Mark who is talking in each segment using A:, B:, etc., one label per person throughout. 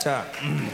A: 자, 음.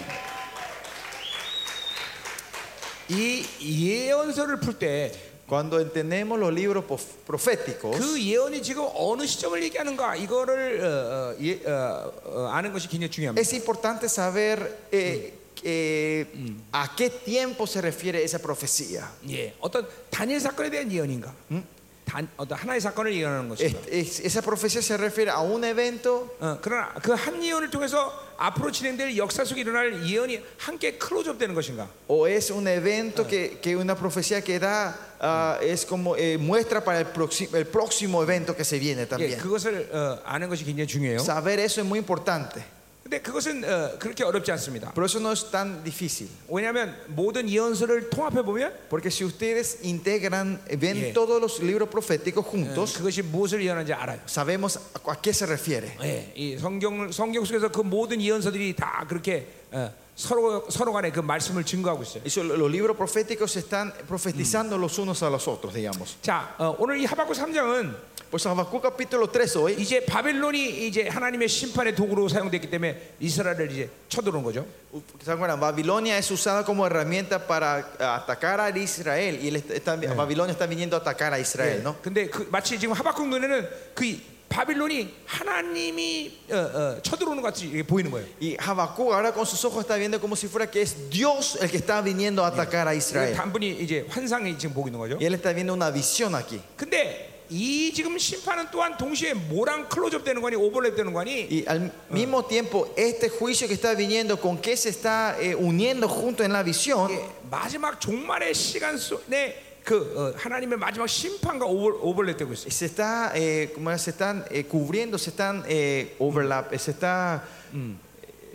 A: 이 예언서를 풀 때 그
B: Cuando entendemos los libros pof- proféticos,
A: 예언이 지금 어느 시점을 얘기하는가 이거를 어, 어, 예- 어, 어, 아는 것이 굉장히 중요합니다.
B: es importante saber eh, eh, a qué tiempo se refiere esa profecía.
A: 예, 어떤 단일 사건에 대한 예언인가? 음? 단 어떤 하나의 사건을 예언하는
B: Es-
A: 것인가?
B: es- esa profecía se refiere a un evento,
A: 어, 그러나 그 한 예언을 통해서 앞으로 진행될 역사 속에 일어날 예언이 함께 클로즈업 되는 것인가?
B: o es un evento que, que una profecía que da, ah, es como eh, muestra para el, proxi- el próximo evento que se viene
A: 예,
B: también.
A: 그것을 어, 아는 것이 굉장히 중요해요.
B: Saber eso es muy importante,
A: 근데 그것은 어, 그렇게 어렵지 않습니다.
B: pero eso no es tan difícil.
A: 왜냐하면 모든 예언서를 통합해 보면
B: Porque si ustedes integran, eh, ven
A: Yeah.
B: todos los libros proféticos juntos,
A: 그것이 무엇을 예언하는지 알아요.
B: sabemos a, a qué se refiere.
A: 예, 이 성경 성경 속에서 그 모든 예언서들이 다 그렇게 어, 서로 서로 간에 그 말씀을 증거하고 있어요.
B: Eso, lo- los libros proféticos están profetizando los unos a los otros, digamos.
A: 자, 어, o늘 이 하박국 3장은
B: Pues Habacuc capítulo 3 hoy
A: 이제 바벨론이 이제 하나님의 심판의 도구로 사용됐기 때문에 이스라엘을 이제 쳐들어온 거죠.
B: ¿Se acuerdan? Babilonia es usada como herramienta para ah, atacar a Israel. Y él está- está- Babilonia está viniendo a atacar a Israel, ¿no?
A: 근데 그, 마치 지금 하박국 눈에는 그 이- 바빌론이 하나님이 어, 어, 쳐들어오는 것 같이 이렇게 보이는 거예요.
B: Y Habacuc ahora con sus ojos está viendo como si fuera que es Dios el que está viniendo a atacar a
A: 그
B: Israel.
A: 단분이 이제 환상이 지금 보고 있는 거죠.
B: Y él está viendo una visión aquí.
A: 근데 이 지금 심판은 또한 동시에 뭐랑 클로즈업 되는 거니 오버랩 되는 거니
B: Y al mismo tiempo, este juicio que está viniendo, con qué se está eh, uniendo junto en la visión,
A: 이게 마지막 종말의 시간 속에 그 어, 하나님의 마지막 심판과 오버, 오버랩되고 있어요.
B: se está, eh, ¿cómo es? se están eh, cubriendo, se están eh, overlap, eh, se está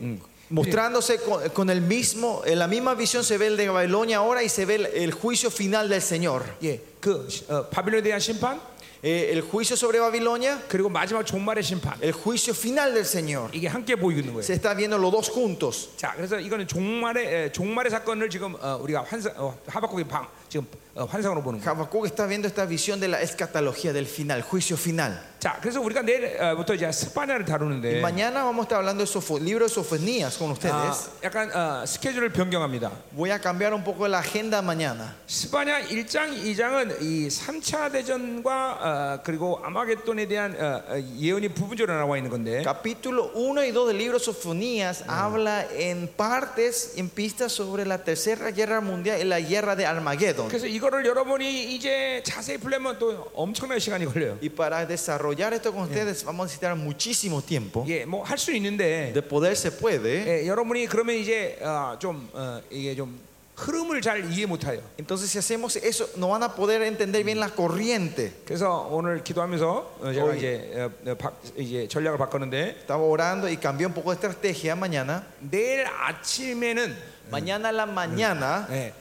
B: eh, mostrándose con, con el mismo, en la misma visión se ve el de Babilonia ahora y se ve el, el juicio final del Señor.
A: 예, 그 시- 어, 바빌론에 대한 심판
B: Eh, el juicio sobre Babilonia,
A: 그리고 마지막 종말의 심판
B: el juicio final del Señor.
A: 이게 함께 보이고 있는 거예요.
B: Se está viendo los dos juntos.
A: 자, 그래서 이거는 종말의 에, 종말의 사건을 지금 어, 우리가 환상 어, 하박국의 방 지금 어, 환상으로 보는 거예요.
B: Habacuc está viendo esta visión de la escatología del final, juicio final.
A: 자, 그래서 우리가 내일부터 이제 스파냐를 다루는데
B: Mañana vamos a estar hablando del sofo- libro de Sofonías con ustedes.
A: 아, 약간 어, 스케줄을 변경합니다.
B: Voy a cambiar un poco la agenda mañana.
A: 스파냐 1장, 2장은 이 3차 대전과 어, 그리고 아마겟돈에 대한 어, 어, 예언이 부분적으로 나와 있는 건데
B: Capítulo 1 y 2 del libro de Sofonías habla en partes, en pistas sobre la tercera guerra mundial y la guerra de Armagedón.
A: 그래서 이거를 여러분이 이제 자세히 풀려면 또 엄청난 시간이 걸려요.
B: Y para desarrollar esto con ustedes vamos a necesitar muchísimo tiempo.
A: 예, 뭐 할 수 있는데
B: De poder se puede.
A: 예, 여러분이 그러면 이제 어, 좀 어, 이게 좀 흐름을 잘 이해 못해요.
B: Entonces si hacemos eso no van a poder entender bien la corriente.
A: 그래서 오늘 기도하면서 어, 제가
B: 어이.
A: 이제 어, 어, 바, 이제 전략을 바꿨는데
B: Estaba orando y cambié un poco de estrategia mañana.
A: 내일 아침에는
B: Mañana a la mañana
A: 예,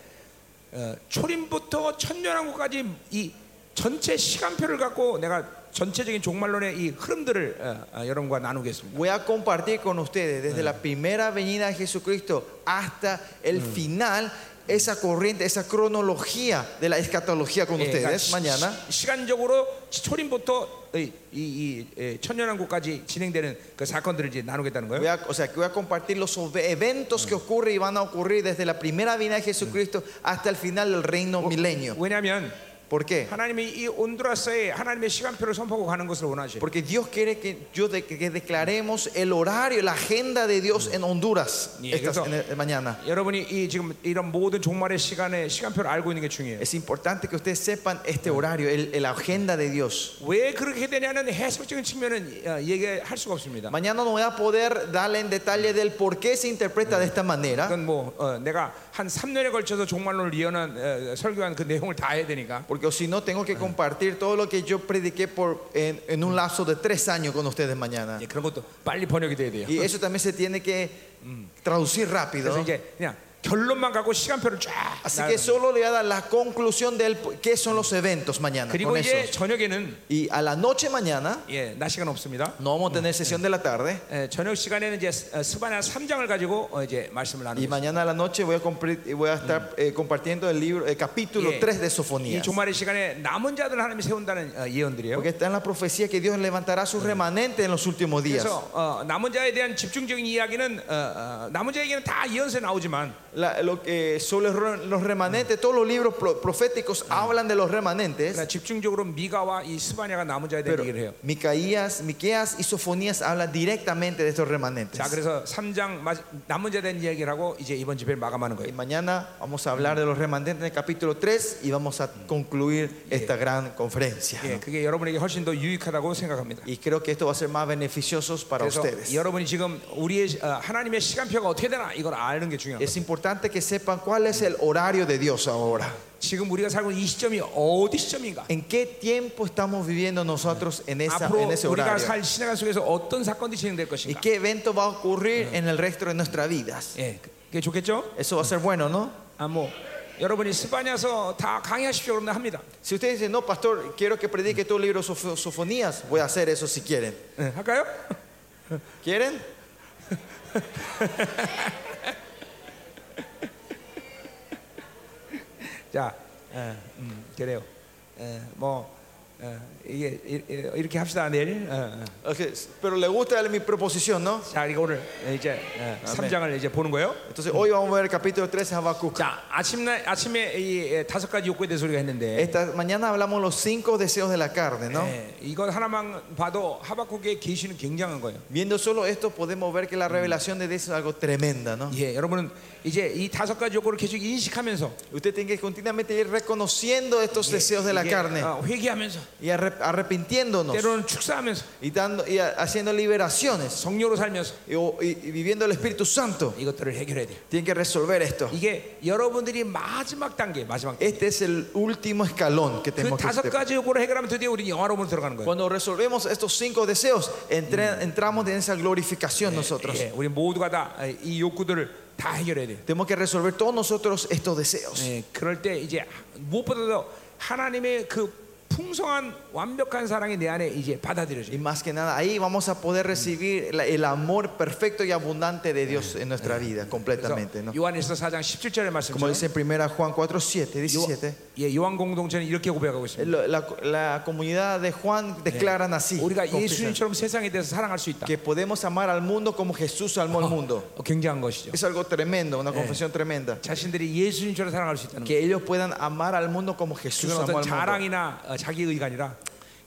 A: 어, 초림부터 천년왕국까지 이 전체 시간표를 갖고 내가 전체적인 종말론의 이 흐름들을 어, 어, 여러분과 나누겠습니다.
B: Voy a compartir con ustedes desde la primera venida de Jesucristo hasta el final esa corriente, esa cronología de la escatología con
A: 예, 그러니까
B: ustedes
A: 시-
B: mañana.
A: 시, 시간적으로 초림부터 이, 이, 이, 예, 천년왕국까지 진행되는 그 사건들을 이제 나누겠다는
B: Voy
A: 거예요.
B: a, o sea, que voy a compartir los ove- eventos que ocurren y van a ocurrir desde la primera venida de Jesucristo hasta el final del reino milenio.
A: 왜냐하면
B: ¿Por qué?
A: 하나님이 이 온두라스에 하나님의 시간표를 선포하고 가는 것을 원하시.
B: Porque Dios quiere que yo de- que declaremos el horario, la agenda de Dios en Honduras
A: Y
B: estas-
A: eso-
B: en el- mañana.
A: 여러분이 이 지금 이런 모든 종말의 시간에 시간표를 알고 있는 게 중요해요.
B: Es importante que ustedes sepan este horario, el- la agenda de Dios.
A: 왜 그렇게 되냐는 해석적인 측면은 어, 얘기할 수가 없습니다.
B: Mañana no voy a poder darle en detalle del por qué se interpreta de esta manera,
A: 그건 뭐 어, 내가 한 3년에 걸쳐서 종말론을 이어난 어, 설교한 그 내용을 다 해야 되니까.
B: porque si no tengo que compartir todo lo que yo prediqué por, en, en un lapso de tres años con ustedes mañana.
A: 예, 그런 것도 빨리 아. 번역이 돼야 돼요.
B: Y eso también se tiene que mm, traducir rápido.
A: 그래서
B: ¿no?
A: 이제 그냥 결론만 갖고 시간표를 쫙.
B: Así
A: 나열합니다.
B: que solo le voy a dar la conclusión de él, qué son los eventos mañana.
A: 그리고
B: con
A: 이제
B: esos.
A: 저녁에는
B: Y a la noche mañana,
A: 예, 낮 시간 없습니다.
B: no vamos a tener sesión de la tarde.
A: 예, 저녁 시간에는 이제 스- 어, 스바냐 3장을 가지고 어, 이제 말씀을
B: Y
A: 나누고
B: mañana a la noche voy a, compre- voy a estar eh, compartiendo el libro, el capítulo
A: Yeah.
B: 3 de
A: 이
B: Sofonías.
A: 종말의 시간에 남은 자들 하나님이 세운다는 어, 예언들이에요.
B: Porque está en la profecía que Dios levantará sus remanentes en los últimos días.
A: 그래서 어, 남은 자에 대한 집중적인 이야기는 어, 어, 남은 자에게는 다 예언서에 나오지만
B: La- lo que sobre los re- los remanentes, todos los libros pro- proféticos hablan de los remanentes.
A: 그러니까 집중적으로 미가와 이 스바냐가 남은 자에 대한
B: Pero
A: 얘기를 해요.
B: Micaías, Miqueas y Sofonías hablan directamente de estos remanentes.
A: 자, 그래서 3장 마- 남은 자에 대한 이야기를 하고 이제 이번 집회를 마감하는
B: Y
A: 거예요.
B: mañana vamos a hablar de los remanentes en el capítulo 3 y vamos a concluir esta gran conferencia.
A: 예, 그게 여러분에게 훨씬 더 유익하다고 생각합니다.
B: Y creo que esto va a ser más beneficioso para
A: 그래서
B: ustedes.
A: 여러분이 지금 우리의 어, 하나님의 시간표가 어떻게 되나 이걸 아는 게 중요합니다.
B: Es importante que sepan cuál es el horario de Dios ahora.
A: 지금 우리가 살고 있는 이 시점이 어디 시점인가?
B: ¿En qué tiempo estamos viviendo nosotros en, esa,
A: 앞으로
B: en ese
A: 우리가
B: horario?
A: 살 시간 속에서 어떤 사건들이 진행될
B: ¿Y
A: 것인가?
B: qué evento va a ocurrir en el resto de nuestras vidas?
A: 예, 그게 좋겠죠?
B: Eso va a ser bueno, ¿no?
A: 아, 뭐 여러분이 스파냐서 다 강의하십시오, 그러면 합니다.
B: Si ustedes dicen, no, pastor, quiero que predique todo el libro de sof- sofonías, voy a hacer eso si quieren.
A: 예, 할까요?
B: ¿Quieren?
A: 자, 예, 음, 그래요. 예, 뭐 예, 이게 이- 이- 이렇게 합시다 내일. 예, 예.
B: Ok, Pero le gusta mi proposición, ¿no?
A: 자, 이거 오늘 이제 예, 3장을 이제 보는 거예요.
B: Entonces hoy vamos a ver el capítulo 13 de Habacuc.
A: 자, 아침날 아침에 이 예, 다섯 가지 욕구에 대한 소리가 했는데
B: Esta mañana hablamos los cinco deseos de la carne, ¿no?
A: 예, 이건 하나만 봐도 하박국의 계시는 굉장한 거예요.
B: Viendo solo esto podemos ver que la revelación de Dios es algo tremenda, ¿no?
A: 예, 여러분은 이제 이 다섯 가지 요구를 계속 인식하면서
B: Usted tiene que continuamente ir reconociendo estos deseos de la
A: 예, 이게,
B: carne
A: 어, 회개하면서
B: y arrep- arrepintiéndonos
A: 때로는 축사하면서
B: y, dando, y a- haciendo liberaciones
A: 성료로 살면서
B: y, o- y- y viviendo el Espíritu Santo.
A: 이것들을 해결해야 돼요.
B: Tiene que resolver esto.
A: 이게 여러분들이 마지막 단계, 마지막 단계.
B: Este es el último escalón que
A: 그
B: tenemos que
A: 다섯 가지 요구를 해결하면 드디어 우리는 영화로움으로 들어가는 거예요.
B: Cuando resolvemos estos cinco deseos, entre- entramos en esa glorificación nosotros.
A: 예, 우리 모두가 다 이 욕구들을 다 해결해야 돼요.
B: Tenemos que resolver todos nosotros estos deseos.
A: 예, 그럴 때 이제 무엇보다도 하나님의 그 풍성한 완벽한 사랑이 내 안에 이제
B: Y
A: 받아들여져요.
B: más que nada, ahí vamos a poder recibir la- el amor perfecto y abundante de Dios en nuestra vida
A: 그래서
B: completamente. ¿no?
A: 요한일서 4장 17절의
B: Como
A: 말씀처럼
B: dice en 1 Juan 4, 7, 17,
A: 예, 요한 공동체는 이렇게 고백하고 있습니다.
B: la, la comunidad de Juan declaran así,
A: 우리가
B: confiesan,
A: 예수님처럼 세상에 대해서 사랑할 수 있다.
B: que podemos amar al mundo como Jesús amó al mundo.
A: 어, 굉장한 것이죠.
B: Es algo tremendo, una confesión tremenda.
A: 자신들이 예수님처럼 사랑할 수 있다는 거.
B: Eh. Que ellos puedan amar al mundo como Jesús
A: 그건
B: amó
A: 어떤
B: al mundo.
A: 자랑이나 어, 자기 의가 아니라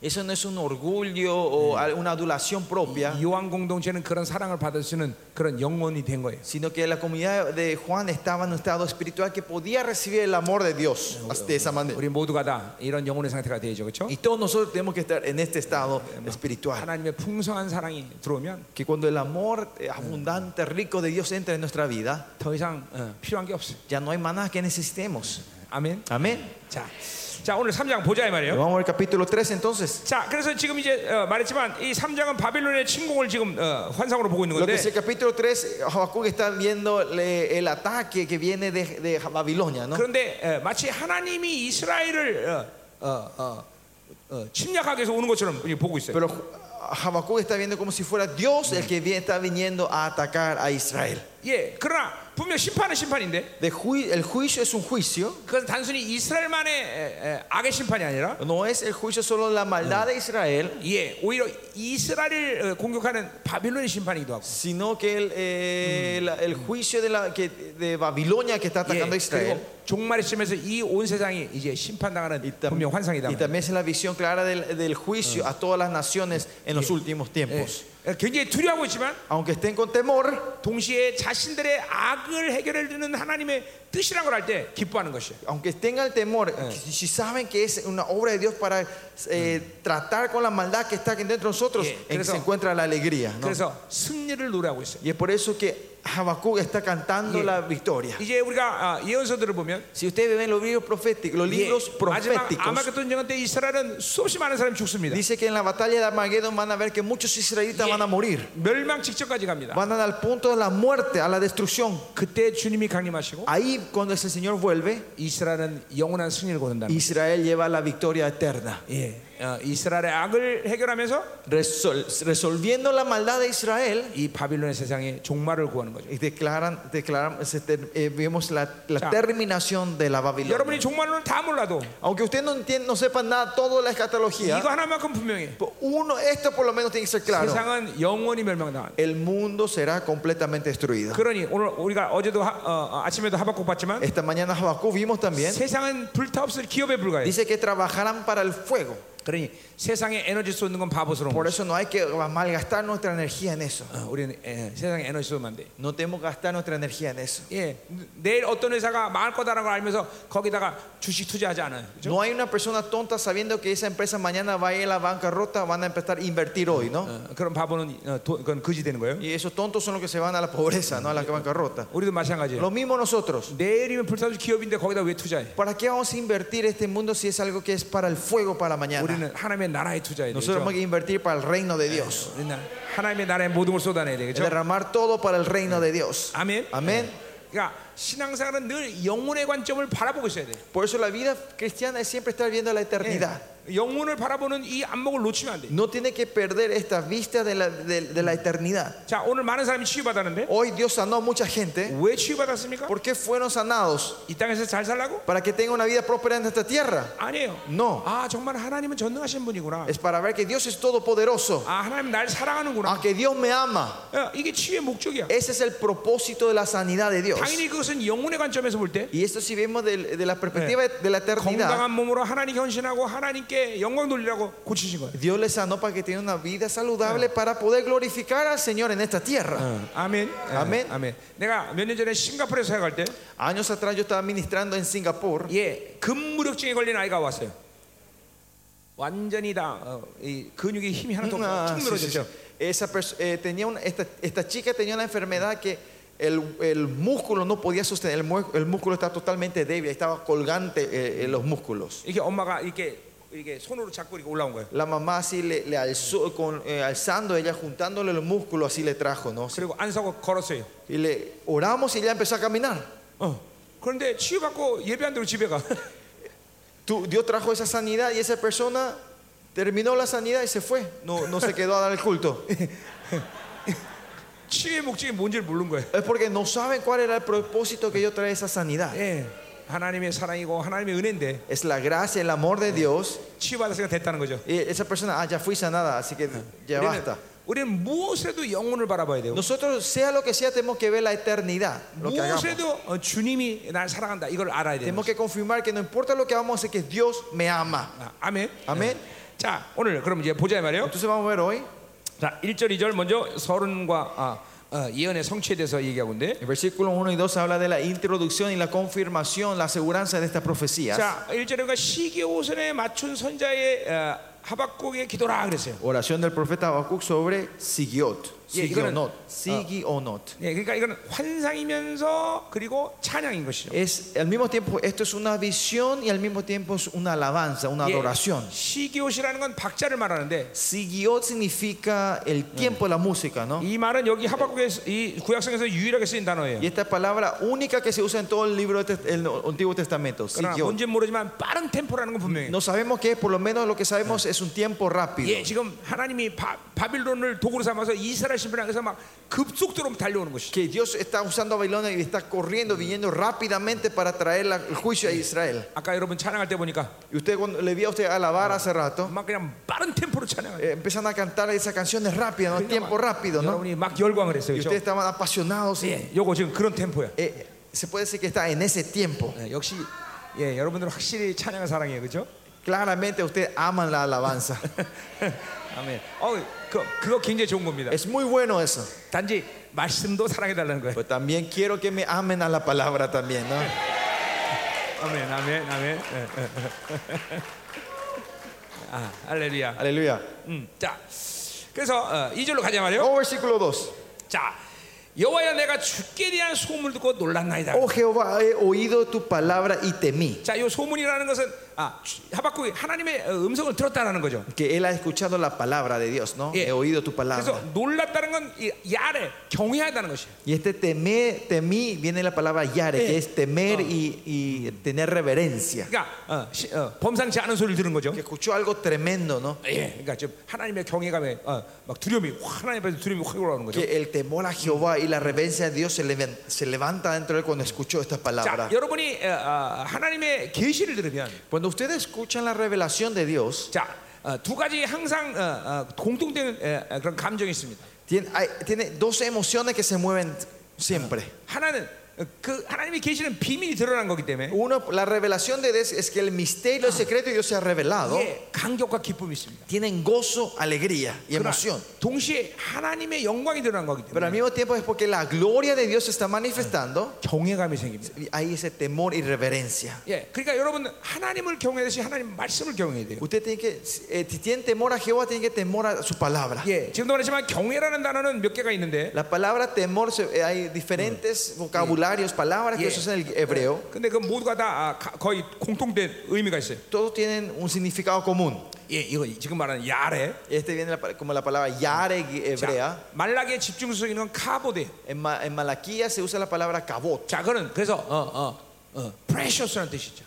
B: Eso no es un orgullo o al- una adulación propia,
A: 요한 공동체는 그런 사랑을 받을 수 있는 그런 영혼이 된 거예요.
B: sino que la comunidad de Juan estaba en un estado espiritual que podía recibir el amor de Dios de esa manera.
A: 우리 모두가 다 이런 영혼의 상태가 되죠, 그렇죠?
B: Y todos nosotros tenemos que estar en este estado espiritual.
A: 하나님의 풍성한 사랑이 들어오면
B: Que cuando el amor eh, abundante, rico de Dios entra en nuestra vida,
A: 더 이상 어, 필요한 게 없어요.
B: ya no hay más nada que necesitemos.
A: 아멘.
B: Amén.
A: 자, 자 오늘 3장 보자 이 말이에요.
B: Vamos al capítulo 3 entonces.
A: 자, 그래서 지금 이제 어, 말했지만 이 3장은 바빌론의 침공을 지금 어, 환상으로 보고 있는
B: Lo que
A: 건데
B: es el capítulo 3, Habacuc está viendo le- el ataque que viene de, de Babilonia, ¿no?
A: 그런데 에, 마치 하나님이 이스라엘을 어, 어, 어, 어, 침략하기 위해서 오는 것처럼 우리 보고 있어요.
B: Pero Habacuc está viendo como si fuera Dios el que vi- está viniendo a atacar a Israel.
A: 예, 그러나 분명 심판은 심판인데
B: De ju- el juicio es un juicio.
A: 그것은 단순히 이스라엘만의 에, 에, 악의 심판이 아니라
B: No es el juicio solo la maldad de Israel,
A: 예, 오히려 이스라엘을 어, 공격하는 바빌론의 심판이기도 하고
B: sino que el, eh, la- el juicio de, la, que, de Babilonia que está
A: 예,
B: atacando a Israel.
A: 그리고 종말의 시점에서 이 온 세상이 이제 심판당하는
B: tam-
A: 분명 환상이다.
B: y también Ah. es la visión clara del, del juicio a todas las naciones en los últimos
A: 예,
B: tiempos.
A: 예, 굉장히 두려워하고 있지만
B: Aunque estén con temor,
A: 동시에 자신들의 악을 해결해 주는 하나님의 뜻이란 걸 알 때 기뻐하는 것이에요.
B: aunque tengan temor, si- si saben que es una obra de Dios para eh, tratar con la maldad que está aquí dentro de nosotros,
A: Yeah.
B: en que
A: Entonces-
B: se encuentra la alegría. ¿no?
A: 그래서 승리를 노래하고 있어요.
B: Y es por eso que Habacuc está cantando
A: Yeah.
B: la victoria.
A: 이제 우리가 아, 예언서들을 보면 보면
B: Si ustedes ven los libros proféticos, los
A: 예,
B: libros
A: 마지막
B: proféticos,
A: 아마겟돈 그 전쟁 때 이스라엘은 수없이 많은 사람이 죽습니다.
B: dice que en la batalla de Armagedón van a ver que muchos israelitas
A: 예,
B: van a morir.
A: 멸망 직전까지 갑니다.
B: Van al punto de la muerte, a la destrucción.
A: 그때 주님이 강림하시고
B: Ahí cuando ese Señor vuelve,
A: 이스라엘은 영원한 승리를 거둔다.
B: Israel lleva la victoria eterna.
A: 예, 어, 이스라엘의 악을 해결하면서
B: Resol- resolviendo la maldad de Israel,
A: 이 바빌론의 세상에 종말을 구하는 거죠.
B: y declaran, declaran- se ter- eh, vemos la, la
A: Ya.
B: terminación de la
A: 여러분이
B: Babilonia.
A: 종말론을 다 몰라도
B: Aunque usted no, entienda, no sepa nada, toda la escatología,
A: 이거 하나만큼 분명해.
B: uno, esto por lo menos tiene que ser claro.
A: 세상은 영원히 멸망당한다.
B: El mundo será completamente destruido.
A: 그러니 오늘 우리가 어제도 하- 어, 어, 아침에도 하박국 봤지만
B: Esta mañana Habacuc vimos
A: 네.
B: también,
A: 세상은 불타없을 기업에 불과해.
B: dice que trabajarán para el fuego.
A: 네, 그러니 세상에 에너지 쏟는 건 바보스러운
B: Por
A: 거죠.
B: eso no hay que malgastar nuestra energía en eso.
A: 어, 우리는 에, 세상에 에너지 쏟으면 안 돼.
B: No tenemos que gastar nuestra energía en eso.
A: 예, 내일 어떤 회사가 망할 거다라고 알면서 거기다가 주식 투자하지 않아요. 그죠?
B: No hay una persona tonta sabiendo que esa empresa mañana va a ir a la bancarrota, van a empezar a invertir hoy, ¿no?
A: 어, 그런 바보는 어, 돈- 그건 거지 되는 거예요.
B: Y esos tontos son los que se van a la pobreza, ¿no? A la bancarrota.
A: 우리도 마찬가지예요.
B: Lo mismo nosotros.
A: 내일이면 불타는 기업인데 거기다 왜 투자해?
B: ¿Para qué vamos a invertir este mundo si es algo que es para el fuego para mañana?
A: 우리는 하나님의 나라에 투자해야 돼.
B: Nosotros
A: 그죠?
B: tenemos que invertir para el reino de Dios.
A: 우리는 하나님의 나라에 모든 걸 쏟아내야 돼. 그죠?
B: Derramar todo para el reino de Dios.
A: 아멘.
B: Amén.
A: 그러니까 신앙생활은 늘 영혼의 관점을 바라보고 있어야 돼.
B: Por eso la vida cristiana es siempre estar viendo la eternidad.
A: Eh. 예, 영혼을 바라보는 이 안목을 놓치면 안 돼.
B: No tiene que perder esta vista de la, de- de la eternidad.
A: 자, 오늘 많은 사람이 치유받았는데
B: Hoy Dios sanó a mucha gente.
A: 왜 치유받았습니까?
B: ¿Por qué fueron sanados?
A: 이 땅에서 잘 살라고?
B: ¿Para que tengan una vida próspera en esta tierra?
A: 아니에요.
B: No. 예.
A: 아, 정말 하나님은 전능하신 분이구나.
B: Es para ver que Dios es todopoderoso.
A: 아, 하나님 날 사랑하는구나.
B: Aunque Dios me ama.
A: 어, 이게 치유의 목적이야.
B: Ese es el propósito de la sanidad de Dios.
A: 당연히 그것은 영혼의 관점에서 볼 때
B: Y esto si vemos del- de, la perspectiva de la eternidad,
A: 건강한 몸으로 하나님 헌신하고 하나님께 영광 돌리라고 고치신 거예요.
B: Dios les sanó para que tengan una vida saludable para poder glorificar al Señor en esta tierra.
A: 어, 아멘. 어,
B: 아멘.
A: 아멘. 내가 몇 년 전에 싱가포르에 서 사역할 때,
B: Años atrás yo estaba ministrando en Singapur
A: 예, 근무력증에 걸린 아이가 왔어요. 완전히 다 어, 이 근육에 힘이 하나도
B: Ah,
A: 없고 쭉
B: sí, sí, sí.
A: 늘어졌죠.
B: Esa perso- eh, tenía una- esta, esta chica tenía una enfermedad que el, el músculo no podía sostener, el, mu- el músculo estaba totalmente débil, estaba colgante eh, eh, los músculos.
A: 이렇게 엄마가 이렇게 이렇게 손으로 잡고 이렇게 올라온 거예요.
B: La mamá así le, le alzó, con, eh, alzando ella, juntándole los músculos, así le trajo, ¿no?
A: 그리고 안 서고 걸었어요.
B: Y le oramos y ella empezó a caminar.
A: 어. 그런데 치유받고 예배한 대로 집에 가.
B: Tú- Dios trajo esa sanidad y esa persona terminó la sanidad y se fue, no, no se quedó a dar el culto.
A: 치유의 목적이 뭔지를 모르는 거예요.
B: Es porque no saben cuál era el propósito que yo trae esa sanidad.
A: 예. 하나님의 사랑이고 하나님의 은혜인데
B: Es la gracia, el amor de Dios.
A: 치유받았으니까 됐다는 거죠.
B: Y esa persona, ah, ya fui sanada, así que ya
A: 우리는,
B: basta.
A: 우리는 무엇에도 영혼을 바라봐야 돼요.
B: Nosotros, sea lo que sea, tenemos que ver la eternidad, lo que hagamos.
A: 무엇에도 어, 주님이 날 사랑한다. 이걸 알아야 돼요.
B: Tenemos que confirmar que no importa lo que hagamos, es que Dios me ama.
A: 아, 아멘.
B: 아멘.
A: 예. 자, 오늘 그럼 이제 보자 이 말이에요.
B: Entonces vamos a ver hoy,
A: 자, 1절 2절 먼저 서론과 아, 어, 예언의 성취에 대해서 얘기하고 있는데.
B: el versículo 1 y 2 habla de la introducción y la confirmación, la aseguranza de estas profecías.
A: 자, 1절에 가 시기오선에 맞춘 선자의 어, 하박국의 기도라 그랬어요.
B: Oración del profeta Habacuc sobre Sigiot. ah.
A: Yeah, 이거는-
B: Sigionot. Sigionot.
A: 예, 그러니까 이건 환상이면서 그리고 찬양인 것이죠.
B: Es al mismo tiempo, esto es una visión y al mismo tiempo es una alabanza, una
A: 예,
B: adoración.
A: 시기옷이라는 건 박자를 말하는데
B: Sigiot significa el tiempo de la música, ¿no?
A: 이 말은 여기 하박국의 이 구약성에서 유일하게 쓰인 단어예요.
B: Y esta palabra única que se usa en todo el libro del Test- el Antiguo Testamento,
A: 그러나
B: Sigiot.
A: 뭔지 모르지만 빠른 템포라는 건 분명해요.
B: No sabemos qué es, por lo menos lo que sabemos es un tiempo rápido.
A: 예, 지금 하나님이 바, 바빌론을 도구로 삼아서 이스라엘 심판하면서 막 급속도로 달려오는 것이.
B: Que Dios está usando a Babilonia y está corriendo, viniendo rápidamente para traer la- el juicio a Israel.
A: 아까 여러분 찬양할 때 보니까
B: Y usted cuando le vi a usted alabar hace rato,
A: 막 그냥 빠른 템포로 찬양해요.
B: eh, empiezan a cantar esas canciones rápidas, ¿no? tiempo rápido, ¿no?
A: 여러분이 막 열광을 했어요.
B: Y
A: 그렇죠?
B: ustedes estaban apasionados. y-
A: 예, 요거 지금 그런 템포야.
B: Eh, se puede decir que está en ese tiempo.
A: 예, 역시 예, 여러분들은 확실히 찬양을 사랑해요. 그렇죠?
B: Claramente ustedes aman la alabanza.
A: 아멘. 어, 그, 그거 굉장히 좋은 겁니다.
B: es muy bueno eso.
A: 예, 단지 말씀도 사랑해 달라는 거예요.
B: Pero también quiero que me amen a la palabra también, ¿no?
A: 아멘. 아멘. 아멘. 예, 예. 아, 할렐루야.
B: Aleluya.
A: 음. 자. 그래서 어, 2절로 가자 말이에요.
B: Vamos al versículo 2.
A: 자, 여호와여 내가 주께 대한 소문을 듣고 놀랐나이다.
B: Oh Jehová, he oído tu palabra y temí.
A: 자, 요 소문이라는 것은 아, 주- 하박국이 하나님의 어, 음성을 들었다라는 거죠.
B: Que él ha escuchado la palabra de Dios, ¿no?
A: Yeah.
B: He oído tu
A: 그래서
B: palabra.
A: 놀랐다는 건 이- 야래 경외하다는 것이에요.
B: Y este temé, temí, viene la palabra yare, que es temer y, y tener reverencia.
A: 그러니까 어, 시- 어, 범상치 않은 소리를 들은 거죠.
B: Que escuchó algo tremendo, ¿no?
A: 예, 그러니까 지금 하나님의 경외감에 어, 막 두려움이 확, 하나님 앞에서 두려움이 확 올라오는 거죠.
B: Que el temor a Jehová y la reverencia a Dios se, levan- se levanta dentro de él cuando escuchó esta palabra.
A: 자, 여러분이 어, 어, 하나님의 계시를 들으면
B: Cuando ustedes escuchan la revelación de Dios,
A: 자, 어, 두 가지 항상 어, 어, 공통되는 에, 에, 그런 감정이 있습니다.
B: tiene, hay- tiene dos emociones que se mueven siempre.
A: 하나는 어, 그 하나님의 계시는 비밀이 드러난 거기 때문에
B: Uno, la revelación de Dios es que el misterio, el secreto de Dios se ha revelado.
A: 예, 감격과 기쁨이 있습니다.
B: Tienen gozo, alegría y
A: 그러나
B: emoción.
A: 동시에 하나님의 영광이 드러난 거기
B: Pero
A: 때문에
B: al mismo tiempo es porque la gloria de Dios se está manifestando.
A: 경외감이 생깁니다.
B: y Hay ese temor y reverencia.
A: 예, 그러니까 여러분 하나님을 경외하듯이 하나님 말씀을 경외해야 돼요.
B: Usted tiene que, eh, si tienen temor a Jehová, tienen que temor a su palabra.
A: 예, 지금도 말했지만 경외라는 단어는 몇 개가 있는데,
B: La palabra temor, se- eh, hay diferentes vocabularios, palabras que
A: Yeah.
B: se usan en el hebreo.
A: 예. 근데 그 모두가 다 아, 가- 거의 공통된 의미가 있어요.
B: Todos tienen un significado común.
A: 예, 이거 지금 말하는 야레.
B: Este viene la pa- como la palabra yare
A: 자,
B: hebrea.
A: 말라기에 집중적인 건 카보데.
B: En, Ma- en Malaquía se usa la palabra cabot.
A: 자, 그는 그래서 어, 어, 어, precious라는 뜻이죠.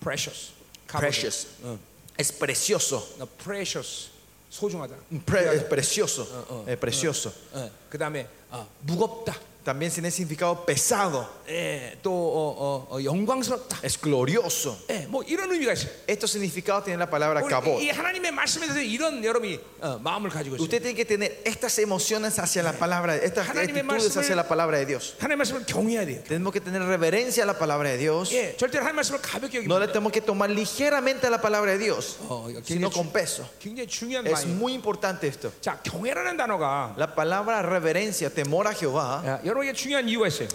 A: precious. 카보데.
B: Precious.
A: 어,
B: Es precioso.
A: 너 precious. 소중하다.
B: Pre- es precioso. Es precioso.
A: 어, 그다음에 어, 무겁다.
B: También tiene significado pesado.
A: 예, 또 어, 어, 어, 영광스럽다.
B: Es glorioso.
A: 예, 뭐 이런 의미가 있어요.
B: Estos significados tienen la palabra
A: 우리
B: cabot.
A: 이 하나님의 말씀에 대해서 이런 여러분이 어, 마음을 가지고 있어요.
B: Usted tiene que tener estas emociones hacia la palabra, estas
A: 하나님의
B: actitudes hacia
A: 말씀을-
B: la palabra de Dios.
A: 하나님 말씀을 경외해야 돼요.
B: Tenemos que tener reverencia a la palabra de Dios.
A: 예, 절대로 하나님 말씀을 가볍게 여기면
B: No
A: 안
B: le
A: 돼요.
B: tenemos que tomar ligeramente a la palabra de Dios,
A: 어, 이거
B: sino
A: 굉장히, 주-
B: con peso.
A: 굉장히 중요한
B: Es
A: 말이에요.
B: muy importante esto.
A: 자, 경외라는 단어가
B: La palabra reverencia, temor a Jehová,
A: 야, 여러분에게 중요한 이유가 있어요.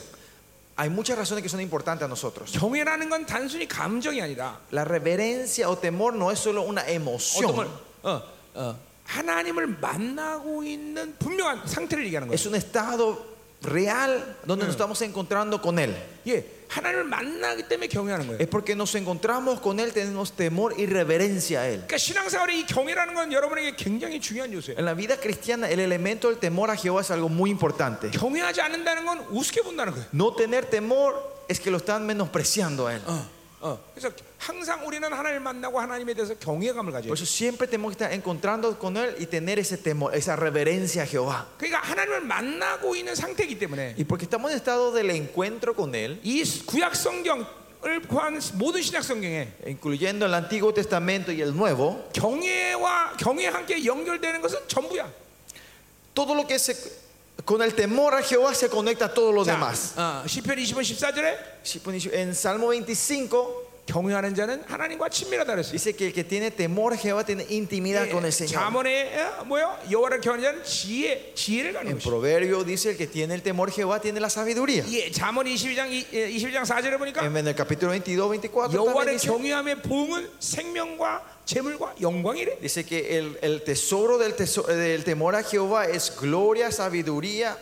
B: hay muchas razones que son importantes a nosotros.
A: 경외라는 건 단순히 감정이 아니라
B: La reverencia o temor no es solo una
A: 어떤 걸
B: emoción,
A: 어, 어, 하나님을 만나고 있는 분명한 상태를 얘기하는 거예요.
B: es un estado real donde nos estamos encontrando con Él.
A: 예, 하나님을 만나기 때문에 경외하는 거예요.
B: Es porque nos encontramos con Él, tenemos temor y reverencia a Él.
A: 그러니까 신앙생활에 이 경외라는 건 여러분에게 굉장히 중요한 요소예요.
B: En la vida cristiana, el elemento del temor a Jehová es algo muy importante.
A: 경외하지 않는다는 건 우습게 본다는 거예요.
B: No tener temor es que lo están menospreciando a Él.
A: 어, 그래서 항상 우리는 하나님을 만나고 하나님에 대해서 경외감을 가져요.
B: Por eso siempre tenemos que estar encontrando con Él y tener ese temor, esa reverencia a Jehová.
A: 그러니까 하나님을 만나고 있는 상태이기 때문에
B: Y porque estamos en estado del encuentro con Él,
A: 이 구약 성경을 포함한 모든 신약 성경에
B: incluyendo el Antiguo Testamento y el Nuevo,
A: 경외와 경외 함께 연결되는 것은 전부야.
B: todo lo que se... Con el temor a Jehová se conecta a todo lo
A: 자,
B: demás.
A: 어, 시편 20편 14절에
B: Si pone- En Salmo 25
A: 경외하는 자는 하나님과 친밀하다 그랬어요. 예,
B: dice que el que tiene temor a Jehová tiene intimidad con el Señor.
A: 자문에 어, 뭐요? 여호와를 경외하는 자는 지혜, 지혜를 가는
B: En
A: 것이죠.
B: Proverbio dice el que tiene el temor a Jehová tiene la sabiduría.
A: 예, 자문 22장 21장 4절에 보니까
B: En en el capítulo 22, 24 también
A: 여호와를
B: dice,
A: 경외함의 보응은 생명과 재물과 영광이래.
B: dice que el, el tesoro del, teso- del temor a Jehová es gloria, sabiduría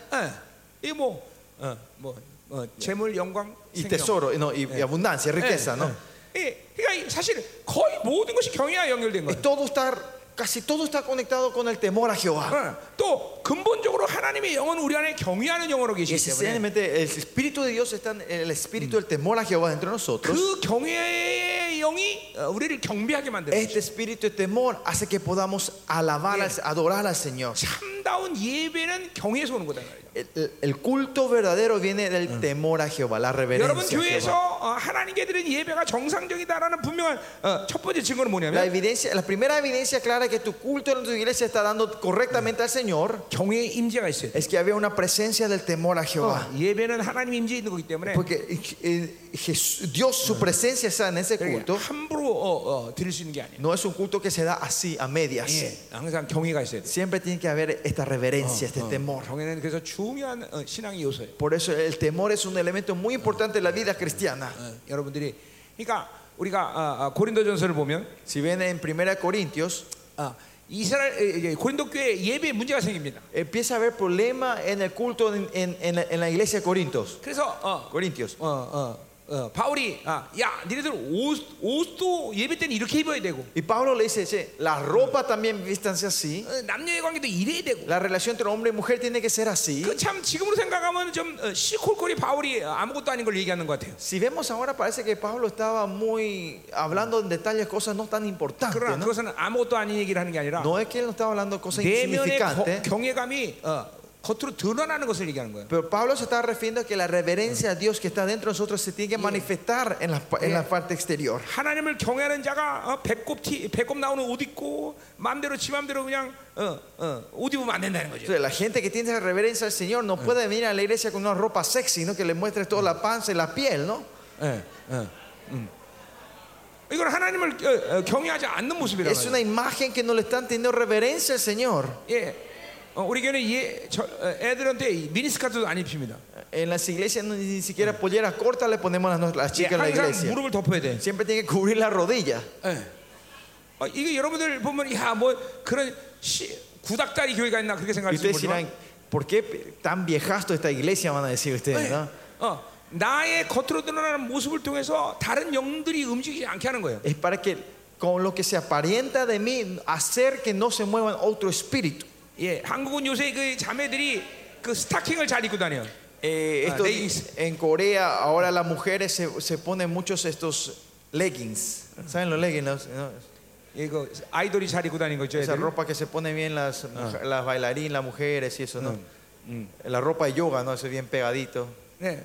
A: 예, 이뭐 어, 뭐 어, 재물, 영광,
B: y
A: 생명.
B: tesoro, no, y, y abundancia, riqueza,
A: Eh.
B: ¿no?
A: 예, 그러니까 이- 사실 거의 모든 것이 경외와 연결된
B: Y
A: 거예요.
B: todo está, casi todo está conectado con el temor a Jehová.
A: 어, 또 근본적으로 하나님의 영은 우리 안에 경외하는 영으로
B: Y
A: 계시기 때문에
B: esencialmente el Espíritu de Dios está en el Espíritu del temor a Jehová dentro de nosotros.
A: 그 경외의 영이 어, 우리를 경배하게 만드는 거죠.
B: Este espíritu de temor hace que podamos alabar, al- adorar al Señor.
A: 참다운 예배는 경외에서 오는 거다 말이에요.
B: El, el- el culto verdadero viene del temor a Jehová, la
A: 여러분
B: reverencia. a
A: 교회에서
B: Jehová.
A: 어, 하나님께 드린 예배가 정상적이다라는 분명한 어, 첫 번째 증거는
B: La,
A: 뭐냐면
B: evidencia, la primera evidencia clara es que tu culto en tu iglesia está dando correctamente al Señor
A: 경외의 임재가 있어요.
B: es que había una presencia del temor a
A: 어,
B: Jehová.
A: 예배는 하나님 임재 있는 거기 때문에
B: Porque eh, Jesús- Dios, su presencia está en ese culto.
A: 함부로 어, 어, 드릴 수 있는 게 아니에요.
B: No es un culto que se da así, a medias.
A: 예, 항상 경외가 있어야 돼.
B: Siempre tiene que haber esta reverencia, este temor.
A: 경외는 그래서 중요한 어, 신앙의 요소예요.
B: Por eso el temor es un elemento muy importante en la vida cristiana.
A: 어, 여러분들이 그러니까 우리가 아, 아, 고린도전서를 보면
B: Si ven en 1 Corintios,
A: 아, 이스라엘 에, 에, 고린도 교회 예배에 문제가 생깁니다.
B: Empieza a haber problema en el culto en, en- en la, en la iglesia de Corintios.
A: 그래서 어,
B: Corintios.
A: 어, 어, 어, 바울이 아, 야, 니네들 옷 옷도 예배 때는 이렇게 입어야 되고
B: Y Pablo le dice, "Che, la ropa también vístanse así.
A: 어, 남녀의 관계도 이래야 되고.
B: La relación entre hombre y mujer tiene que ser así.
A: 그 참 지금으로 생각하면 좀 어, 시콜콜이 바울이 어, 아무것도 아닌 걸 얘기하는 것 같아요.
B: Si vemos ahora parece que Pablo estaba muy hablando en detalles, cosas no tan importantes.
A: 그러나
B: No,
A: 그것은 아무것도 아닌 얘기를 하는 게 아니라
B: No es que él no estaba hablando de cosas
A: 내면의 거-
B: insignificantes.
A: 경외감이 어, 겉으로 드러나는 것을 얘기하는 거예요.
B: Pero Pablo se está refiriendo a que la reverencia a Dios que está dentro de nosotros se tiene que manifestar en la, en la parte exterior.
A: 하나님을 경외하는 자가 어, 배꼽 티 배꼽 나오는 옷 입고 마음대로 지 마음대로 그냥 어, 어, 옷 입으면 안 된다는 거죠.
B: Entonces, la gente que tiene esa reverencia al Señor no puede venir a la iglesia con una ropa sexy, ¿no? que le muestre toda la panza y la piel, ¿no?
A: 예, 예, 음. 이건 하나님을 어, 어, 경외하지 않는 모습이라고.
B: Es una imagen que no le están teniendo reverencia al Señor.
A: 예. 어, 우리 교회는 예, 저, 어, 애들한테 이 미니스카트도 안 입힙니다.
B: En las iglesias no- ni siquiera polleras cortas le ponemos a las, las
A: 예,
B: chicas en la
A: 항상
B: iglesia.
A: 무릎을 덮어야 돼.
B: Siempre tiene que cubrir la rodilla.
A: 예. 어, 이게 여러분들 보면 야 뭐 그런 시, 구닥다리 교회가 있나 그렇게
B: Y
A: 생각할지
B: ustedes dirán,
A: 모르지만
B: ¿por qué tan viejasto esta iglesia? Van a decir ustedes,
A: 예.
B: ¿no?
A: 어, 나의 겉으로 드러나는 모습을 통해서 다른 영들이 움직이지 않게 하는 거예요.
B: Es para que con lo que se aparenta de mí, hacer que no se muevan otro espíritu.
A: 예, 한국은 요새 그 자매들이 그 스타킹을 잘 입고 다녀요.
B: Eh,
A: Ah,
B: esto-
A: leggings.
B: en Corea ahora las mujeres se, se ponen muchos estos leggings. ¿Saben los leggings? no?
A: 예, 그 아이돌이 잘 입고 다니는 거죠.
B: Esa
A: 애들.
B: ropa que se ponen bien las, muj- las bailarinas, las mujeres y eso, ¿no? La ropa de yoga, ¿no? Eso bien pegadito.
A: 네.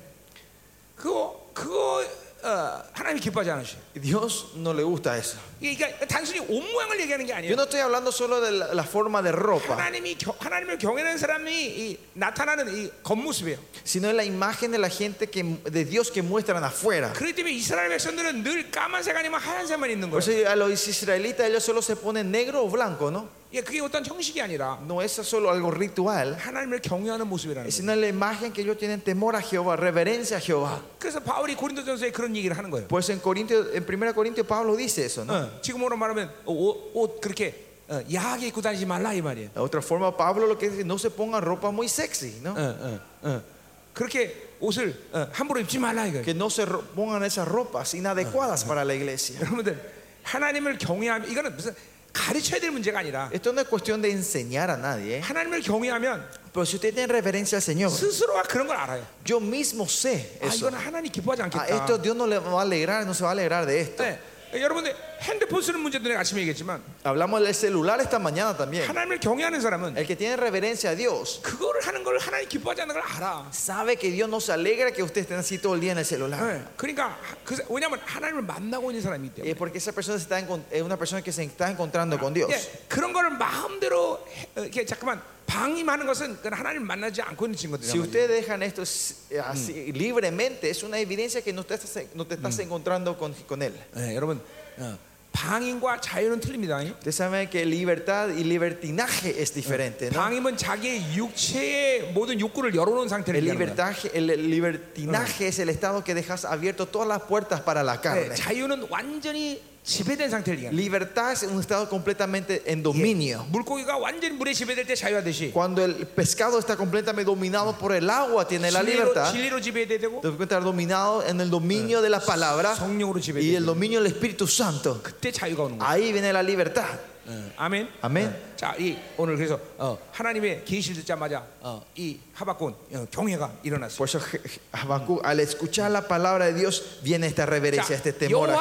A: 그거 그거 어, 하나님이 기뻐하지 않으셔.
B: Dios no le gusta eso.
A: 이게 그러니까 단순히 옷 모양을 얘기하는 게
B: Yo
A: 아니에요.
B: no estoy hablando solo de la, la forma de ropa,
A: 하나님이 겨- 하나님을 경외하는 사람이 이 나타나는 이 겉모습이에요.
B: sino de la imagen de la gente que, de Dios que muestran afuera.
A: 그렇기 때문에 이스라엘 백성들은 늘 까만색 아니면 하얀색만 입는 거예요.
B: Por eso a los israelitas ellos solo se ponen negro o blanco, ¿no?
A: 예, 그게 어떤 형식이 아니라
B: No es solo algo ritual,
A: 하나님을 경외하는 모습이라는 거예요.
B: sino la imagen que ellos tienen temor a Jehová, reverencia a Jehová.
A: 그래서 바울이 고린도전서에 그런 얘기를 하는 거예요.
B: Por eso en, Corintio, en 1 Corintios Pablo dice eso, ¿no?
A: 어, 지금으로 말하면 옷, 옷 그렇게 어, 야하게 입고 다니지 말라 이 말이에요.
B: De otra forma, Pablo lo que dice, no se pongan ropa muy sexy, ¿no?
A: 어, 어, 어. 그렇게 옷을 어, 함부로 입지 말라 이거예요.
B: Que no se ro- pongan esas ropas inadecuadas para la iglesia.
A: 여러분들 하나님을 경외하면 이거는 무슨 가르쳐야 될 문제가 아니라
B: Esto no es cuestión de enseñar a nadie, ¿eh?
A: 하나님을 경외하면
B: pero si usted tiene reverencia al
A: 어.
B: Señor,
A: 스스로가 그런 걸 알아요.
B: yo mismo sé
A: 아,
B: eso.
A: 이거는 하나님 기뻐하지
B: A
A: 않겠다.
B: esto Dios no le va a alegrar, no se va a alegrar de esto.
A: 아, 네. 여러분들 핸드폰 쓰는 문제도 내가 아침에 얘기했지만
B: Hablamos del celular esta mañana también.
A: 하나님을 경외하는 사람은
B: El que tiene reverencia a Dios
A: 그거를 하는 걸 하나님 기뻐하지 않는 걸 알아.
B: sabe que Dios no se alegra que usted esté así todo el día en el celular.
A: 네. 그러니까 하- 그, 사- 왜냐면 하나님을 만나고 있는 사람이기
B: Y
A: 때문에.
B: es porque esa persona se está encon- es una persona que se está encontrando con Dios.
A: 예, 그런 거를 마음대로 해- 어, 이렇게 잠깐만 방임하는 것은 그건 하나님 만나지 않고 있는
B: Si
A: 친구들이에요.
B: ustedes dejan esto s- eh, así libremente, es una evidencia que no te estás, no te estás encontrando con, con Él.
A: 네, 여러분 어, 방임과 자유는 틀립니다.
B: Ustedes saben que libertad y libertinaje es
A: 네.
B: diferente, ¿no?
A: 방임은 자기의 육체의 모든 욕구를 열어놓은 상태를
B: El,
A: 얘기하는 거예요.
B: libertaje, el el libertinaje es el estado que dejas abierto todas las puertas para la
A: 네,
B: carne.
A: 자유는 완전히 지배된 상태를 얘기하는
B: Libertad es un estado completamente en dominio.
A: 거예요. 물고기가 완전히 물에 지배될 때 자유하듯이
B: Cuando el pescado está completamente dominado por el agua,
A: 네,
B: tiene la
A: 진리로,
B: libertad.
A: 진리로 지배돼야 되고
B: Debe estar dominado en el dominio de la palabra
A: 성령으로
B: y el
A: 지배돼야 되고
B: dominio del Espíritu Santo.
A: 그때 자유가 오는 거예요.
B: Ahí viene la libertad.
A: 예, 아. 아멘.
B: 아멘.
A: 예, 자, 이 오늘 그래서 어, 하나님의 계시를 듣자마자 어, 이 하박군 어, 경외가 일어났어요.
B: Por eso Je- Je- Habacuc, al escuchar la palabra de Dios, viene esta reverencia, este temor a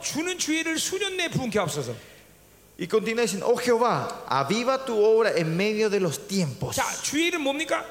A: 여호와여 주는 주의를 수년 내에 부은케 없어서.
B: Y continúa diciendo, oh Jehová, aviva tu obra en medio de los tiempos.
A: 자, 주의는 뭡니까?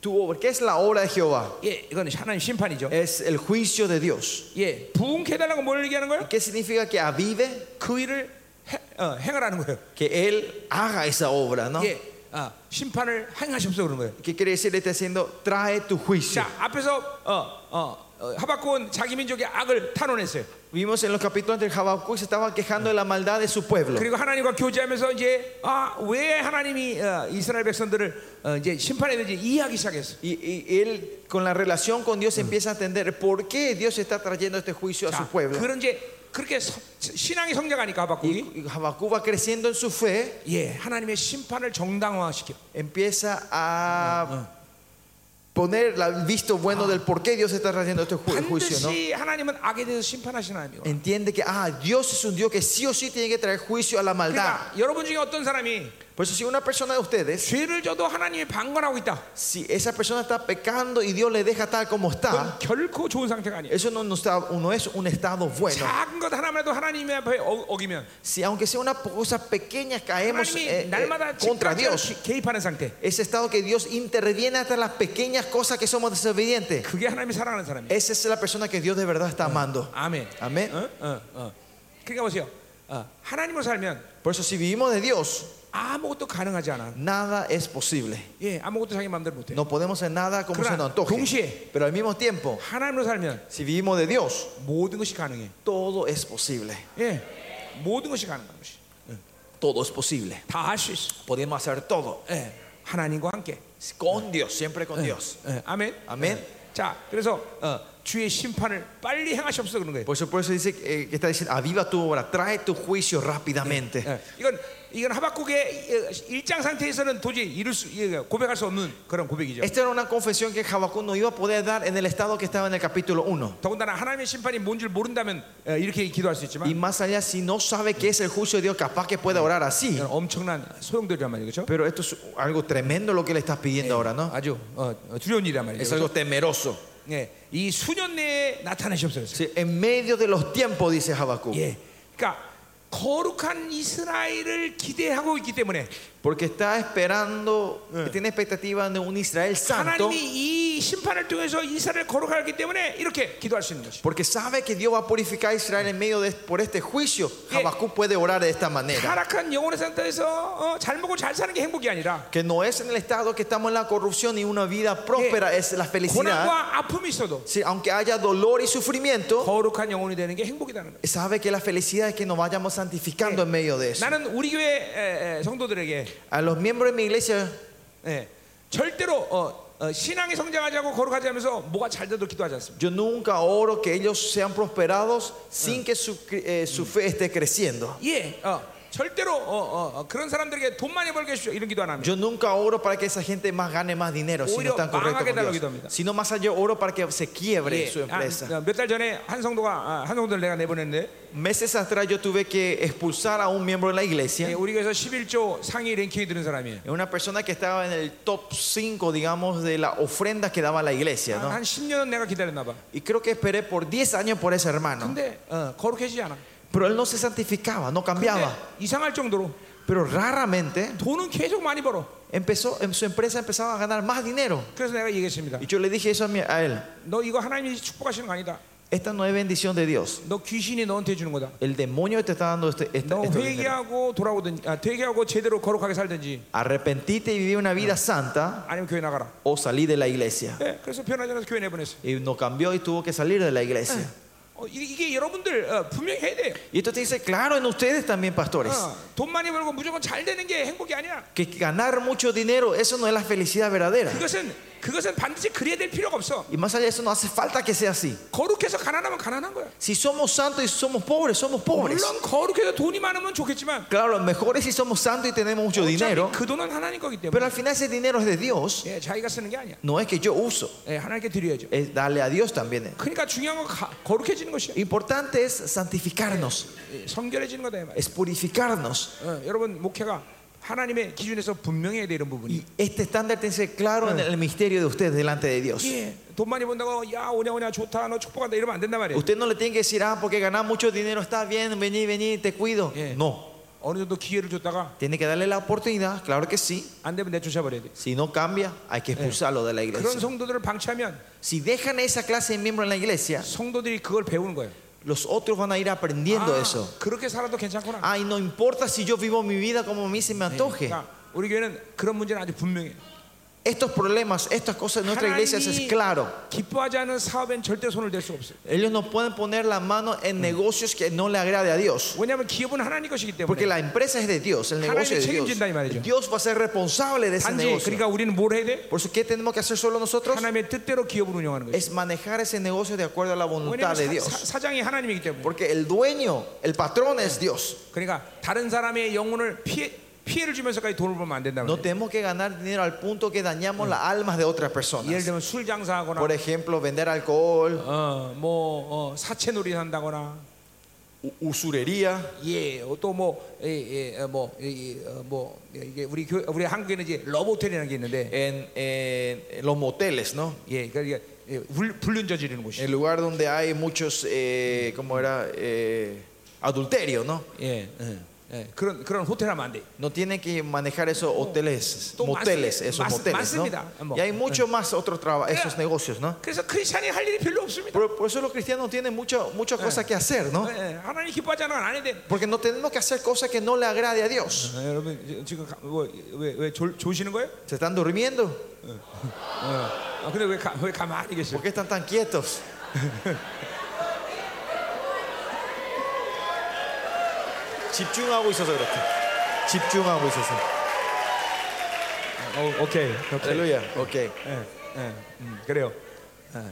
B: Tu obra, ¿qué es la obra de Jehová?
A: 예, 이건 하나님 심판이죠.
B: Es el juicio de Dios.
A: 예, 부은케 달라고 뭘 얘기하는 거예요?
B: ¿Qué significa que avive?
A: 그 일을 해, 어, 행하라는 거예요.
B: Que Él haga esa obra, ¿no?
A: 예, 아, 심판을 행하시면서 그런 거예요.
B: ¿Qué quiere decir? Le está diciendo, trae tu juicio.
A: 자, 앞에서 어, 어, 어, 하박군 자기 민족의 악을 탄원했어요.
B: Vimos en los capítulos del Habacuc se estaba quejando de la maldad de su pueblo.
A: 그리고 하나님과 교제하면서 이제 아 왜 하나님이 어, 이스라엘 백성들을 어, 이제 심판해야 되지 이해하기 시작했어.
B: Y, y él con la relación con Dios empieza a entender por qué Dios está trayendo este juicio a su
A: 자,
B: pueblo.
A: 그런 이제 그렇게 서- 신앙이 성장하니까 하박국이
B: Y Habacuc va creciendo en su fe,
A: 예 하나님의 심판을 정당화시켜.
B: empieza a poner el visto bueno del por qué Dios está trayendo este ju- juicio, ¿no?
A: 반드시 하나님은 악에 대해서 심판하시는 하나님이요.
B: Entiende que ah, Dios es un Dios que sí o sí tiene que traer juicio a la maldad.
A: 그러니까 여러분 중에 어떤 사람이
B: Por eso si una persona de ustedes,
A: 죄를 져도 하나님이 방관하고 있다.
B: si esa persona está pecando y Dios le deja tal como está,
A: 그건 결코 좋은 상태가 아. 아니에요.
B: eso no, no está- no es un estado bueno.
A: 작은 것 하나만해도 하나님의 앞에 어- 어기면
B: Si aunque sea una cosa pequeña caemos
A: 하나님이
B: eh, eh,
A: 날마다
B: contra
A: 집착적으로
B: Dios.
A: 기- 개입하는 상태.
B: Ese estado que Dios interviene hasta las pequeñas cosas que somos desobedientes.
A: 그게 하나님이 사랑하는 사람이에요.
B: Esa es la persona que Dios de verdad está amando.
A: 아멘.
B: 아멘.
A: 어? 어, 어. 그러니까 보세요. 어, 하나님으로 살면
B: Por eso si vivimos de Dios,
A: 아무것도 가능하지 않아.
B: nada es posible.
A: 예, 아무것도 자기 마음대로 못해.
B: No podemos hacer nada como se
A: 그러나
B: nos antoje.
A: 동시에
B: Pero al mismo tiempo,
A: 하나님으로 살면
B: si vivimos de Dios,
A: 모든 것이 가능해.
B: todo es posible.
A: 예, 모든 것이 가능한 것이.
B: Todo es posible.
A: 다 할 수 있어.
B: Podemos hacer todo
A: 예, 하나님과 함께.
B: con Dios, siempre con Dios.
A: 예, 아멘.
B: 아멘.
A: 예. 자, 그래서 어, 주의 심판을 빨리 행하시옵소서 그런 거예요.
B: Por eso, por eso dice eh, que está diciendo, aviva tu obra, trae tu juicio rápidamente.
A: 예, 이건 이건 하박국의 이- 일장 상태에서는 도저히 이룰 수 예, 고백할 수 없는 그런 고백이죠.
B: Esta era una confesión que Habacuc no iba a poder dar en el estado que estaba en el capítulo 1.
A: 더군다나 하나님의 심판이 뭔 줄 모른다면 예, 이렇게 기도할 수
B: Y
A: 있지만
B: más allá, si no sabe qué es el juicio de Dios, capaz que pueda orar así.
A: 이건 엄청난 소용돌이란 말이에요, 그렇죠?
B: Pero esto es algo tremendo lo que le estás pidiendo ahora, ¿no?
A: 아주 어, 어, 두려운 일이란 말이에요.
B: Eh, Es algo temeroso.
A: 그렇죠? 예, 이 수년 내에 나타나시옵소서.
B: Sí, en medio de los tiempos, dice Habacuc.
A: 예, 그러니까 거룩한 이스라엘을 기대하고 있기 때문에
B: Porque está esperando, tiene expectativa de un Israel santo.
A: 하나님이 이 심판을 통해서 이스라엘을 거룩하기 때문에 이렇게 기도할 수 있는 것이.
B: Porque sabe que Dios va a purificar a Israel en medio de por este juicio.
A: Yeah.
B: Habacuc puede orar de esta
A: 네.
B: manera.
A: 타락한 영혼의 상태에서 어, 잘 먹고 잘 사는 게 행복이 아니라
B: Que no es en el estado que estamos en la corrupción y una vida próspera es la felicidad.
A: 고난과 아픔이 있어도
B: Sí, aunque haya dolor y sufrimiento,
A: 거룩한 영혼이 되는 게 행복이라는 거예요.
B: sabe que la felicidad es que nos vayamos santificando en medio de eso.
A: 나는 우리 교회 에, 에, 성도들에게
B: A los miembros de mi iglesia,
A: 예, 절대로 어, 어, 신앙이 성장하지 않고 거룩하지 않으면서 뭐가 잘 되도록 기도하지 않습니다.
B: yo nunca oro que ellos sean prosperados sin que su, cre- eh, su fe esté creciendo.
A: 예, 어, 절대로 어, 어, 어, 그런 사람들에게 돈 많이 벌게 해주십시오. 이런 기도 안 합니다.
B: Yo nunca oro para que esa gente más gane más dinero, si no
A: 오히려
B: están correctos
A: 망하게
B: con
A: 달라고
B: Dios.
A: 기도합니다.
B: Sino más allá, yo oro para que se quiebre
A: Ah,
B: su empresa.
A: 예, 어, 몇 달 전에 한 성도가 아, 한 성도를 내가 내보냈는데
B: Meses atrás yo tuve que expulsar a un miembro de la iglesia.
A: 예, 우리 교회에서 11조 상위 랭킹에 드는 사람이에요.
B: Es Una persona que estaba en el top 5, digamos, de las ofrendas que daba la iglesia. ¿no?
A: 한 10년은 내가 기다렸나 봐.
B: Y creo que esperé por 10 años por ese hermano.
A: 근데 어, 거룩해지지 않아.
B: Pero él no se santificaba, no
A: 근데
B: cambiaba.
A: 이상할 정도로
B: Pero raramente
A: 돈은 계속 많이 벌어.
B: empezó, en su empresa empezaba a ganar más dinero.
A: 그래서 내가 얘기했습니다.
B: Y yo le dije eso a, mi- a él.
A: 너 이거 하나님이 축복하시는 거 아니다.
B: Esta no es bendición de Dios.
A: 너 귀신이 너한테 주는 거다.
B: El demonio te está dando este, esta-
A: 너
B: este dinero.
A: 회개하고 돌아오든지, 아, 회개하고 제대로 거룩하게 살든지,
B: Arrepentite y viví una vida santa
A: 아니면 교회 나가라.
B: o salí de la iglesia.
A: 네, 그래서 변하지 않아서 교회 내보냈어.
B: Y no cambió y tuvo que salir de la iglesia.
A: 어, 이게, 이게 여러분들 어, 분명히 해야 돼요.
B: Y esto te dice claro en ustedes también, pastores.
A: 어, 돈 많이 벌고 무조건 잘 되는 게 행복이 아니야.
B: Que ganar mucho dinero, eso no es la felicidad verdadera.
A: 그것은 그것은 반드시 그래야 될 필요가 없어.
B: Y más allá de eso, no hace falta que sea así.
A: 거룩해서 가난하면 가난한 거야.
B: Si somos santos y somos pobres, somos pobres.
A: 물론 거룩해서 돈이 많으면 좋겠지만
B: Claro, mejor es si somos santos y tenemos mucho
A: 어차피
B: dinero.
A: 그 돈은 하나님 거기
B: Pero
A: 때문에
B: al final ese dinero es de Dios.
A: 예, 자기가 쓰는 게 아니야.
B: No es que yo uso,
A: 예, 하나님께 드려야죠.
B: es darle a Dios también.
A: 그러니까 중요한 건 가- 거룩해지는 것이야.
B: Importante es santificarnos,
A: 예, 성결해지는 거다 이 말이야.
B: es purificarnos.
A: 어, 여러분 목회가 하나님의 기준에서 분명해야 되는 부분이.
B: Y este estándar tiene que ser claro en el misterio de ustedes delante de Dios.
A: 예, 돈 많이 번다고 야 오냐 오냐 좋다 너 축복한다 이러면 안 된단 말이에요.
B: Usted no le tiene que decir, ah, porque ganar mucho dinero está bien, vení, vení, te cuido.
A: Yeah.
B: No,
A: 어느 정도 기회를 줬다가
B: tiene que darle la oportunidad, claro que sí.
A: 안 되면 내쫓아버려야 돼.
B: Si no cambia, hay que expulsarlo de la
A: 그런
B: iglesia.
A: 성도들을 방치하면
B: Si dejan esa clase de miembros en la iglesia,
A: 성도들이 그걸 배우는 거예요.
B: los otros van a ir
A: Ah.
B: aprendiendo eso.
A: 그렇게 살아도 예. 괜찮구나.
B: Ay, no
A: Ah.
B: importa si yo vivo mi vida como a mí se me antoje.
A: 그러니까 우리 교회는 그런 문제는 아주 분명해.
B: Estos problemas, estas cosas en nuestra iglesia es
A: 하나님이
B: claro.
A: 기뻐하지 않은 사업엔 절대 손을 댈 수 없어요.
B: Ellos no pueden poner la mano en negocios que no le agrade a Dios.
A: 왜냐하면 기업은 하나님 것이기
B: Porque
A: 때문에
B: la empresa es de Dios, el negocio es de
A: 책임진다, 이 말이죠.
B: Dios. Dios va a ser responsable de ese
A: 단지
B: negocio.
A: 그러니까 우리는 뭘 해야 돼?
B: Por eso, ¿qué tenemos que hacer solo nosotros?
A: 하나님의 뜻대로 기업을 운영하는 거예요.
B: Es manejar ese negocio de acuerdo a la voluntad de
A: 왜냐하면 사,
B: Dios.
A: 사, 장이 하나님이기 때문에.
B: Porque el dueño, el patrón es Dios.
A: 그러니까 다른 사람의 영혼을 피해, 피해를 주면서까지 돈을 벌면 안 된다는
B: No
A: 거예요.
B: tenemos que ganar dinero al punto que dañamos las almas de otras
A: 예를
B: personas.
A: 들면 술 장사하거나,
B: Por ejemplo, vender alcohol,
A: 어, 뭐 어, 사채놀이 한다거나,
B: u- usurería.
A: 예, 또뭐 예, 예, 어, 뭐, 예, 예, 어, 뭐 예, 이게 우리 교, 우리 한국에는 이제 러브호텔이라는 게 있는데,
B: En, eh, los moteles, ¿no?
A: 예, 그러니까 이게, 예, 불- 불륜 저지르는 곳이.
B: El lugar donde hay muchos, eh, ¿cómo era? Eh, adulterio, ¿no?
A: 예, 예, 예, 그런 그런 호텔 하면 안 돼.
B: No tienen que manejar esos hoteles,
A: Tú más-
B: moteles, esos
A: más-
B: moteles,
A: más-
B: ¿no?
A: más-
B: Y hay mucho más otros traba- esos negocios, ¿no?
A: 그래서 크리스천이 할 일이 별로 없습니다.
B: Por, por eso los cristianos tienen mucho- muchas
A: Eh.
B: cosas que hacer, ¿no?
A: 예, 예, 하나님 기뻐하자는 건 아닌데.
B: Porque no tenemos que hacer cosas que no le agrade a Dios.
A: 아, 여러분 지- 지금 가- 뭐, 왜, 왜 졸, 조시는 거예요?
B: ¿Se están durmiendo?
A: 아, 근데 왜, 가, 왜 가만히 계세요?
B: ¿Por qué están tan quietos? 집중하고 있어서 그렇대. este. 집중하고 있어서.
A: 어, 오케이. 오케이.
B: 할렐루야. 오케이.
A: 예, 예, 음, 그래요. 예,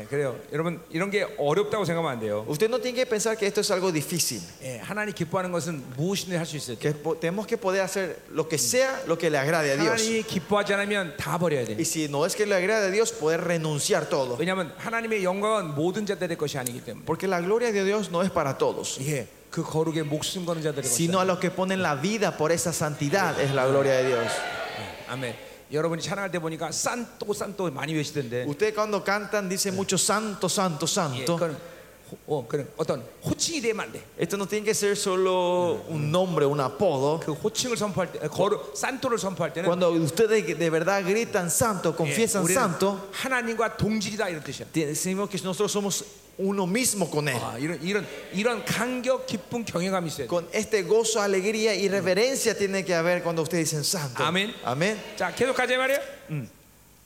A: 예, 그래요. 여러분 이런 게 어렵다고 생각하면 안 돼요.
B: Usted no tiene que pensar que esto es algo difícil.
A: 예, 하나님 기뻐하는 것은 무엇이든 할 수 있어요.
B: Que po- tenemos que poder hacer lo que sea, lo que le agrade a Dios.
A: 하나님이 기뻐하지 않으면 다 버려야 돼요.
B: Y si no es que le agrade a Dios, poder renunciar todo.
A: 왜냐하면 하나님의 영광은 모든 자들의 것이 아니기 때문에.
B: Porque la gloria de Dios no es para todos,
A: 예, 그 거룩에 목숨 거는 자들의 것이.
B: sino a los que ponen la vida por esa santidad es la gloria de Dios.
A: 아멘. 여러분이 찬양할 때 보니까 산또 산또 많이 외시던데.
B: Usted cuando cantan dice mucho santo, santo,
A: 예,
B: santo.
A: 그건 호, 어, 그런 어떤 호칭이 되면 안 돼.
B: Esto no tiene que ser solo un nombre, un apodo.
A: 그 호칭을 선포할 때, 거룩, 산토를 선포할 때는
B: Cuando ustedes de verdad gritan santo,
A: 예,
B: confiesan
A: 우리는
B: santo,
A: 하나님과 동질이다 이런 뜻이야.
B: decimos que nosotros somos uno mismo con Él.
A: 아, 이런 이런 이런 간격, 기쁨, 경외감이 있어야 돼.
B: Con este gozo, alegría y reverencia tiene que haber cuando ustedes dicen santo.
A: Amén.
B: Amén.
A: 자, 계속 가자 말이야.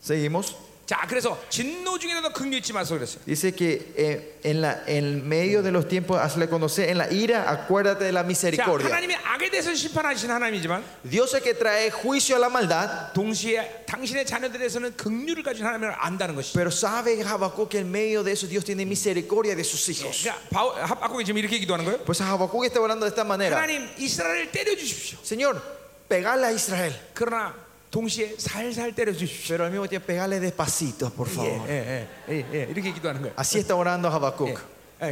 B: Seguimos.
A: 자, 그래서 진노 중에라도 긍휼치 마소 그랬어요.
B: Dice que eh, en, la, en medio de los tiempos, hazle conocer, en la ira, acuérdate de la
A: 자,
B: misericordia.
A: 하나님이 악에 대해서 심판하시는 하나님이지만
B: Dios es que trae juicio a la maldad,
A: 동시에 당신의 자녀들에서는 긍휼을 가진 하나님을 안다는 것이죠.
B: pero sabe Habacuc que en medio de eso Dios tiene misericordia de sus hijos.
A: 그러니까 바오- 하박국이 지금 이렇게 기도하는 거예요.
B: Pues Habacuc está orando de esta manera.
A: 하나님 이스라엘을 때려 주십시오.
B: Señor, pegale a Israel,
A: 그러나 동시에 살살 때려 주십시오.
B: pero al mismo tiempo pegale despacito, por
A: 예,
B: favor.
A: 예, 예, 예, 예, 이렇게 기도하는 거예요.
B: Así está orando
A: 예,
B: Habacuc.
A: 예,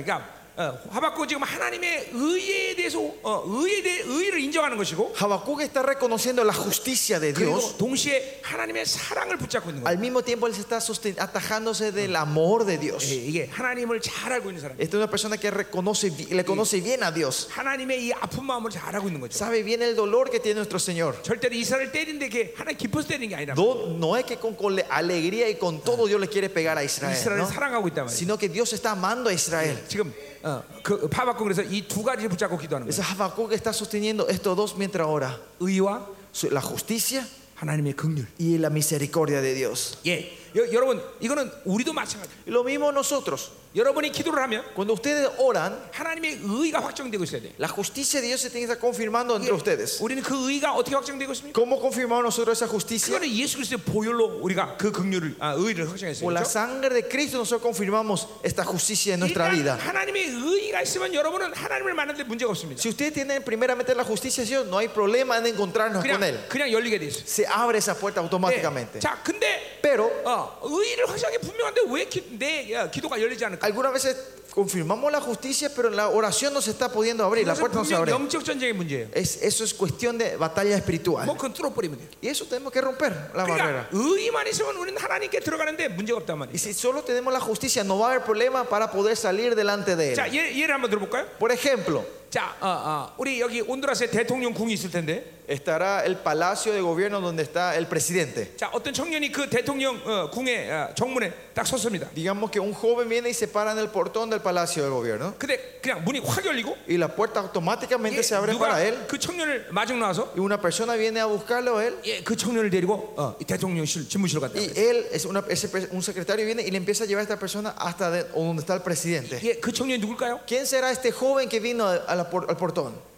A: 그러니까 어, 하박국 지금 하나님의 의에 대해서 어, 의에 대해 의를 인정하는 것이고
B: Habacuc está reconociendo la justicia de
A: 그리고
B: Dios.
A: 동시에 하나님의 sa랑을 붙잡고 있는 거예요.
B: Al mismo tiempo él se está sosten- atajándose del amor de
A: 예,
B: Dios.
A: 이게 하나님을 잘 알고 있는 사람.
B: Esta es una persona que reconoce, bi- le conoce bien a Dios.
A: 하나님의 이 아픈 마음을 잘 알고 있는 거죠.
B: Sabe bien el dolor que tiene nuestro Señor.
A: 절대로 이스라엘 때리는데 게 하나님 기뻐서 때리는 게 아니라
B: No, no es que con, con le- alegría y con todo Dios le quiere pegar a Ah. Israel,
A: 이스라엘을
B: ¿no?
A: 사랑하고 있단 말이에요.
B: sino que Dios está amando a Israel.
A: 지금 어, 그 파박국 그래서 이 두 가지를 붙잡고 기도하는 거예요.
B: Ese Habacuc está sosteniendo estos dos mientras ora:
A: 의와
B: Su- la justicia
A: 하나님의 긍휼.
B: y la misericordia de Dios.
A: 예, 여, 여러분 이거는 우리도 마찬가지.
B: Y Lo mismo nosotros.
A: 여러분이 기도를 하면
B: Cuando ustedes oran,
A: 하나님의 의가 확정되고 있어야 돼.
B: la justicia de Dios se tiene que estar confirmando entre ustedes.
A: 우리는 그 의가 어떻게 확정되고 있습니까?
B: ¿Cómo confirmamos nosotros esa justicia?
A: 그거는 예수 그리스도의 보혈로 우리가 그 긍휼을 아, 의를 확정했어요.
B: Con la
A: 그렇죠?
B: sangre de Cristo nosotros confirmamos esta justicia en nuestra
A: 일단
B: vida.
A: 하나님의 의가 있으면 여러분은 하나님을 만날 때 문제가 없습니다.
B: Si ustedes tienen primeramente la justicia de Dios, no hay problema en encontrarnos con Él.
A: 그냥 그냥 열리게 돼 있어. 요 네.
B: se abre esa puerta automáticamente.
A: 자, 근데
B: Pero
A: 어, 의를 확정하기 분명한데 왜 기, 내 어, 기도가 열리지 않을까?
B: algunas veces confirmamos la justicia, pero la oración no se está pudiendo abrir, la
A: 그것은
B: puerta no se
A: 분명
B: abre.
A: 영적 전쟁의 문제예요.
B: Es, eso es cuestión de batalla
A: 뭐
B: espiritual.
A: 그건 뚫어버리면 돼.
B: Y eso tenemos que romper la
A: 그러니까
B: barrera.
A: 의만 있으면 우리는 하나님께 들어가는데 문제가 없단
B: Y
A: 말이에요.
B: si solo tenemos la justicia, no va a haber problema para poder salir delante de
A: 자,
B: Él.
A: 예, 예를 한번 들어볼까요?
B: Por ejemplo,
A: 자, 어, 어, 우리 여기 온두라스에 대통령 궁이 있을 텐데.
B: Estará el palacio de gobierno donde está el presidente.
A: 자, 어떤 청년이 그 대통령 어, 궁의 어, 정문에 딱 섰습니다.
B: Digamos que un joven viene y se para en el portón del palacio del gobierno
A: 근데 그냥 문이 확 열리고
B: y la puerta automáticamente
A: 이게
B: se abre
A: 누가
B: para él
A: 그 청년을 마중 나와서
B: y una persona viene a buscarlo a él
A: 예, 그 청년을 데리고 어, 이 대통령실 집무실로 갔다.
B: y él es una, ese pre- un secretario viene y le empieza a llevar a esta persona hasta de- o donde está el presidente.
A: 예, 그 청년이 누굴까요?
B: ¿Quién será este joven que vino a la por- al portón?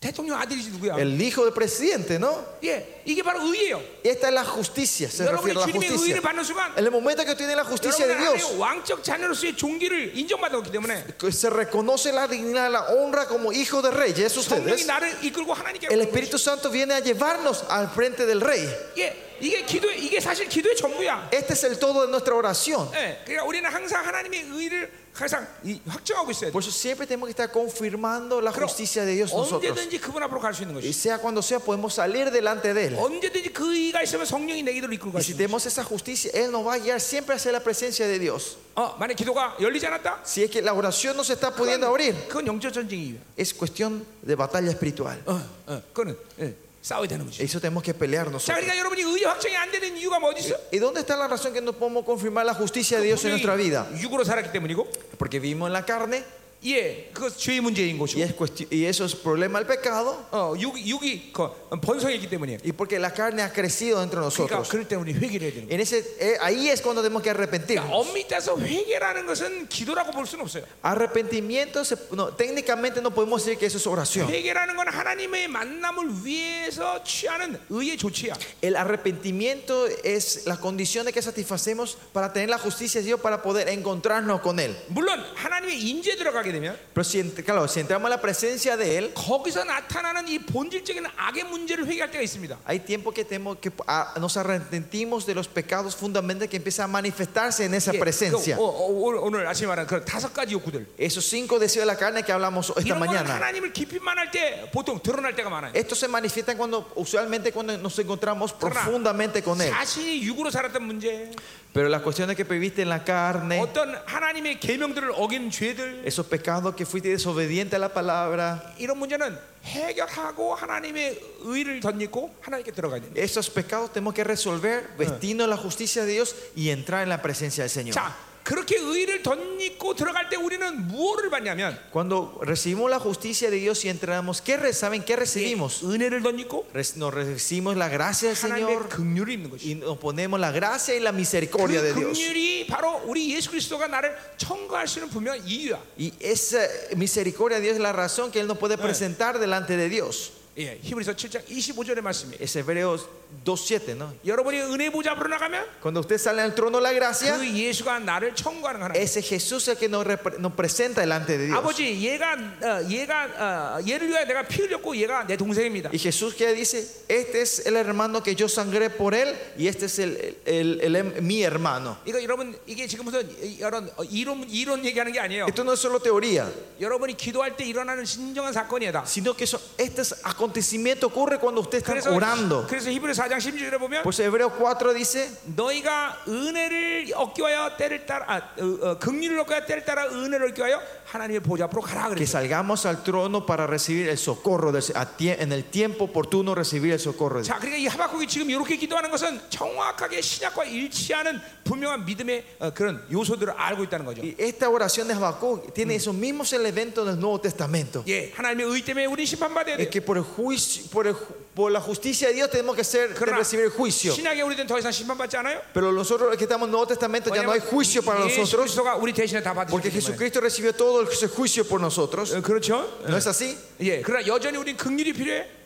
A: 대통령 아들이지 누구야?
B: El hijo del presidente, ¿no?
A: 예, 이게 바로 의예요.
B: Esta es la justicia, se
A: 여러분이
B: refiere a la
A: 주님의 의를
B: justicia.
A: 받는 순간
B: En el momento que tiene la justicia de
A: 여러분의
B: Dios,
A: 안에 왕적 자녀로서의 종기를 인정받았기 때문에
B: que se reconoce la dignidad, la honra como hijo de reyes,
A: 성령이
B: ustedes.
A: 나를 이끌고 하나님께
B: El Espíritu Santo viene a llevarnos al frente del rey.
A: 예, 이게 기도 이게 사실 기도의 전부야.
B: Este es el todo de nuestra oración.
A: 예, 그러니까 우리는 항상 하나님의 의를 항상 이- 확정하고 있어야 돼.
B: Por eso siempre tenemos que estar confirmando la
A: 그럼
B: justicia de Dios nosotros.
A: 언제든지 그분 앞으로 갈 수 있는
B: Y
A: 것이.
B: sea cuando sea, podemos 사lir delante de Él.
A: 언제든지 그 의가 있으면 성령이 내 기도를 이끌고 갈
B: Y
A: 수
B: si
A: 있는 것이.
B: tenemos esa justicia, Él nos va a guiar siempre hacia la presencia de Dios.
A: 어, 만약 기도가 열리지 않았다?
B: Si es que la oración no se está pudiendo abrir,
A: 그건, 그건 영적 전쟁이에요.
B: es cuestión de batalla espiritual.
A: 어, 어, 그거는 예, 싸워야 되는 거지.
B: Eso tenemos que pelear
A: 자,
B: nosotros.
A: 그러니까 여러분이 의의 확정이 안 되는 이유가 뭐 어디 있어?
B: ¿Y dónde está la razón que no podemos confirmar la justicia de Dios en
A: 분명히
B: nuestra vida?
A: 육으로 살았기 때문이고,
B: Porque vivimos en la carne
A: 예, 그것 죄의 문제인
B: y,
A: 것이고,
B: es cuestión- y eso es problema del pecado.
A: 어, 육, 육이 그, 번성했기 때문이에요.
B: Y porque la carne ha crecido entre
A: 그렇죠, 그러니까
B: nosotros.
A: 그럴 때 우리 회개를 해야 되는 거예요.
B: En ese, eh, ahí es cuando tenemos que
A: 그러니까
B: arrepentirnos.
A: 엄밀히 따서 회개라는 것은 기도라고 볼 수는 없어요.
B: Arrepentimiento se- no, técnicamente no podemos decir que eso es
A: 예.
B: oración.
A: 회개라는 건 하나님의 만남을 위해서 취하는 의의 조치야.
B: El arrepentimiento es las condiciones que satisfacemos para tener la justicia de Dios para poder encontrarnos con Él.
A: 물론 하나님의 인재 들어가게 되면
B: Pero si, ent- claro, si entramos a la presencia de Él,
A: 거기서 나타나는 이 본질적인 악의 문제를 회개할 때가 있습니다.
B: hay tiempo que, tenemos que ah, nos arrepentimos de los pecados fundamentales que empiezan a manifestarse en esa
A: 예,
B: presencia.
A: 그, 어, 어, 오늘, 오늘 아침에 말한 그런 다섯 가지 욕구들.
B: Esos cinco deseos de la carne que hablamos esta
A: 이런 건
B: mañana.
A: 하나님을 깊이 만날 때 보통 드러날 때가 많아요.
B: Estos se manifiestan cuando, usualmente cuando nos encontramos
A: Claro.
B: profundamente con
A: 네.
B: Él.
A: 자신이 육으로 살았던 문제,
B: Pero las cuestiones que viviste en la carne,
A: 어떤 하나님의 계명들을 어긴 죄들
B: esos pecados que fuiste desobediente a la palabra,
A: 이런 문제는 해결하고 하나님의 의를 덧입고 하나님께 들어가야 됩니다.
B: esos pecados tenemos que resolver vestindo la justicia de Dios y entrar en la presencia del Señor.
A: 자, 그렇게 의를 덧입고 들어갈 때 우리는 무엇을 받냐면
B: Cuando recibimos la justicia de Dios y entramos, ¿qué re- saben qué recibimos?
A: 예, 은혜를 덧입고
B: Re- Nos recibimos la gracia del
A: 하나님의
B: Señor
A: 긍휼을 입는 것이.
B: y nos ponemos la gracia y la
A: 그
B: misericordia de Dios.
A: 긍휼이 바로 우리 예수 그리스도가 나를 청구할 수 있는 분명 한 이유야.
B: Y esa misericordia de Dios es la razón que Él nos puede presentar delante de Dios.
A: 예, 히브리서 7장 25절의 말씀이에요.
B: Es Hebreos 2.7, ¿no?
A: 여러분이 은혜 보좌 앞으로 나가면
B: Cuando usted sale al trono de la gracia,
A: 그 예수가 나를 청구하는 하나님.
B: Ese Jesús es el que nos, repre- nos presenta delante de Dios.
A: 아버지 얘가 어, 얘가 어, 얘를 위하여 내가 피 흘렸고 얘가 내 동생입니다.
B: Y Jesús que dice, este es el hermano que yo sangré por él y este es el, el- el- el- mi hermano.
A: 이거 여러분 이게 지금 무슨 이런 어, 이론 이론 얘기하는 게 아니에요.
B: Esto no es solo teoría,
A: 여러분이 기도할 때 일어나는 진정한 사건이다.
B: sino que eso, este acontecimiento ocurre cuando usted está
A: 그래서
B: orando.
A: 그래서 히브리 4장 16절에 보면
B: Pues Hebreos 4 dice,
A: 너희가 은혜를 얻기 위하여 때를 따라 아, 어, 어, 긍휼을 얻기 위하여 때를 따라 은혜를 얻기 위하여 하나님의 보좌 앞으로 가라
B: que
A: 그랬어.
B: salgamos al trono para recibir el socorro, del- a tie- en el tiempo oportuno recibir el socorro. de Dios.
A: 자, 그러니까 이 하박국이 지금 이렇게 기도하는 것은 정확하게 신약과 일치하는 분명한 믿음의 어, 그런 요소들을 알고 있다는 거죠.
B: Y esta oración de Habacuc tiene esos mismos elementos del Nuevo Testamento.
A: 예, 하나님의 의 때문에 우리 심판받아야
B: Es
A: 돼.
B: que por, el juicio, por, el ju- por la justicia de Dios tenemos que ser,
A: 그러나
B: recibir el juicio.
A: 신약에 우리는 더 이상 심판받지 않아요.
B: Pero nosotros que estamos en el Nuevo Testamento
A: 그러니까
B: ya no hay juicio para
A: 왜냐면 예수
B: nosotros
A: 그리스도가 우리 대신에 다
B: porque
A: 받으셨기 때문에.
B: Jesucristo recibió todo ese juicio por nosotros.
A: 어, 그렇죠?
B: ¿No es así?
A: 예, 그러나 여전히 우린 긍휼이 필요해.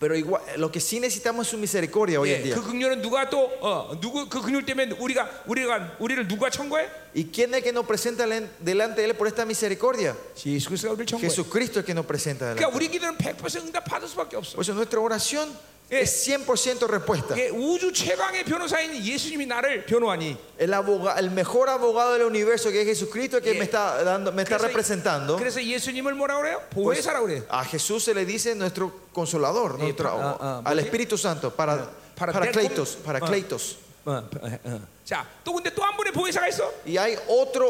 B: Pero igual, lo que sí necesitamos es su misericordia hoy en
A: 예,
B: día.
A: 그 긍휼은 누가 또 어, 누구 그 긍휼 때문에 우리가 우리가 우리를 누가 청구해?
B: ¿Y quién es el que nos presenta len- delante de Él por esta misericordia?
A: 예수 그리스도가 우리를 청구해.
B: Jesucristo es el que nos presenta delante.
A: 그러니까 우리 기도는 100% 응답받을 수밖에 없어.
B: Por eso nuestra oración
A: Eh.
B: es 100% respuesta.
A: 예, 우주 최강의 변호사인 예수님이 나를 변호하니
B: El, aboga- el mejor abogado del universo que es Jesucristo el que
A: Eh.
B: me está, dando, me está
A: 그래서-
B: representando.
A: 그래서 예수님을 뭐라 그래요? 보혜사라고 그래요.
B: A Jesús se le dice nuestro consolador, nuestro-
A: pa- ah, ah,
B: al Espíritu Santo, para,
A: para-
B: para, Cleitos, para
A: ah.
B: Cleitos.
A: 어, 어, 어. 자, 또 근데 또 한 분의 보혜사가 있어.
B: Y hay otro,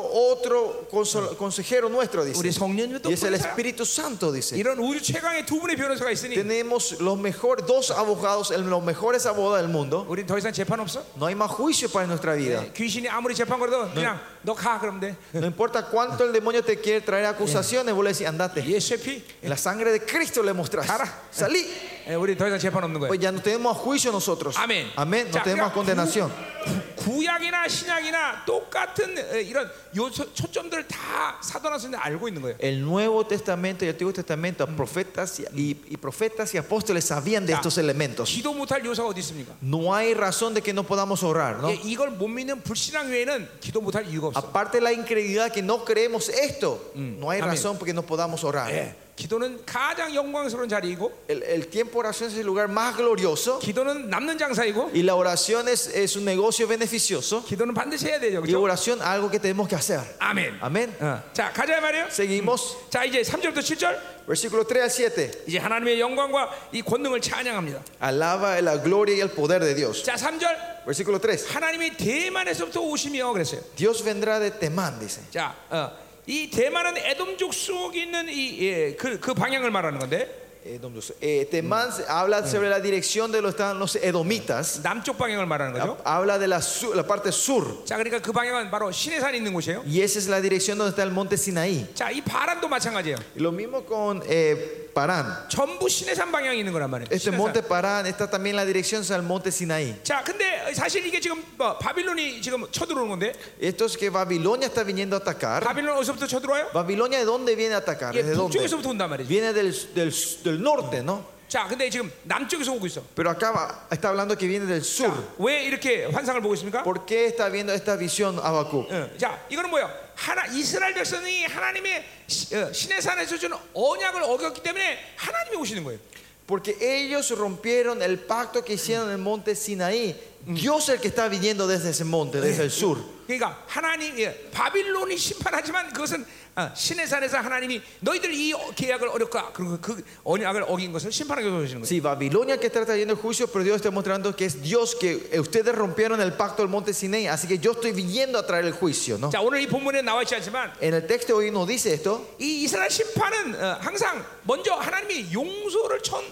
A: Ah.
B: otro consol- consejero nuestro,
A: 우리
B: dice.
A: 성령님도
B: Y es el
A: 보혜사.
B: Espíritu Santo, dice.
A: 이런 우주 최강의 두 분의 변호사가 있으니
B: Tenemos los mejores, dos abogados, el- los mejores abogados del mundo.
A: 우린 더 이상 재판 없어.
B: No hay más juicio para nuestra vida.
A: 귀신이 아무리 재판 걸어도 그냥 너 가 그러면 돼.
B: No importa cuánto el demonio te quiere traer acusaciones, vos le decís, andate.
A: 예수의 피.
B: La sangre de Cristo le mostrás.
A: Cara.
B: Salí.
A: 예, 우린 더 이상 재판 없는 거야.
B: Pues ya no tenemos juicio nosotros.
A: eh, Amén.
B: Amén. No
A: Ya, Uh.
B: tenemos
A: mira,
B: condenación.
A: 구약이나 신약이나 똑같은 어, 이런 요 초- 초점들을 다 사도나서는 알고 있는 거예요.
B: El Nuevo Testamento y el Antiguo Testamento, profetas y, y- y profetas y apóstoles sabían de
A: Mm. Ya.
B: estos elementos.
A: 기도 못할 요소가 어디 있습니까?
B: No hay razón de que no podamos orar, ¿no?
A: 예, 이걸 못 믿는 불신앙 외에는 기도 못할 이유가 없어.
B: Aparte de la incredulidad que no creemos esto, no
A: Mm. Amén. Eh.
B: hay razón porque no podamos orar.
A: 예, 기도는 가장 영광스러운 자리이고,
B: El, el tiempo de oración es el lugar más glorioso
A: 기도는 남는 장사이고,
B: y la oración es, es un negocio beneficioso
A: 기도는 반드시 해야 되죠,
B: y
A: 그렇죠?
B: oración algo que tenemos que hacer.
A: 아멘.
B: Amén.
A: 어. 자 가자 말이요.
B: Seguimos,
A: 자 이제 3절부터 7절
B: versículo 3 al 7.
A: 이제 하나님의 영광과 이 권능을 찬양합니다.
B: Alaba la gloria y el poder de Dios.
A: 자 3절
B: Versículo 3.
A: 하나님이 대만에서부터 오시며 그랬어요.
B: Dios vendrá de Temán, dice.
A: 자, 어, 이 대만은 에돔족 속에 있는 이 그그 그 방향을 말하는 건데
B: Eh, don Dios. Eh, Temán se- habla sobre la dirección de los, estaban los edomitas.
A: 남쪽 방향을 말하는
B: Ha-
A: 거죠.
B: Habla de la, su- la parte sur.
A: 자, 그러니까 그 방향은 바로 신의 산이 있는 곳이에요.
B: Y esa es la dirección donde está el monte Sinaí.
A: 자, 이 바람도 마찬가지예요.
B: Y Lo mismo con eh, Parán.
A: 전부 신의 산 방향이 있는 거란 말이에요.
B: Este
A: 신의
B: monte
A: 산.
B: Parán está también la dirección al monte Sinaí.
A: 자, 근데 사실 이게 지금 뭐, 바빌론이 지금 쳐들어오는 건데
B: Esto es que Babilonia está viniendo a atacar.
A: 바빌론 어디서부터 쳐들어와요?
B: Babilonia de dónde viene a atacar?
A: 이게
B: ¿Desde dónde?
A: 북쪽에서부터 온단 말이죠.
B: Viene del, del, del norte, ¿no?
A: 자, 근데 지금 남쪽에서 오고 있어.
B: Pero acá va- está hablando que viene del sur.
A: 왜 이렇게 환상을 보고 있습니까?
B: ¿Por qué está viendo esta visión Habacuc?
A: 예. 자, 이거는 뭐예요? 하나 이스라엘 백성이 하나님의 시- 어, 신의 산에서 준 언약을 어겼기 때문에 하나님이 오시는 거예요.
B: Porque ellos rompieron el pacto que hicieron en el monte Sinaí. Dios es el que está viniendo desde ese monte, desde el sur.
A: 그러니까 하나님 예, 바빌론이 심판하지만 그것은 아, 신의 산에서 하나님이 너희들 이 어- 계약을 어렵까 그리고 그 언약을 어긴 것을 심판하게 오시는 거예요.
B: Sí, Babilonia que está trayendo el juicio, pero Dios está mostrando que es Dios que eh, ustedes rompieron el pacto del monte Sinaí, así que yo estoy viniendo a traer el juicio, ¿no?
A: 자, 오늘 이 본문에 나와 있지 않지만
B: En el texto hoy no dice esto,
A: 이 이스라엘 심판은 어, 항상 먼저 하나님이 용서를 천,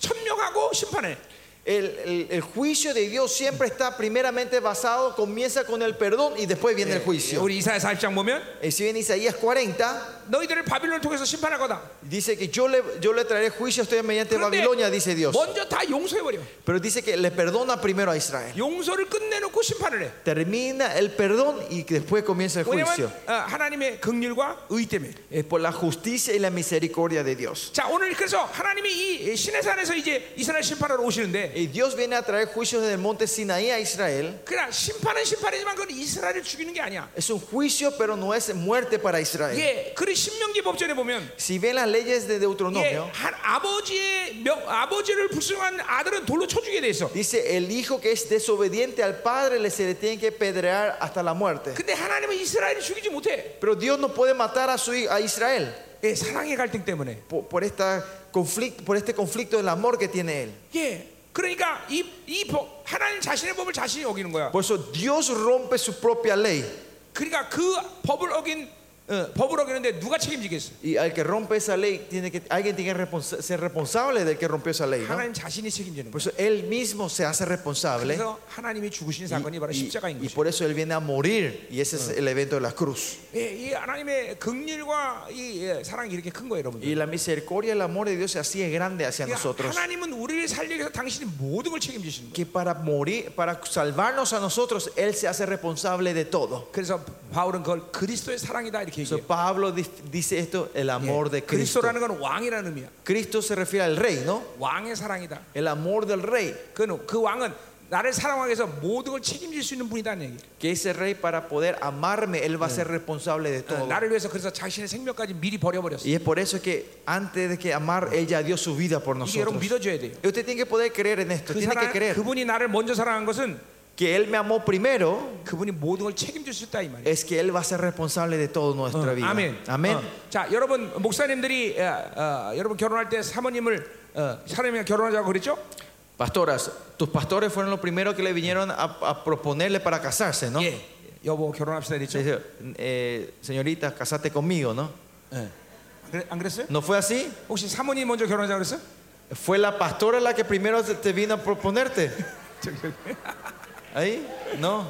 A: 천명하고 심판해.
B: el, el- el juicio de Dios siempre está primeramente basado, comienza con el perdón y después viene el juicio.
A: 우리 이사야 40장 보면
B: Y si bien Isaías 40
A: 너희들을 바빌론을 통해서 심판할 거다.
B: dice que yo le, yo le traeré juicio a ustedes mediante
A: 그런데
B: Babilonia, dice Dios,
A: 먼저 다 용서해버려.
B: pero dice que le perdona primero a Israel.
A: 용서를 끝내놓고 심판을 해.
B: Termina el perdón y después comienza el
A: 왜냐면
B: juicio.
A: 어, 하나님의 긍휼과 의 때문에.
B: Es por la justicia y la misericordia de Dios.
A: 자 오늘 그래서 하나님이 이 신의 산에서 이제 이스라엘 심판하러 오시는데
B: Y Dios viene a traer juicios desde el monte Sinaí a Israel.
A: 그냥 심판은 심판이지만 그건 이스라엘을 죽이는 게 아니야.
B: Es un juicio, pero no es muerte para Israel.
A: 예, 그리고 신명기 법전에 보면
B: Si ven las leyes de
A: 예,
B: Deuteronomio,
A: 한 아버지의 명, 아버지를 불순한 아들은 돌로 쳐주게 돼 있어.
B: dice el hijo que es desobediente al padre le se le tiene que pedrear hasta la muerte.
A: 근데 하나님은 이스라엘을 죽이지 못해.
B: Pero Dios no puede matar a su hi- a Israel
A: 예, 사랑의 갈등 때문에.
B: por, por esta conflicto, por este conflicto del amor que tiene él.
A: 예, 그러니까 이 이법 하나님 자신의 법을 자신이 어기는 거야.
B: Por eso Dios rompe su propia ley
A: 그러니까 그 법을 어긴 어, 법을 어기는데 누가 책임지겠어?
B: y al que rompe esa ley tiene que alguien tiene que responsa- ser responsable del que rompió esa ley. ¿no?
A: 하나님 자신이 책임지는
B: Por
A: 거야.
B: eso él mismo se hace responsable.
A: 그래서 하나님이 죽으신 사건이 바로
B: Y-
A: 십자가인
B: y, y
A: 거죠.
B: por eso él viene a morir y ese es el evento de la cruz
A: 예, 이 하나님의 긍휼과 이 예, 사랑이 이렇게 큰 거예요, 여러분들.
B: y la misericordia el amor de Dios se hacía grande hacia
A: 그러니까
B: nosotros
A: 하나님은 우리를 살리기 위해서 당신이 모든 걸 책임지시는 거예요.
B: que para morir para salvarnos a nosotros él se hace responsable de todo
A: 그래서 바울은 그걸 그리스도의 사랑이다 이렇게
B: So,
A: 얘기해요.
B: Pablo di- dice esto el amor de
A: 예,
B: Cristo
A: 그리스도라는 건 왕이라는 의미야.
B: Cristo se refiere al rey ¿no?
A: 왕의 사랑이다.
B: el amor del rey
A: 그는 그 왕은 나를 사랑하기 위해서 모든 걸 책임질 수 있는 분이다는 얘기.
B: que ese rey para poder amarme él va a ser responsable de
A: 어,
B: todo
A: 나를 위해서 그래서 자신의 생명까지 미리 버려버렸어.
B: y es por eso que antes de que amar ella dio su vida por
A: 이게 여러분
B: nosotros
A: 믿어줘야 돼요.
B: y usted tiene que poder creer en esto
A: 그
B: tiene que
A: 사랑,
B: creer
A: 그분이 나를 먼저 사랑한 것은
B: que él me amó primero
A: 그분이 모든 걸 책임질 수 있다 이 말이에요.
B: es que Él va a ser responsable de toda nuestra vida.
A: 아멘.
B: Ah, Amén. Ah.
A: 어. 자, 여러분 목사님들이 어, 어, 여러분 결혼할 때 사모님을 어, 사람이랑 결혼하자고 그랬죠?
B: Pastoras, tus pastores fueron los primeros que le vinieron a, a proponerle para casarse, ¿no?
A: 예. 여보 결혼합시다
B: Le
A: 이랬죠.
B: dice, eh, señorita, casate conmigo, ¿no?
A: 예. 그래- 안 그랬어요?
B: ¿No fue así?
A: 혹시 사모님 먼저 결혼하자 그랬어요?
B: Fue la pastora la que primero te- te vino a proponerte.
A: 저기, 저기.
B: Ahí, ¿no?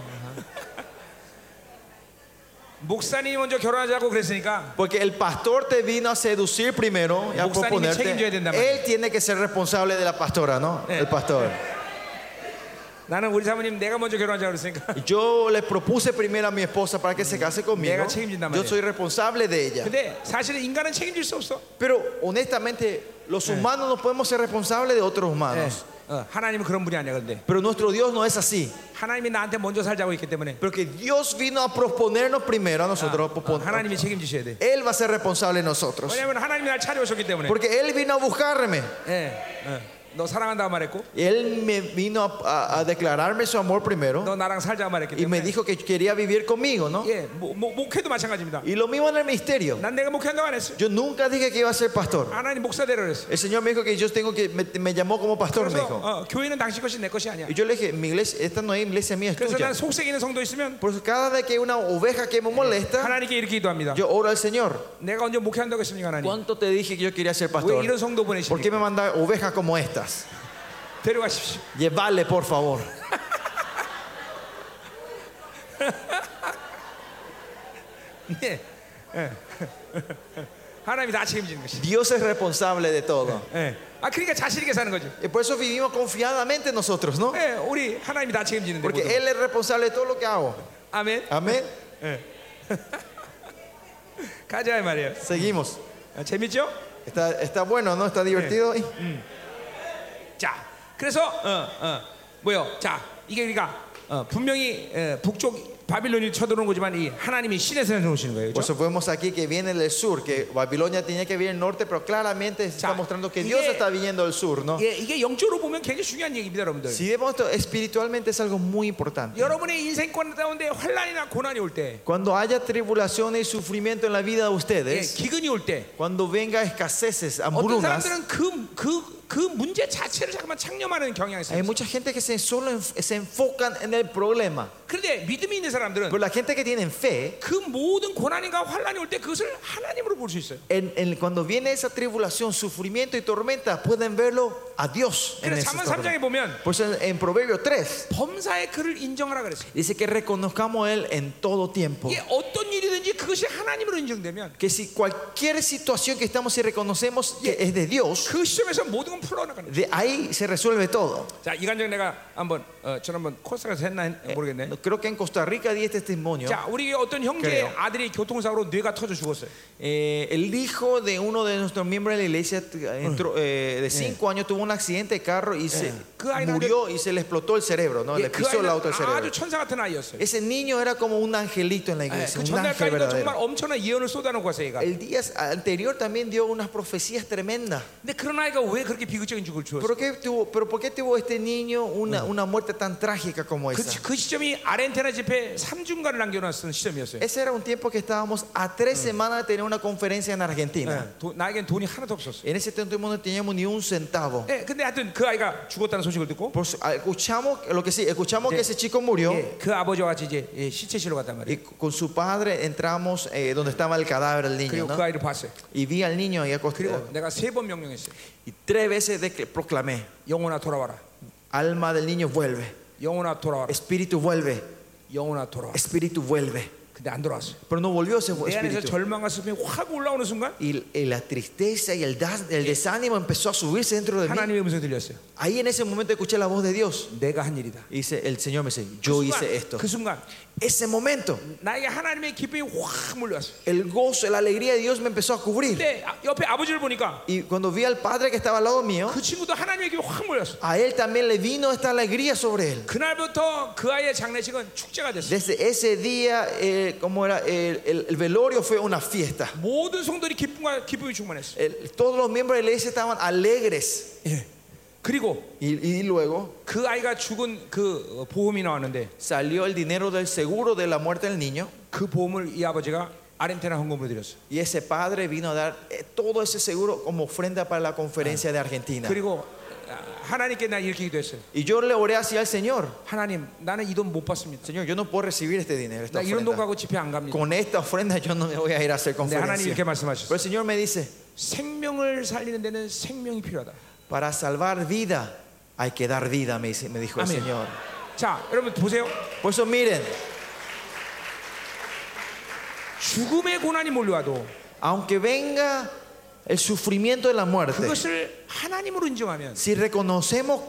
A: 목사님이 먼저 결혼하자고 그랬으니까
B: Porque el pastor te vino a seducir primero y a
A: 목사님이
B: proponerte.
A: 책임져야 된단
B: Él tiene que ser responsable de la pastora, ¿no?
A: Eh.
B: El pastor.
A: 나는 우리 사모님 내가 먼저 결혼하자 그랬으니까
B: Yo le propuse primero a mi esposa para que se case conmigo.
A: 내가 책임진단
B: Yo
A: 말이에요.
B: soy responsable de ella.
A: 근데 사실은 인간은 책임질 수 없어
B: Pero honestamente, los humanos no podemos ser responsables de otros
A: 예.
B: humanos.
A: 어, 하나님은 그런 분이 아니야 근데
B: Pero nuestro Dios no es así.
A: 하나님이 나한테 먼저 살자고 했기 때문에
B: Pero que Dios vino a proponernos primero a nosotros.
A: 어,
B: propon-
A: 하나님이 책임지셔야 돼
B: Él va a ser responsable de nosotros.
A: 왜냐면 하나님이 날 차려오셨기 때문에
B: Porque Él vino a buscarme.
A: 예. 어, 너 사랑한다고 말했고
B: Él me vino a, a- a declararme su amor primero
A: 너 나랑 살자고 말했기
B: y me
A: 때문에
B: dijo que quería vivir conmigo, ¿no?
A: 예, 뭐, 뭐, 목회도 마찬가지입니다
B: Y lo mismo en el ministerio.
A: 난 내가 목회한다고 안 했어요
B: Yo nunca dije que iba a ser pastor.
A: 하나님 목사대로 그랬어
B: El Señor me dijo que yo tengo que me, me llamó como pastor, me
A: 그래서
B: dijo.
A: 어, 교회는 당신 것이 내 것이 아니야
B: Y yo le dije, mi iglesia, esta no es iglesia mía, es
A: 그래서
B: tuya.
A: 난 속색 있는 성도 있으면
B: Por eso cada vez que hay una oveja que me molesta,
A: 하나님께 이렇게 기도합니다
B: yo oro al Señor.
A: 내가 언제 목회한다고 했습니까 하나님
B: ¿Cuánto te dije que yo quería ser
A: 왜 이런
B: pastor?
A: 성도
B: ¿Por qué
A: 보내십니까
B: me manda ovejas como estas?
A: 데려가십시오
B: Llevarle, por favor.
A: 네. 예. 하나님이 다 책임지는 것이.
B: Dios es responsable de todo.
A: 예. 아 그러니까 자신 있게 사는 거죠.
B: Y por eso vivimos confiadamente nosotros, ¿no?
A: 예, 우리 하나님이 다 책임지는데.
B: Porque
A: 모든 거.
B: Él es responsable de todo lo que hago.
A: 아멘.
B: Amén.
A: 가자 이 말이에요.
B: Seguimos.
A: 아, 재밌죠?
B: Está, está bueno, ¿no? Está divertido. Y-
A: 자, 그래서 어, 어, 뭐요? 자, 이게 그러니까 어, 분명히 에, 북쪽 바빌론이 쳐들어온 거지만 이 하나님이 신에서 오시는 거예요.
B: Por
A: 그렇죠?
B: eso vemos aquí que viene del sur, que Babilonia tenía que venir del norte, pero claramente se está
A: Ya.
B: mostrando que
A: Y-
B: Dios está viniendo del sur, ¿no?
A: 예, 이게 영적으로 보면 굉장히 중요한 얘기입니다, 여러분들.
B: Si vemos esto, espiritualmente es algo muy importante.
A: 여러분의 인생권 가운데 환란이나 고난이 올 때,
B: Cuando haya tribulaciones y sufrimiento en la vida de
A: 예,
B: ustedes,
A: 기근이 올 때,
B: cuando venga escaseces,
A: 어떤
B: hambrunas,
A: 사람들은 그그그 문제 자체를 잠깐만 창념하는 경향이 있어요.
B: hay mucha gente que se solo enf- se enfocan en el problema.
A: 그런데 믿음이 있는 사람들은
B: Pero la gente que tiene fe,
A: 그 모든 고난인가 환란이 올 때 그것을 하나님으로 볼 수 있어요.
B: en- en- cuando viene esa tribulación, sufrimiento y tormenta, pueden verlo a Dios. En
A: 그래서
B: esas
A: 잠언
B: tormentas.
A: 3장에 보면
B: Por eso en, en Proverbio 3
A: 범사의 그를 인정하라 그랬어요.
B: dice que reconozcamos a Él en todo tiempo.
A: 이게 어떤 일이든지 그것이 하나님으로 인정되면
B: Que si cualquier situación que estamos y reconocemos que es de Dios,
A: 그 시점에서 모든 건 풀어나가는
B: de ahí se resuelve todo.
A: 거예요. 자, 이간정 내가 한번 어, 저한번 코스가서 했나 했- 모르겠네.
B: Creo que en Costa Rica di este testimonio.
A: 자, 우리 어떤 형제의
B: 그래요.
A: 아들이 교통사고로 뇌가 터져 죽었어요.
B: Eh, el hijo de uno de nuestros miembros de la iglesia t- entró, eh, de 5 años tuvo un accidente de carro y se
A: 그 아이는
B: murió y se le explotó el cerebro, ¿no?
A: 예,
B: Le
A: 그
B: pisó el
A: 아이는
B: auto el cerebro.
A: 아주 천사 같은 아이였어요.
B: Ese niño era como un angelito en la
A: 예,
B: iglesia,
A: 그
B: un ángel
A: 전날까지도 정말
B: verdadero.
A: 엄청난 예언을 쏟아놓고 왔어요, 얘가.
B: El día anterior también dio unas profecías tremendas.
A: 근데 그런 아이가 왜 그렇게 비극적인 죽을 죽었어?
B: ¿Pero, qué tuvo, pero ¿por qué tuvo este niño una, una muerte tan trágica como
A: 그,
B: esa?
A: 시- 그 시점이 아르헨티나 집회 3중간을 남겨놨던 시점이었어요.
B: Ese era un tiempo que estábamos a tres semanas de tener una conferencia en Argentina.
A: 예, 도- 나에겐 돈이 하나도 없었어요.
B: En ese tiempo no teníamos ni un centavo.
A: 예, 근데 하여튼 그 아이가 죽었다는 소식을 듣고
B: Por su- ah, escuchamos lo que sí, escuchamos
A: Sí.
B: que ese chico murió
A: 예, 그 아버지와 같이 이제 예, 시체실로 갔단
B: y
A: 말이에요.
B: con su padre entramos eh, donde estaba el cadáver del niño
A: 그리고
B: ¿no?
A: 그 아이를 봤어요.
B: y vi al niño ahí
A: 그리고
B: acostado
A: 내가 세 번 명령했어요.
B: y tres veces de que proclamé
A: 영혼아 돌아와라.
B: alma del niño vuelve
A: 영혼아 돌아와라.
B: espíritu vuelve
A: 영혼아 돌아와.
B: espíritu vuelve
A: 근데 안 돌아왔어요.
B: pero no volvió ese
A: 내 안에서
B: espíritu
A: 절망과 슬픔이 확 올라오는 순간
B: y, y la tristeza y el, das- el desánimo empezó a subirse dentro de mí
A: 하나님의 음성이 들렸어요.
B: ahí en ese momento escuché la voz de Dios
A: 내가 한 일이다.
B: y dice, el Señor me dice yo
A: 그
B: hice
A: 순간,
B: esto
A: 그 순간
B: ese momento
A: 나에게 하나님의 기쁨이 확 몰려왔어요.
B: el gozo la alegría de Dios me empezó a cubrir
A: 근데 아- 옆에 아버지를 보니까
B: y cuando vi al padre que estaba al lado mío
A: 그 친구도 하나님의 기쁨이 확 몰려왔어요.
B: A él también le vino esta alegría sobre él.
A: 그날부터 그 아이의 장례식은 축제가 됐어요.
B: Desde ese día, eh, como era, el, el- el velorio fue una fiesta.
A: 모든 성도들이 기쁨과 기쁨이 충만했어요.
B: El- todos los miembros de la iglesia estaban alegres.
A: 예. 그리고
B: Y, y luego
A: 그 아이가 죽은 그 어, 보험이 나왔는데
B: salió el dinero del seguro de la muerte del niño.
A: 그 보험을 이 아버지가 아르헨티나 헌금으로 드렸어요.
B: Y ese padre vino a dar eh, todo ese seguro como ofrenda para la conferencia de Argentina.
A: 그리고 아, 하나님께 나 이렇게 기도했어요.
B: Y yo le oré así al Señor.
A: 하나님, 나는 이 돈 못 받습니다.
B: Señor, yo no puedo recibir este dinero. Esta
A: 나 이런 돈
B: ofrenda.
A: 갖고 집회 안 갑니다.
B: Con esta ofrenda yo no me voy a ir a hacer
A: 근데 하나님 이렇게
B: conferencia. Pero
A: 말씀하셨어요.
B: el Señor me dice,
A: 생명을 살리는 데는 생명이 필요하다.
B: para salvar vida hay que dar vida, me, dice- me dijo el
A: Amén.
B: Señor.
A: 자, 여러분 보세요.
B: Por eso miren,
A: 죽음의 고난이 몰려와도
B: aunque venga el sufrimiento de la muerte,
A: 그것을 하나님으로 인정하면
B: si reconocemos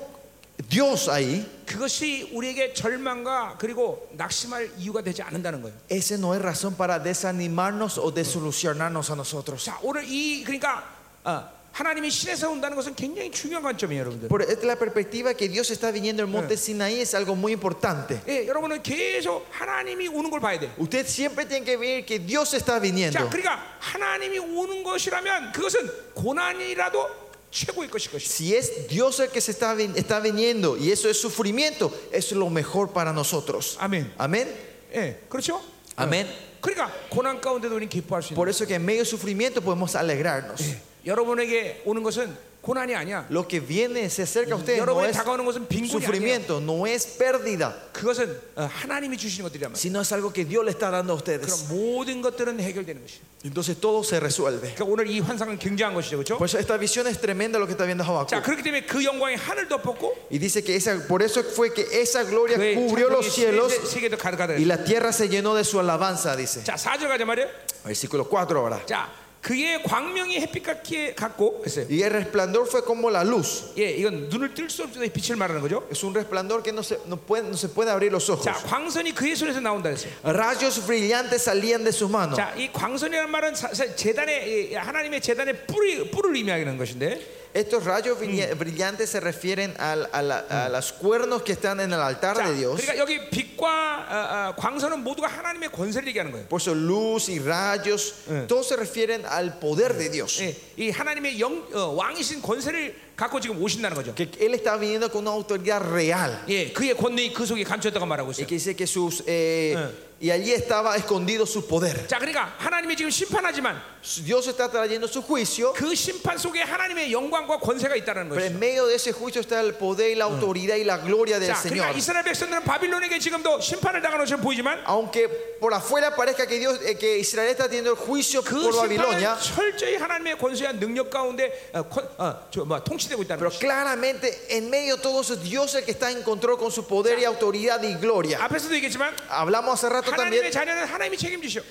B: Dios ahí,
A: 그것이 우리에게 절망과 그리고 낙심할 이유가 되지 않는다는 거예요.
B: ese no es razón para desanimarnos o desolucionarnos a nosotros.
A: 자, 오늘 이 그러니까 어, 하나님이 신에서 온다는 것은 굉장히 중요한 관점이에요, 여러분들.
B: Por esta es la perspectiva que Dios está viniendo al monte Sinaí es algo muy importante.
A: 예, 여러분은 계속 하나님이 오는 걸 봐야 돼.
B: Usted siempre tiene que ver que Dios está viniendo.
A: 자, 그러니까 하나님이 오는 것이라면 그것은 고난이라도 최고의 것일 것이다.
B: Si es Dios el que se está, vin- está viniendo y eso es sufrimiento, eso es lo mejor para nosotros.
A: Amén.
B: Amén. Eh.
A: 예, 그렇죠?
B: Amén.
A: 그러니까 고난 가운데도 우리는 기뻐할 수 있는.
B: Por eso que en medio de sufrimiento podemos alegrarnos.
A: 여러분에게 오는 것은 고난이 아니야.
B: Lo que viene, se acerca a ustedes, no
A: 여러분이
B: es
A: 다가오는 것은 빈곤이 아니야.
B: sufrimiento, no es pérdida,
A: 그것은 어, 하나님이 주시는 것들이란 말이야.
B: sino es algo que Dios le está dando a
A: 그럼
B: ustedes.
A: 모든 것들은 해결되는 것이야.
B: Entonces todo se resuelve.
A: 그러니까 오늘 이 환상은 굉장한 것이죠, 그렇죠?
B: Por eso esta visión es tremenda lo que está viendo
A: 자,
B: Habacuc.
A: 그렇기 때문에 그 영광이 하늘 덮었고
B: Y dice que esa, por eso fue que esa gloria
A: 그의
B: cubrió los cielos
A: 세계도 가득하다.
B: y la tierra se llenó de su alabanza, dice.
A: 자, 4절 가자 말이에요.
B: Versículo 4 ahora.
A: 자, 그의 광명이 햇빛 같게 같고 했어요.
B: Y el resplandor fue como la luz.
A: 예, 이건 눈을 뜰 수 없을 정도의 빛을 말하는 거죠.
B: Es un resplandor que no se, no puede, no se puede abrir los ojos.
A: 자, 광선이 그의 손에서 나온다 했어요.
B: Rayos brillantes salían de sus manos.
A: 자, 이 광선이라는 말은 사실 재단의 이 하나님의 재단의 뿌리 뿌를 의미하는 것인데.
B: Estos rayos brilla- brillantes se refieren al- a, la- a los cuernos que están en el altar
A: 자,
B: de Dios.
A: 그러니까 여기 빛과 어, 어, 광선은 모두가 하나님의 권세를 얘기하는 거예요.
B: Por eso luz y rayos, todos se refieren al poder de Dios.
A: 예, 이 하나님의 영, 어, 왕이신 권세를 갖고 지금 오신다는 거죠.
B: Que Él está viniendo con una autoridad real.
A: 예, 그의 권능이 그 속에 감췄다고 말하고
B: Y
A: 있어요.
B: que dice que sus... eh, y allí estaba escondido su poder.
A: 자, 그러니까 하나님이 지금 심판하지만
B: Dios está trayendo su juicio,
A: 그 심판 속에 하나님의 영광과 권세가 있다는
B: pero
A: 것이죠.
B: en medio de ese juicio está el poder y la autoridad y la gloria del
A: 자, 그러니까
B: Señor.
A: 이스라엘 백성들은 바빌론에게 지금도 심판을 당하는 것처럼 보이지만
B: Aunque por afuera parezca que, Dios, eh, que Israel está teniendo el juicio
A: 그
B: por Babilonia,
A: 심판은 철저히 하나님의 권세와 능력 가운데 어, 권- 어, 저, 뭐, 통치되고 있다는
B: pero
A: 것이죠.
B: claramente en medio de todo eso es Dios el que está en control con su poder y autoridad y gloria.
A: 앞에서도 얘기했지만
B: Hablamos hace rato
A: 하나님의
B: también,
A: 자녀는 하나님이 책임지셔.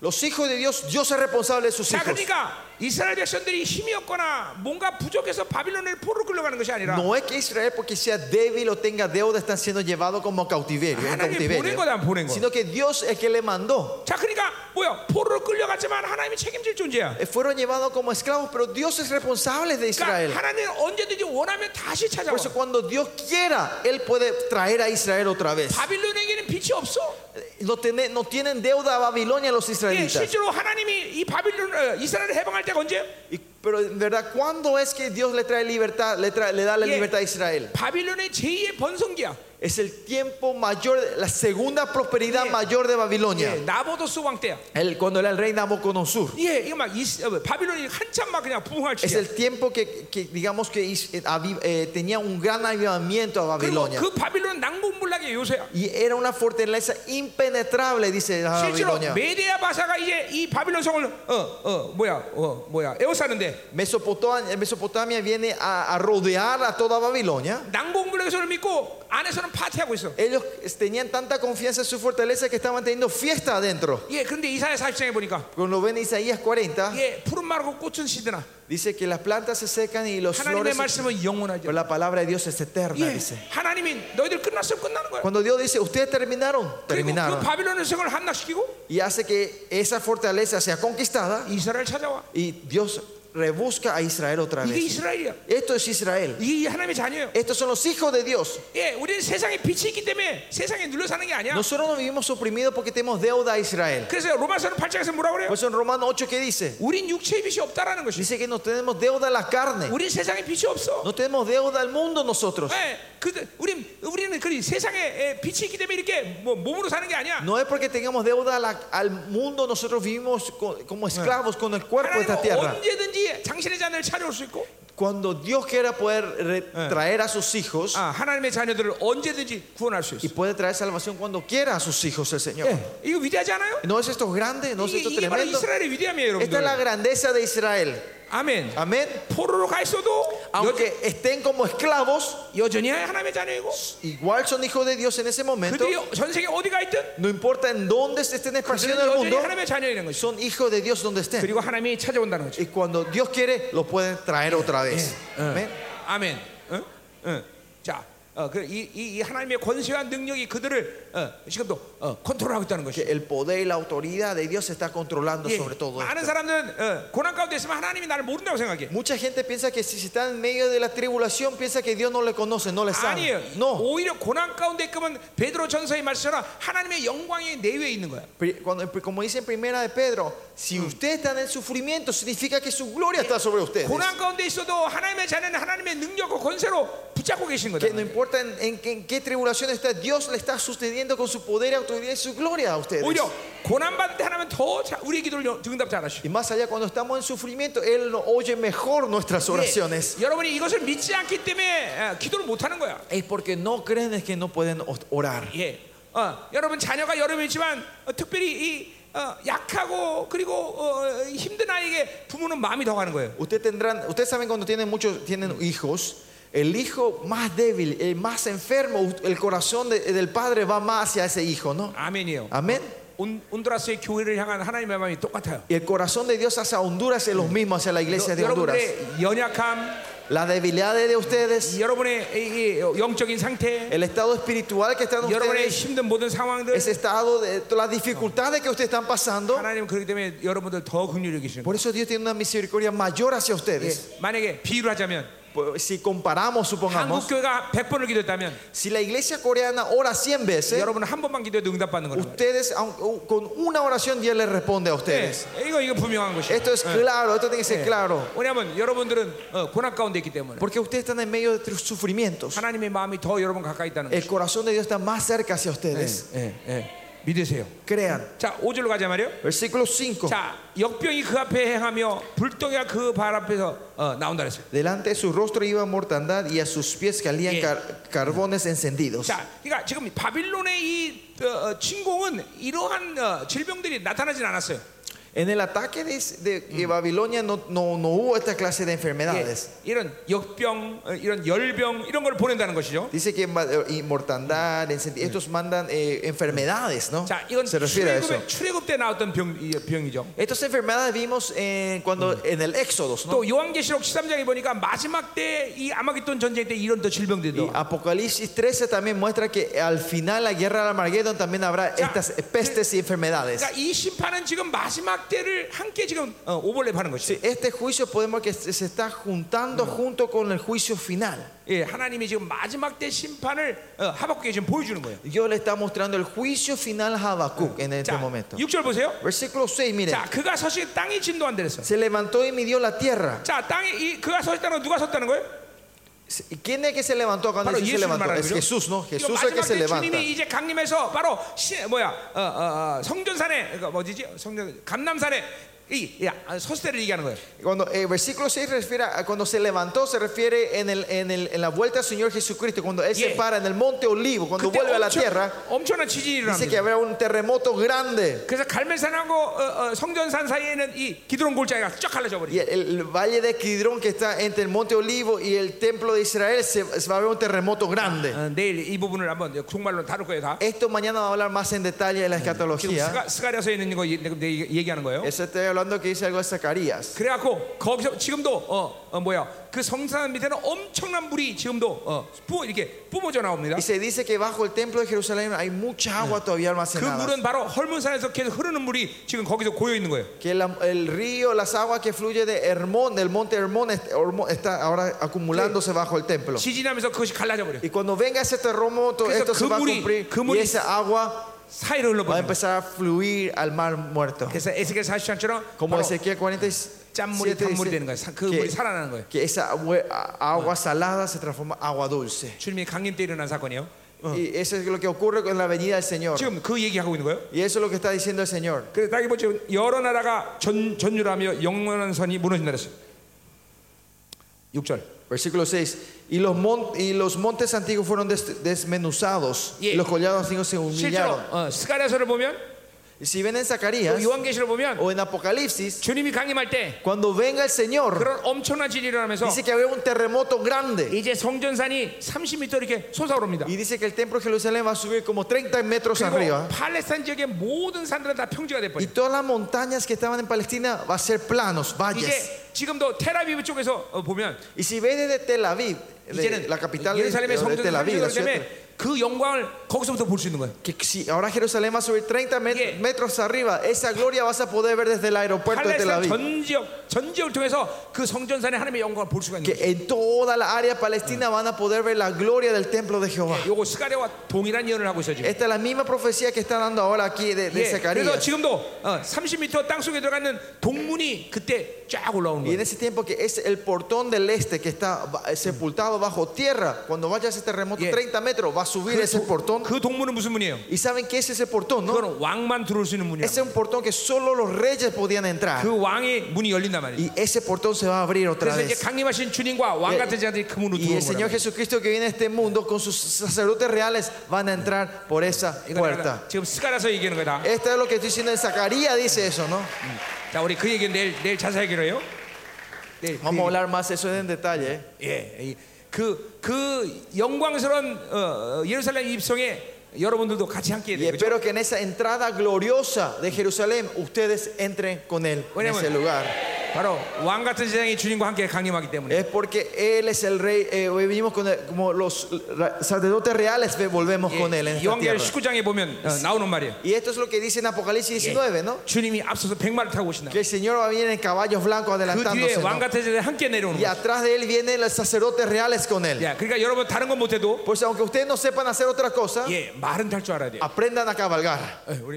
B: los hijos de Dios, Dios es responsable de sus
A: 자,
B: hijos.
A: 그러니까 이스라엘 백성들이 힘이 없거나 뭔가 부족해서 바빌론을 포로 끌려가는 것이 아니라
B: No es que Israel porque sea débil o tenga deuda están siendo llevados como cautiverio, en
A: 하나님이 보낸
B: cautiverio.
A: 거다 안 보낸 거.
B: sino que Dios es que le mandó.
A: 자, 그러니까 뭐야? 포로로 끌려갔지만 하나님이 책임질 존재야. 그러니까
B: Eh, Fueron llevados como esclavos, pero Dios es responsable de Israel.
A: 그러니까 하나님은 언제든지 원하면 다시 찾아와.
B: Por eso cuando Dios quiera, Él puede traer a Israel otra vez. Eh,
A: 바빌론에게는 빛이 없어.
B: No, tiene- no tienen deuda a Babilonia los
A: 예,
B: israelitas.
A: 실제로 하나님이 이 바빌론 어, 이스라엘을 해방할 때가 언제?
B: Y- pero en verdad, ¿cuándo es que Dios le trae libertad, le, trae- le da la
A: Yeah.
B: libertad a Israel?
A: 바빌론의 제2의 번성기야.
B: Es el tiempo mayor, la segunda prosperidad
A: Yeah.
B: mayor de
A: 예,
B: Babilonia.
A: 나보도스 왕 때야.
B: Él- cuando era el rey Nabucodonosor.
A: 예, 이거 막 이스- 어, 바빌론이 한참 막 그냥 부흥할
B: Es
A: 시기야.
B: el tiempo que, que digamos que is- eh, avi- eh, tenía un gran avivamiento a
A: 그리고
B: Babilonia.
A: 그 바빌론은 낭봉물락의 요새야.
B: Y era una fortaleza impenetrable, dice la
A: 실제로
B: Babilonia.
A: 메데아 바사가 이제 이 바빌론 성을 어어 뭐야 어 뭐야 에워싸는데
B: Mesopotamia, Mesopotamia viene a, a rodear a toda Babilonia.
A: 낭봉물락의 손을 믿고 안에서는 파티하고 있어.
B: Ellos tenían tanta confianza en su fortaleza que estaban teniendo fiesta adentro.
A: 예, 그런데 이사야 40장에 보니까
B: Cuando ven Isaías 40,
A: 예, 푸른 마르고 꽃은 시드나
B: dice que las plantas se secan y los
A: 하나님의
B: flores. se-
A: 말씀은 영원하죠.
B: Pero la palabra de Dios es eterna,
A: 예,
B: dice.
A: 하나님이 너희들 끝났으면 끝나는 거야.
B: Cuando Dios dice, ustedes terminaron,
A: 그리고 그
B: terminaron.
A: 바빌론의 성을 함락시키고
B: Y hace que esa fortaleza sea conquistada
A: 이스라엘 찾아와.
B: y Dios rebusca a Israel otra
A: 이게
B: vez.
A: 이스라엘이야.
B: Esto es Israel.
A: 이게 하나님의 자녀예요.
B: Estos son los hijos de Dios.
A: 예, 우리는 세상에 빛이 있기 때문에 세상에 눌려 사는 게 아니야.
B: Nosotros no vivimos oprimidos porque tenemos deuda a Israel.
A: 그래서 로마서는 8장에서 뭐라 그래요?
B: Por eso en Romano 8 que dice,
A: 우린 육체의 빛이 없다라는 것이.
B: dice que no tenemos deuda a la carne.
A: 우린 세상에 빛이 없어.
B: No tenemos deuda al mundo nosotros.
A: 예, 그 우린 우리는 그 세상에 예, 빛이 있기 때문에 이렇게 뭐 몸으로 사는 게 아니야.
B: No es porque tengamos deuda a la- al mundo, nosotros vivimos co- como esclavos con el cuerpo de esta
A: 하나님은
B: tierra.
A: 언제든지 당신의 자녀를 찾아올 수 있고
B: Cuando Dios quiera poder re- traer a sus hijos
A: 아, 하나님의 자녀들을 언제든지 구원할 수
B: y
A: 있어요.
B: puede traer salvación cuando quiera a sus hijos el Señor.
A: 예, 이거 위대하지 않아요?
B: ¿No es esto grande? ¿No es
A: 이게,
B: esto
A: 이게 바로
B: tremendo?
A: 이스라엘의 위대함이에요,
B: Esta es la
A: 여러분들.
B: grandeza de Israel.
A: 아멘.
B: Amén.
A: 포로로 가 있어도
B: Aunque estén como esclavos,
A: 여, 전히 하나님의 자녀이고
B: igual son hijos de Dios en ese momento.
A: 그들이 전 세계 어디가 있든
B: No importa en dónde se estén
A: 그들은
B: esparciendo en el
A: 여전히
B: mundo,
A: 하나님의 자녀라는 것이.
B: son hijos de Dios donde estén.
A: 그리고 하나님이 찾아온다는 거죠.
B: Y cuando Dios quiere, los pueden traer otra vez.
A: Ah.
B: Amén.
A: 예. 아멘. 응? 응. 자, 어, 그, 이, 이, 이 하나님의 권세와 능력이 그들을 어, 지금도 어, 컨트롤하고 있다는
B: Que
A: 것이.
B: el poder y la autoridad de Dios se está controlando
A: 예,
B: sobre todo
A: 많은
B: esto.
A: 사람들은 어, 고난 가운데 있으면 하나님이 나를 모른다고 생각해.
B: Mucha gente piensa que si está en medio de la tribulación, piensa que Dios no le conoce, no le
A: 아니에요.
B: sabe. No.
A: 오히려 고난 가운데 있으면 베드로 전서의 말씀처럼 하나님의 영광이 내외에 있는 거야.
B: Pri- cuando- como dice en primera de Pedro, si usted está en el sufrimiento, significa que su gloria está sobre ustedes.
A: 고난 가운데 있어도 하나님의 자녀는 하나님의 능력과 권세로 붙잡고 계신 거다.
B: Que no importa en, en- en qué tribulación está, Dios le está sosteniendo con su poder, autoridad y su gloria a ustedes.
A: 오히려 고난 받을 때 하나면 더 자- 우리의 기도를 여- 응답 잘하시고.
B: Y más allá, cuando estamos en sufrimiento, Él nos oye mejor nuestras oraciones.
A: 예. 여러분이 이것을 믿지 않기 때문에 어, 기도를 못 하는 거야.
B: Es porque no creen es que no pueden os- orar.
A: 예. 어, 여러분 자녀가 여러분이지만 어, 특별히 이 어, 약하고 그리고 어, 어, 힘든 아이에게 부모는 마음이 더 가는 거예요.
B: Usted tendrán, ustedes saben cuando tienen muchos tienen hijos, el hijo más débil, el más enfermo, el corazón de- del padre va más hacia ese hijo, ¿no?
A: 아멘이에요.
B: Amén.
A: 온, 온드라스의 교회를 향한 하나님의 마음이 똑같아요.
B: Y el corazón de Dios hacia Honduras es Mm. lo mismo hacia la iglesia de Honduras.
A: 여러분의 연약함,
B: Las debilidades de ustedes,
A: 여러분의 이- 이 영적인 상태,
B: el estado espiritual que están
A: 여러분의
B: ustedes,
A: 힘든 모든 상황들
B: ese estado de todas las dificultades que ustedes están pasando,
A: 하나님은 그렇기 때문에 여러분들 더 긍휼히 계시는 거예요.
B: por eso Dios tiene una misericordia mayor hacia ustedes.
A: 예, 만약에 비유를 하자면
B: Pues, Si comparamos,
A: 한국
B: supongamos,
A: 교회가 100번을 기도했다면
B: si la iglesia coreana ora 100 veces,
A: 여러분은 한 번만 기도해도 응답받는 거예요.
B: ustedes aun- con una oración Dios les responde a
A: 예,
B: ustedes.
A: 이거 이거 분명한 것이.
B: Esto es claro, esto tiene que ser claro.
A: 예. 왜냐하면 여러분들은 어, 고난 가운데 있기 때문에
B: Porque ustedes están en medio de sus sufrimientos.
A: 하나님의 마음이 더 여러분 가까이 있다는 거예요.
B: El corazón de Dios está más cerca hacia ustedes.
A: 예, 예. 믿으세요.
B: Crean.
A: 자, 5절로 가자 말이요.
B: Versículo 5.
A: 자, 역병이 그 앞에 행하며 불덩이가 그 발 앞에서 어, 나온다 그랬어요.
B: Delante de su rostro iba mortandad y a sus pies
A: Sí.
B: calían car- carbones encendidos.
A: 자, 그러니까 지금 바빌론의 이 어, 어, 침공은 이러한 어, 질병들이 나타나진 않았어요.
B: En el ataque de, de- de Babilonia no, no, no hubo esta clase de enfermedades.
A: 예, 이런 역병, 어, 이런 열병 이런 걸 보낸다는 것이죠.
B: Dice que ma- eh, y mortandad, encendi- estos mandan eh, enfermedades, ¿no?
A: 자, 이건
B: Se refiere a eso.
A: 출애굽, 출애굽 때 나왔던 병, 이 병이죠.
B: Estas enfermedades vimos eh, cuando, en el Éxodo, ¿no?
A: 또 요한계시록 13장에 보니까 마지막 때 이 아마겟돈 전쟁 때 이런 아, 또
B: Y
A: 질병들도
B: Apocalipsis 13 también muestra que al final la guerra de Armagedón también habrá estas eh, pestes y enfermedades.
A: 그러니까 이 심판은 지금 마지막 때를 함께 지금 어, 오버랩하는 것이죠.
B: Este juicio podemos ver que se se está juntando junto con el juicio final.
A: 예, 하나님이 지금 마지막 때 심판을 어, 하박국에 지금 보여주는 거예요.
B: Dios le está mostrando el juicio final a Habacuc en este
A: 자,
B: momento.
A: 6절 보세요.
B: Versículo 6, miren.
A: 자, 그가 서식 땅이 진도한다 그랬어.
B: Se levantó y midió la tierra.
A: 자, 땅에 이 그가 서식다는 건 누가 섰다는 거예요?
B: Se- ¿Quién es que se levantó cuando
A: 바로
B: dice se
A: 예수를
B: levantó?
A: 말하는
B: Es
A: 거죠.
B: Jesús, ¿no?
A: 이거
B: Jesús es el
A: 마지막
B: que se
A: 때
B: levanta.
A: 주님이 이제 강림해서 바로 시, 뭐야 어, 어, 어, 성전산에 그러니까 뭐지? 성전 감남산에 이 야, 아, 섰을 때를 얘기하는 거예요.
B: Cuando el versículo 6 refiere a cuando se levantó, se refiere en, el, en, el, en la vuelta al Señor Jesucristo, cuando Él se
A: Yeah.
B: para en el monte Olivo, cuando
A: 그때
B: vuelve a la
A: 엄청-
B: tierra.
A: 엄청난 지진이
B: Dice que
A: 일어납니다.
B: habrá un terremoto grande.
A: 그래서 갈멜산하고 어, 어, 성전산 사이에는 이 기드론 골짜기가 쫙 갈라져
B: Y
A: 버리죠.
B: el, el valle de Kidrón que está entre el monte Olivo y el templo de Israel, se, se va a haber un terremoto grande.
A: 어, 내일 이 부분을 한번 정말로 다룰 거예요 다.
B: Esto mañana va a hablar más en detalle de la
A: 지금
B: escatología.
A: 스가, 스가랴서 있는 거 얘- 내가 얘기하는 예. 거예요.
B: Eso estoy hablando que dice algo de Zacarías.
A: 그래갖고 거기서 지금도 어, 어, 뭐야 그 성산 밑에는 엄청난 물이 지금도 어, 뿜 이렇게 뿜어져 나옵니다.
B: Y se dice que bajo el templo de Jerusalén hay mucha agua
A: 그
B: todavía almacenada.
A: 물은 바로 헐문산에서 계속 흐르는 물이 지금 거기서 고여 있는 거예요.
B: Que la- el río, las aguas que fluye de Hermón, del monte Hermón, est- Hermón está ahora acumulándose bajo el templo.
A: 지진하면서 그것이 갈라져 버려.
B: Y cuando venga ese terremoto,
A: 그래서
B: esto se
A: 그
B: va a
A: 물이-
B: cumplir.
A: 그
B: Y
A: 물이-
B: esa agua
A: 아, 사이로 흘러
B: va a
A: 버려.
B: empezar a fluir al mar muerto.
A: 그래서 에스겔 40장처럼
B: Como
A: 바로
B: Ezequiel 47
A: 짠물이 단물이 되는 거야. 사- 그 물이 살아나는 거예요.
B: que, que esa agua, a- agua salada se transforma en agua dulce.
A: 주님이 강림 때 일어난 사건이에요.
B: Y eso es lo que ocurre con la venida del Señor.
A: 지금 그 얘기하고 있는 거예요.
B: Y eso es lo que está diciendo el Señor.
A: 그래서 딱이 보죠. 여러 나라가 전, 전율하며 영원한 선이 무너진다 그랬어요. 6절.
B: Versículo 6. Y los, mon- y los montes antiguos fueron des- desmenuzados.
A: Yeah.
B: Y los collados antiguos se
A: 실제로
B: humillaron.
A: 어, 스가랴서를 보면
B: Y si ven en
A: 또
B: Zacarías
A: 요한계시를 보면
B: o en Apocalipsis,
A: 주님이 강림할 때
B: cuando venga el Señor,
A: 그런 엄청난 질이 일어나면서
B: dice que habrá un terremoto grande.
A: 이제 성전산이 30m 이렇게 솟아오릅니다.
B: Y dice que el templo de Jerusalén va a subir como 30 metros
A: 그리고
B: arriba.
A: 팔레스타인 지역의 모든 산들은 다 평지가
B: Y
A: 돼버려.
B: todas las montañas que estaban en Palestina va a ser planos, valles.
A: 이제 지금도 테라비브 쪽에서 어, 보면
B: Y si ven desde Tel Aviv, de-
A: 이제는
B: la capital de,
A: 예루살렘의
B: de
A: 성전이
B: Tel Aviv, la
A: 그
B: ciudad,
A: 때문에 그 영광을 거기서부터 볼 수 있는 거예요.
B: que si ahora Jerusalén va a subir 30 met-
A: Yeah.
B: metros arriba, esa gloria vas a poder ver desde el aeropuerto de Tel
A: 팔레스타인
B: Aviv.
A: 전 지역 전 지역을 통해서 그 성전산의 하나님의 영광을 볼 수가 있는 거예요.
B: que en toda la área palestina van a poder ver la gloria del templo de Jehová.
A: 요거 스가랴와 동일한 예언을 하고 있어요 지금.
B: Esta es la misma profecía que está dando ahora aquí de, de
A: 예, 그래서
B: Zacarías.
A: 지금도 어, 30m 땅 속에 들어가 있는 동문이 그때 쫙 올라오는
B: Y en
A: 거예요. 네.
B: ese tiempo que es el portón del este que está ba- sepultado bajo tierra, cuando vaya ese terremoto
A: Yeah.
B: 30 metros, va a subir ese portón.
A: 그 동문은 무슨 문이에요?
B: ¿Y saben qué es ese portón? No?
A: 그건 왕만 들어올 수 있는 문이야.
B: Ese es un portón que solo los reyes podían entrar.
A: 그 왕의 문이 열린단 말이에요.
B: Y ese portón se va a abrir otra
A: 그래서 이제
B: vez.
A: 강림하신 주님과 왕
B: 예.
A: 같은 자들이 그 문으로
B: Y el
A: 들어오는 네. 거예요.
B: Señor Jesucristo que viene a este mundo con sus sacerdotes reales van a entrar por esa
A: 네,
B: puerta.
A: 그러니까 지금 스가라서 얘기하는 거다.
B: Esto es lo que estoy diciendo en Zacarías, dice eso, ¿no?
A: 자, 우리 그 얘기는 내일 내일 자세하게 해요. 내일 그
B: Vamos a hablar más eso en detalle. ¿eh?
A: 얘기. 예. 그그 영광스러운 어, 어, 예루살렘 입성에 여러분들도 같이 함께 해야 돼요. 그렇죠?
B: Y espero que en esa entrada gloriosa de Jerusalén ustedes entren con Él en
A: Bueno,
B: ese
A: bueno.
B: lugar.
A: 바로 왕 같은 세상이 주님과 함께 강림하기 때문에.
B: Es porque Él es el Rey, eh, hoy vivimos con él, como los ra- sacerdotes reales, ve- volvemos con Él en
A: 예,
B: esta
A: 요한계열
B: tierra.
A: 19장에 보면 어, 나오는 말이에요.
B: Y esto es lo que dice en Apocalipsis
A: 예.
B: 19, ¿no?
A: 주님이 앞서서 백마를 타고 오신다.
B: Que el Señor va a venir en caballos blancos
A: 그 뒤에
B: adelantándose. ¿no?
A: 왕 같은 세상이 함께 내려오는
B: Y
A: 거예요.
B: atrás de Él vienen los sacerdotes reales con Él.
A: 야, 그러니까 여러분 다른 건 못해도
B: Pues aunque ustedes no sepan hacer otra cosa,
A: 예, 말은 탈 줄 알아야 돼요.
B: aprendan a cabalgar.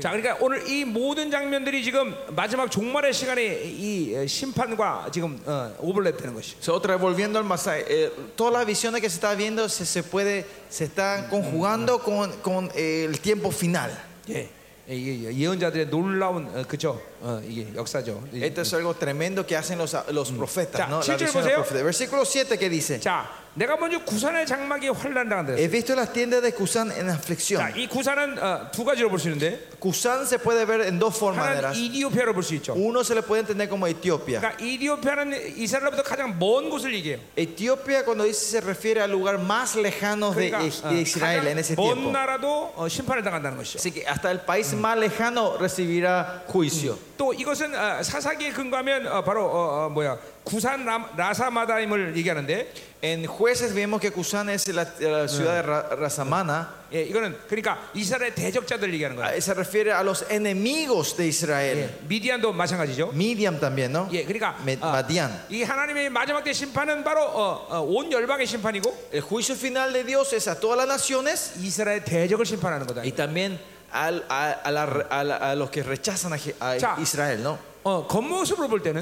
A: 자, 그러니까 오늘 이 모든 장면들이 지금 마지막 종말의 시간에 이 에, 심판과 지금 어, 오버랩되는 것이.
B: So, otra vez, volviendo al Masai, eh, todas las visiones que se está viendo se, se puede, se están conjugando con, con, eh, el tiempo final.
A: 예. 이게 예언자들의 놀라운 어, 그죠? 어, 이게 역사죠. 이-
B: Esto es algo tremendo que hacen los, los
A: Ya,
B: profetas, ¿no?
A: siete
B: La visión de
A: 보세요.
B: los profetas. Versículo 7 que dice,
A: 자, 내가 먼저 구산의 장막이 환란당한다.
B: he visto las tiendas de Cusán en
A: 자,
B: aflicción.
A: 이 구산은 어, 두 가지로 볼 수 있는데
B: Cusán se puede ver en dos
A: 하나는
B: formas.
A: 이디오피아로 볼 수 있죠.
B: Uno se le puede entender como Etiopía.
A: 그러니까 이디오피아는 이스라엘로부터 가장 먼 곳을 얘기해요.
B: Etiopía cuando dice se refiere al lugar más lejano de,
A: 그러니까
B: de Israel en ese
A: 가장 먼
B: tiempo.
A: 나라도 어, 심판을 당한다는 것이죠.
B: Así que hasta el país más lejano recibirá juicio.
A: 또 이것은 어, 사사기에 근거하면 어, 바로 어, 어, 뭐야 구산 라, 라사마다임을 얘기하는데
B: En jueces vemos que Cusán es la, la ciudad de Ra- Razamana.
A: 예, 이거는 그러니까 이스라엘 대적자들 얘기하는 거예요.
B: Ah, Se refiere a los enemigos de Israel.
A: 미디안도 마찬가지죠.
B: Midian también, ¿no?
A: 예, 그러니까
B: Me-
A: 어,
B: Madian.
A: 이 하나님의 마지막 때 심판은 바로 어, 어, 온 열방의 심판이고
B: El juicio final de Dios es a todas las naciones
A: 이스라엘 대적을 심판하는 거다.
B: y también al- a, a la- a la- a los que rechazan a, Je- a
A: Ya.
B: Israel, ¿no?
A: 어, 겉모습으로 볼 때는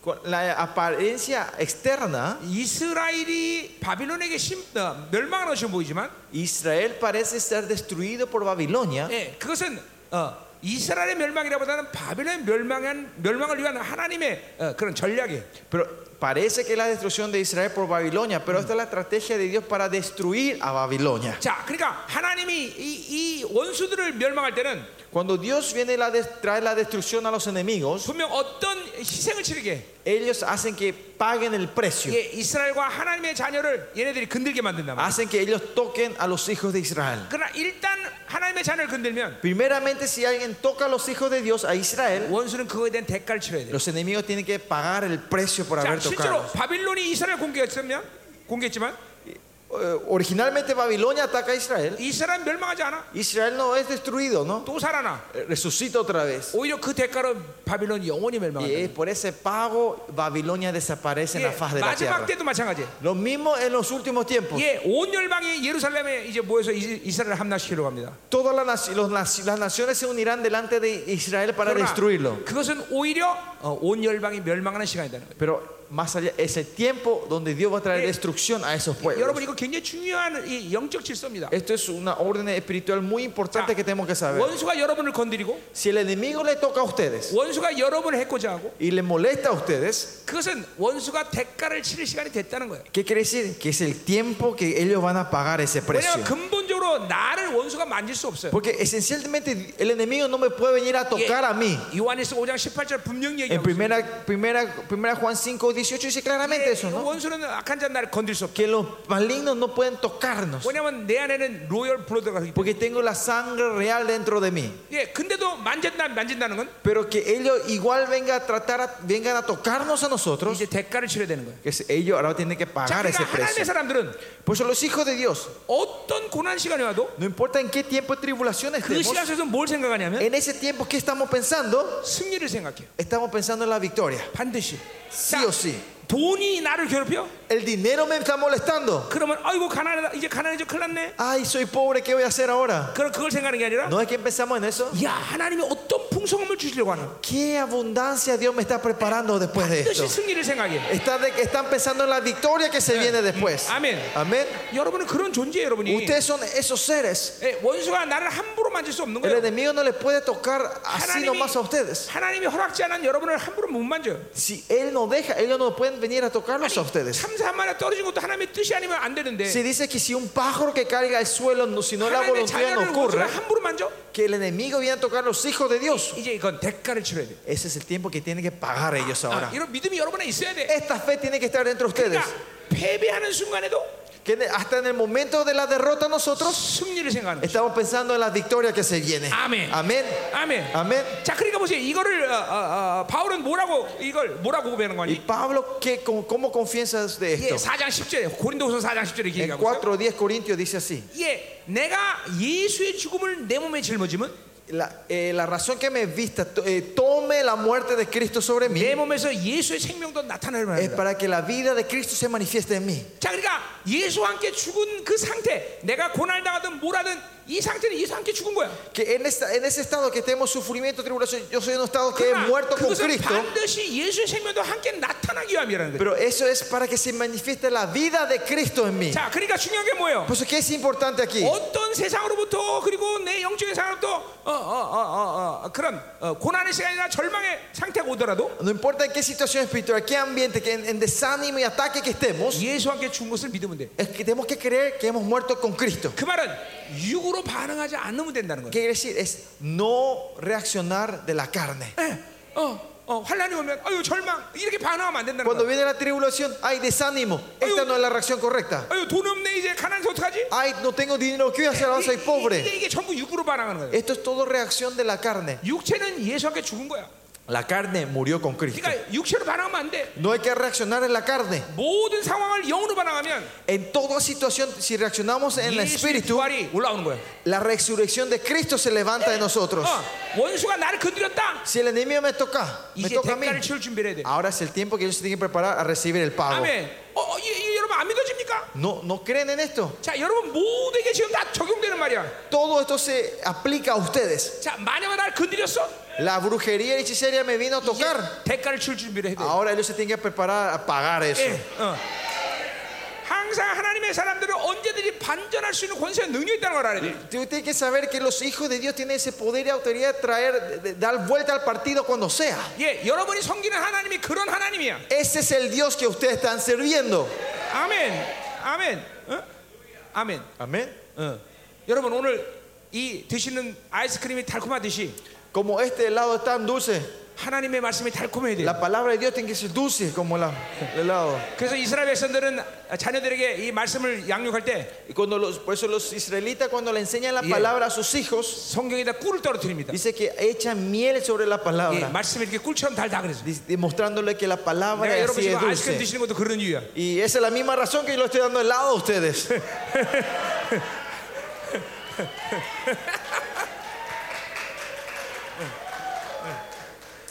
B: Con La apariencia externa,
A: 이스라엘이 바빌론에게 심, 어, 멸망하는 것이 보이지만
B: Israel parece ser destruido por Babilonia.
A: 예, 그것은 어, 이스라엘의 멸망이라보다는 바빌론의 멸망한 멸망을 위한 하나님의 어, 그런 전략이에요.
B: Pero parece que es la destrucción de Israel por Babilonia, pero esta es la estrategia de Dios para destruir a Babilonia.
A: 자, 그러니까 하나님이 이, 이 원수들을 멸망할 때는
B: Cuando Dios viene y la des- trae la destrucción a los enemigos,
A: 분명 어떤 희생을 치르게 해.
B: ellos hacen que paguen el precio.
A: 예, 이스라엘과 하나님의 자녀를 얘네들이 건들게 만든다 말이야.
B: Hacen que ellos toquen a los hijos de Israel.
A: 그러나 일단 하나님의 자녀를 건들면
B: Primeramente, si alguien toca a los hijos de Dios, a Israel,
A: 원수는 그거에 대한 대가를 치러야 돼.
B: los enemigos tienen que pagar el precio por
A: 자,
B: haber
A: 실제로
B: tocado.
A: 바빌론이 이스라엘 공격했으면 공격했지만
B: Eh, originalmente Babilonia ataca a Israel.
A: 이스라엘 멸망하지 않아.
B: Israel no es destruido, ¿no?
A: 또 살아나.
B: Eh, Resucita otra vez.
A: 오히려 그 대가로 바빌론이 영원히
B: Y
A: 멸망한다.
B: es por ese pago Babilonia desaparece en
A: 예,
B: la faz de la
A: 마지막
B: tierra.
A: 때도 마찬가지.
B: Lo mismo en los últimos tiempos.
A: 예, 온 열방이 예루살렘에 이제 모여서 이- 이스라엘을 함락시키려고 합니다.
B: Todas las, naci- los naci- las naciones se unirán delante de Israel para
A: 그러나
B: destruirlo.
A: 그것은 오히려 어, 온 열방이 멸망하는 시간이라는 거예요.
B: Pero más allá, es el tiempo donde Dios va a traer
A: 예.
B: destrucción a esos
A: 여러분
B: pueblos.
A: 이거 굉장히 중요한 이 영적 질서입니다.
B: Esto es una orden espiritual muy importante
A: 자,
B: que tenemos que saber.
A: 원수가 여러분을 건드리고
B: Si el enemigo le toca a ustedes
A: 원수가 여러분을 해코자 하고
B: y le molesta a ustedes,
A: 그것은 원수가 대가를 치를 시간이 됐다는 거예요.
B: ¿qué quiere decir? Que es el tiempo que ellos van a pagar ese precio.
A: 왜냐하면 근본적으로 나를 원수가 만질 수 없어요.
B: Porque esencialmente el enemigo no me puede venir a tocar a mí.
A: 요한에서 5장 18절 분명
B: En
A: 얘기하고 있어요.
B: primera, primera, primera Juan 5, 18 dice claramente eso, ¿no?
A: 원수는 악한 자는 나를 건드릴 수 없다.
B: Que los malignos no pueden tocarnos.
A: 왜냐하면 내 안에는 로열 블러드가 있기 때문에.
B: Porque tengo la sangre real dentro de mí.
A: 예, 근데도 만진다 만진다는 건
B: Pero que ellos igual venga a tratar a- vengan a tocarnos a nosotros.
A: 이제 대가를 치러야 되는 거예요.
B: Que ellos ahora tienen que
A: 자,
B: pagar
A: 그러니까
B: ese
A: 하나님의
B: precio.
A: 사람들은
B: Por eso los hijos de Dios,
A: 어떤 고난 시간이 와도
B: no importa en qué tiempo de tribulación
A: 그
B: estemos,
A: 시간 속에서 뭘 생각하냐면
B: en ese tiempo que estamos pensando,
A: 승리를 생각해요.
B: estamos pensando en la victoria.
A: 반드시.
B: Sí o sí.
A: 돈이 나를 괴롭혀?
B: El dinero me está molestando.
A: 그러면 아이고 가난하다 이제 가난해져 큰일 났네.
B: Ay, soy pobre, ¿qué voy a hacer ahora?
A: 그럼 그걸 생각하는 게 아니라
B: ¿No es que pensamos en eso?
A: 야 하나님이 어떤 풍성함을 주시려고 하나
B: ¿Qué abundancia Dios me está preparando después de esto?
A: 반드시 승리를 생각해
B: Están, de- están pensando en la victoria que se viene después.
A: Amén.
B: Amén.
A: 여러분은 그런 존재예요 여러분이
B: Ustedes son esos seres.
A: 예, 원수가 나를 함부로 만질 수 없는
B: El
A: 거예요
B: enemigo no les puede tocar así
A: 하나님이,
B: nomás a ustedes.
A: 하나님이 허락지 않은 여러분을 함부로 못 만져요
B: Si Él no deja, ellos no pueden venir a tocarlos a ustedes.
A: 참사 한 마리 떨어진 것도 하나님의 뜻이 아니면 안 되는데
B: Si dice que si un pájaro que caiga al suelo, no- si no la
A: 하나님의
B: voluntad
A: 자녀를
B: no
A: 원수가
B: ocurre,
A: 함부로 만져?
B: que el enemigo viene a tocar a los hijos de Dios.
A: 이제 이건 대가를 치러야 돼
B: Ese es el tiempo que tienen que pagar ellos
A: 아,
B: ahora.
A: 이런 믿음이 여러분에 있어야 돼
B: Esta fe tiene que estar dentro de ustedes.
A: 그러니까 패배하는 순간에도
B: Que ne- hasta en el momento de la derrota nosotros
A: 승리를 생각하는 거예요
B: estamos pensando en la victoria que se viene.
A: Amén.
B: Amén.
A: 아멘
B: Amén.
A: 자 그러니까 보세요 이거를 어, 어, 어, 바울은 뭐라고 이걸 뭐라고 고백하는 거
B: Y
A: 아니
B: Pablo, ¿qué, cómo, cómo confiesas de
A: 예,
B: esto?
A: 4장 10절에 고린도후서 4장 10절에
B: En
A: 얘기하고 있어요.
B: 4.10 Corintios dice así.
A: 예, 내가 예수의 죽음을 내 몸에 짊어지면
B: La, eh, la razón que me vista, to- eh, tome la muerte de Cristo sobre mí,
A: 내 몸에서 예수의 생명도 나타날
B: es
A: 만합니다.
B: para que la vida de Cristo se manifieste en mí.
A: 자, 그러니까 예수와 함께 죽은 그 상태, 내가 고난을 당하든 뭐라든 이 상태는 예수와 함께 죽은 거야.
B: Que en, esta- en ese estado que tenemos sufrimiento, tribulación, yo soy en un estado que he
A: 그러나
B: muerto con
A: 그것은
B: Cristo.
A: 반드시 예수의 생명도 함께 나타나기 위함이라는 거예요.
B: Pero eso es para que se manifieste la vida de Cristo en mí.
A: 자, 그러니까 중요한 게 뭐예요?
B: Por eso, ¿qué es importante
A: 예.
B: aquí?
A: 어떤 세상으로부터 그리고 내 영적인 상황도 어, 어, 어, 어, 어, 그런 어, 고난의 시간이나 절망의 상태가 오더라도
B: No importa en qué situación espiritual, qué ambiente, que en, en desánimo y ataque que estemos,
A: 예수와 함께 죽은 것을 믿으면 돼.
B: es que tenemos que creer que hemos muerto con Cristo.
A: 그 말은 육으로 반응하지 않으면 된다는 거예요.
B: ¿Qué quiere decir? Es no reaccionar de la carne.
A: 예, 어, 어, 환란이 오면 아유 절망 이렇게 반응하면 안 된다는
B: Cuando
A: 거예요.
B: viene la tribulación, hay desánimo. Esta no es la reacción correcta.
A: 아유 돈 없네 이제 가난해서 어떡하지?
B: Ay, no tengo dinero, ¿qué voy a hacer ahora? Soy
A: 이- 이게,
B: pobre.
A: 이게 전부 육으로 반응하는 거예요.
B: Esto es todo reacción de la carne.
A: 육체는 예수한테 죽은 거야.
B: La carne murió con Cristo.
A: 그러니까 육체로 반응하면 안 돼.
B: No hay que reaccionar en la carne.
A: 모든 상황을 영으로 반응하면
B: En toda situación, si reaccionamos
A: 네,
B: en el
A: 예수의
B: espíritu,
A: 부활이 올라오는 거야.
B: la resurrección de Cristo se levanta de nosotros.
A: 어, 원수가 나를 건드렸다.
B: Si el enemigo me toca, me
A: 이제
B: toca a mí.
A: 대가를 치울 준비를 해야 돼.
B: Ahora es el tiempo que ellos se tienen que preparar a recibir el pago.
A: 아멘. 어, 어, 이- 이 여러분 안 믿어집니까?
B: No, no creen en esto.
A: 자, 여러분 모두에게 지금 다 적용되는 말이야.
B: Todo esto se aplica a ustedes.
A: 자, 만약에 나를 건드렸어?
B: La brujería y hechicería me vino a
A: 이제
B: tocar.
A: 대가를 치울 준비를 해야 돼.
B: Ahora ellos se tienen que preparar a pagar eso.
A: 예, 어. 항상 하나님의 사람들은 언제든지 반전할 수 있는 권세와 능력이 있다는 걸 알아야 돼.
B: Tú tienes que saber que los hijos de Dios tienen ese poder y autoridad de traer, de- de dar vuelta al partido cuando sea.
A: 예, 여러분이 섬기는 하나님이 그런 하나님이야.
B: Ese es el Dios que ustedes están sirviendo.
A: 아멘. 아멘. 어? 아멘.
B: Amén.
A: 어. 여러분 오늘 이 드시는 아이스크림이 달콤하듯이
B: Como este helado es tan dulce,
A: 하나님의 말씀이 달콤해야 돼요.
B: la palabra de Dios tiene que ser dulce como la- el helado.
A: 그래서 이스라엘 백성들은 자녀들에게 이 말씀을 양육할 때
B: Y cuando los, por eso los israelitas cuando le enseñan la
A: Yeah.
B: palabra a sus hijos,
A: 성경에다 꿀을 떨어뜨립니다.
B: dice que echan miel sobre la
A: 예,
B: palabra,
A: 말씀이 이렇게 꿀처럼 달다 그래서.
B: dis- demostrándole que la palabra
A: 내가
B: es
A: 여러분
B: así
A: 지금
B: es
A: 아이스크림
B: dulce.
A: 드시는 것도 그런 이유야.
B: Y esa es la misma razón que yo le estoy dando helado a ustedes.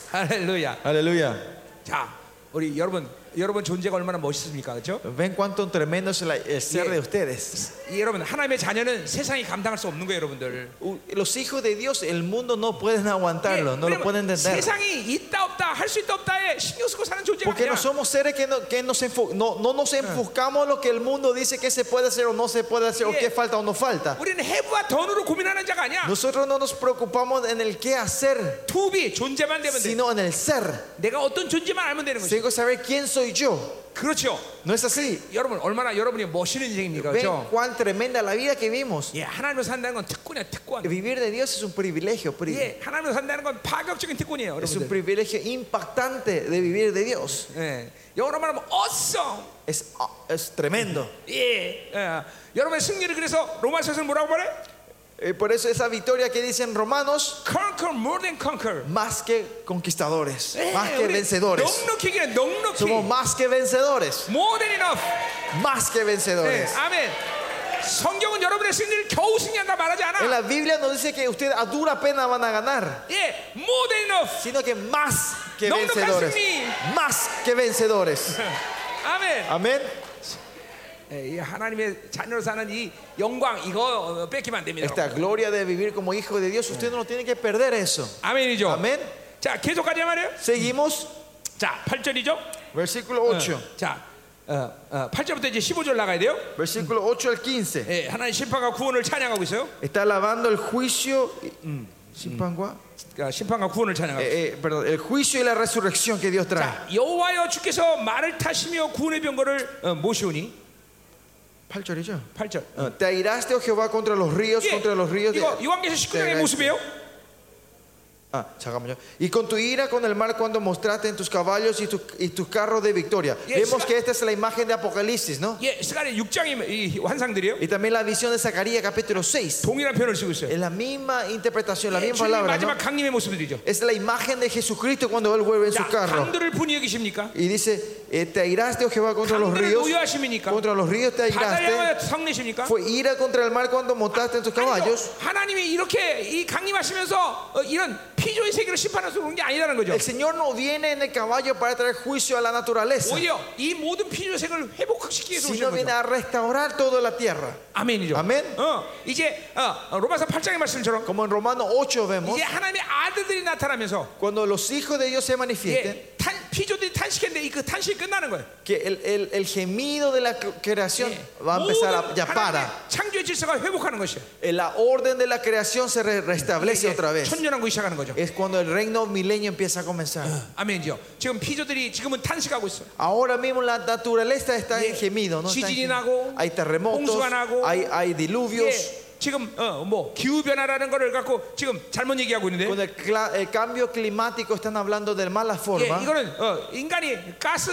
A: 할렐루야.
B: Aleluya.
A: 자, 우리 여러분 여러분 존재가 얼마나 멋있습니까, 그렇죠?
B: ¿Ven cuánto tremendo es la- el ser
A: Yeah.
B: de ustedes?
A: 여러분 하나님의 자녀는 세상이 감당할 수 없는 거예요, 여러분들.
B: U- Los hijos de Dios, el mundo no pueden aguantarlo, no lo
A: 왜냐면
B: pueden entender.
A: 세상이 있다 없다 할 수 있다 없다에 신경 쓰고 사는 존재가
B: Porque
A: 아니야.
B: no Ah. somos seres que, no, que nos enfo- no, no nos enfocamos en lo que el mundo dice que se puede hacer o no se puede hacer,
A: Yeah.
B: o qué falta o no falta.
A: 우리는 해부와 던으로 고민하는 자가 아니야.
B: Nosotros no nos preocupamos en el qué hacer,
A: 투비 존재만 되면 돼.
B: sino en el ser.
A: 내가 어떤 존재만 알면 되는 거지.
B: Tengo que saber quién soy yo.
A: 그렇죠.
B: No es así.
A: 여러분 얼마나 여러분이 멋있는 인생입니까,
B: Ven
A: 그렇죠?
B: cuán tremenda la vida que vimos.
A: 예, 하나님으로 산다는 건 특권이야, 특권.
B: Vivir de Dios es un privilegio. pri-
A: 예, 하나님으로 산다는 건 파격적인 특권이에요,
B: Es un
A: 여러분들.
B: privilegio impactante de vivir de Dios.
A: 예, 영어로 말하면 awesome.
B: Es, ah, es tremendo.
A: 예, 예. 여러분의 승리를 그래서 로마서에서 뭐라고 말해?
B: Eh, por eso esa victoria que dicen romanos,
A: Conquer more than conquer.
B: más que conquistadores,
A: 예,
B: más que
A: 우리
B: vencedores.
A: 넉넉히기는 넉넉히.
B: Somos más que vencedores,
A: more than enough.
B: más que
A: 예,
B: vencedores.
A: 아멘. 성경은 여러분의 승리를 겨우 승리한다 말하지
B: En
A: 않아.
B: la Biblia nos dice que ustedes a dura pena van a ganar,
A: 예, more than enough.
B: sino que más que
A: 넉넉한
B: vencedores.
A: 승리.
B: Más que vencedores.
A: 아멘.
B: Amén.
A: 예, 이 하나님의 자녀로 사는 이 영광 이거 어, 뺏기면 안 됩니다.
B: Esta gloria de vivir como hijo de Dios, usted no tiene que perder eso.
A: 아멘이죠.
B: Amén.
A: 자, 계속 가자 말이에요.
B: Seguimos,
A: 자, 8절이죠.
B: versículo 8.
A: 자, 어, 어, 8절부터 이제 15절 나가야 돼요.
B: Versículo 8 al 15.
A: 예, 하나님 심판과 구원을 찬양하고 있어요.
B: Está alabando el juicio. mm, Shimpangwa.
A: 아, 심판과 구원을 찬양하고. 있어요.
B: Eh, eh, perdón, el 주icio y la resurrección que Dios trae.
A: 자, 여호와여 주께서 말을 타시며 구원의 병거를 어, 모시오니
B: 8절이죠?
A: 8절. 예,
B: 어, Te airaste, oh Jehová, contra los ríos, contra los ríos de.
A: 이거 요한계시 네, 19장의
B: de-
A: 모습이에요.
B: Ah, 잠깐만요. Y con tu ira con el mar cuando mostraste en tus caballos y, tu- y tus carros de victoria.
A: Yeah,
B: Vemos
A: Shiva-
B: que esta es la imagen de Apocalipsis, ¿no?
A: 예, 스가랴 6장의 이 환상들이에요.
B: Y también la visión de Zacarías capítulo 6.
A: 동일한 표현을 쓰고 있어요.
B: Es la misma interpretación, la
A: 예,
B: misma
A: 주님
B: palabra. ¿no?
A: 마지막 강림의 모습들이죠.
B: Es la imagen de Jesucristo cuando él vuelve en
A: 자,
B: su carro.
A: 강도를 분이 여기십니까?
B: Y dice, eh, te airaste, oh Jehová, contra los
A: 강도를
B: ríos.
A: 노여하십니까?
B: Contra los ríos te
A: 바다를 향하여
B: airaste.
A: 성내십니까?
B: Fue ira contra el mar cuando montaste en tus caballos.
A: 아니죠. 하나님이 이렇게 이 강림하시면서 어, 이런 피조의 세계를 심판하서 그런 게 아니라는 거죠.
B: El Señor no viene en el caballo para traer juicio a la naturaleza,
A: 오히려 이 모든 피조의 세계를 회복시키기 위해서
B: sino
A: 오시는
B: viene
A: 거죠.
B: a restaurar toda la tierra.
A: 아멘이죠.
B: 아멘.
A: 어, 이제 어, 어, 로마서 8장의 말씀처럼
B: Como en Romanos 8 vemos,
A: 이제 하나님의 아들들이 나타나면서
B: cuando los hijos de Dios se manifiesten,
A: 예, 탄, 피조들이 탄식했는데 그 탄식이 끝나는 거예요.
B: que el, el- el gemido de la creación
A: 예,
B: va a empezar a,
A: 모든
B: ya para.
A: 하나님의 창조의 질서가 회복하는 것이에요.
B: La orden de la creación se re- restablece otra vez.
A: 천년왕국이 시작하는 거죠.
B: Es cuando el reino milenio empieza a comenzar.
A: Ah. 아멘이죠. 지금 피조들이 지금은 탄식하고 있어요.
B: Ahora mismo la naturaleza está en gemido, ¿no? Está en
A: 지진이
B: gemido.
A: 나고,
B: hay terremotos,
A: 홍수가 나고,
B: hay, hay diluvios.
A: 예, 지금 어, 뭐 기후 변화라는 거를 갖고 지금 잘못 얘기하고
B: Con
A: 있는데
B: el, cla- el cambio climático están hablando de mala
A: 예,
B: forma.
A: 이거는 어, 인간이 가스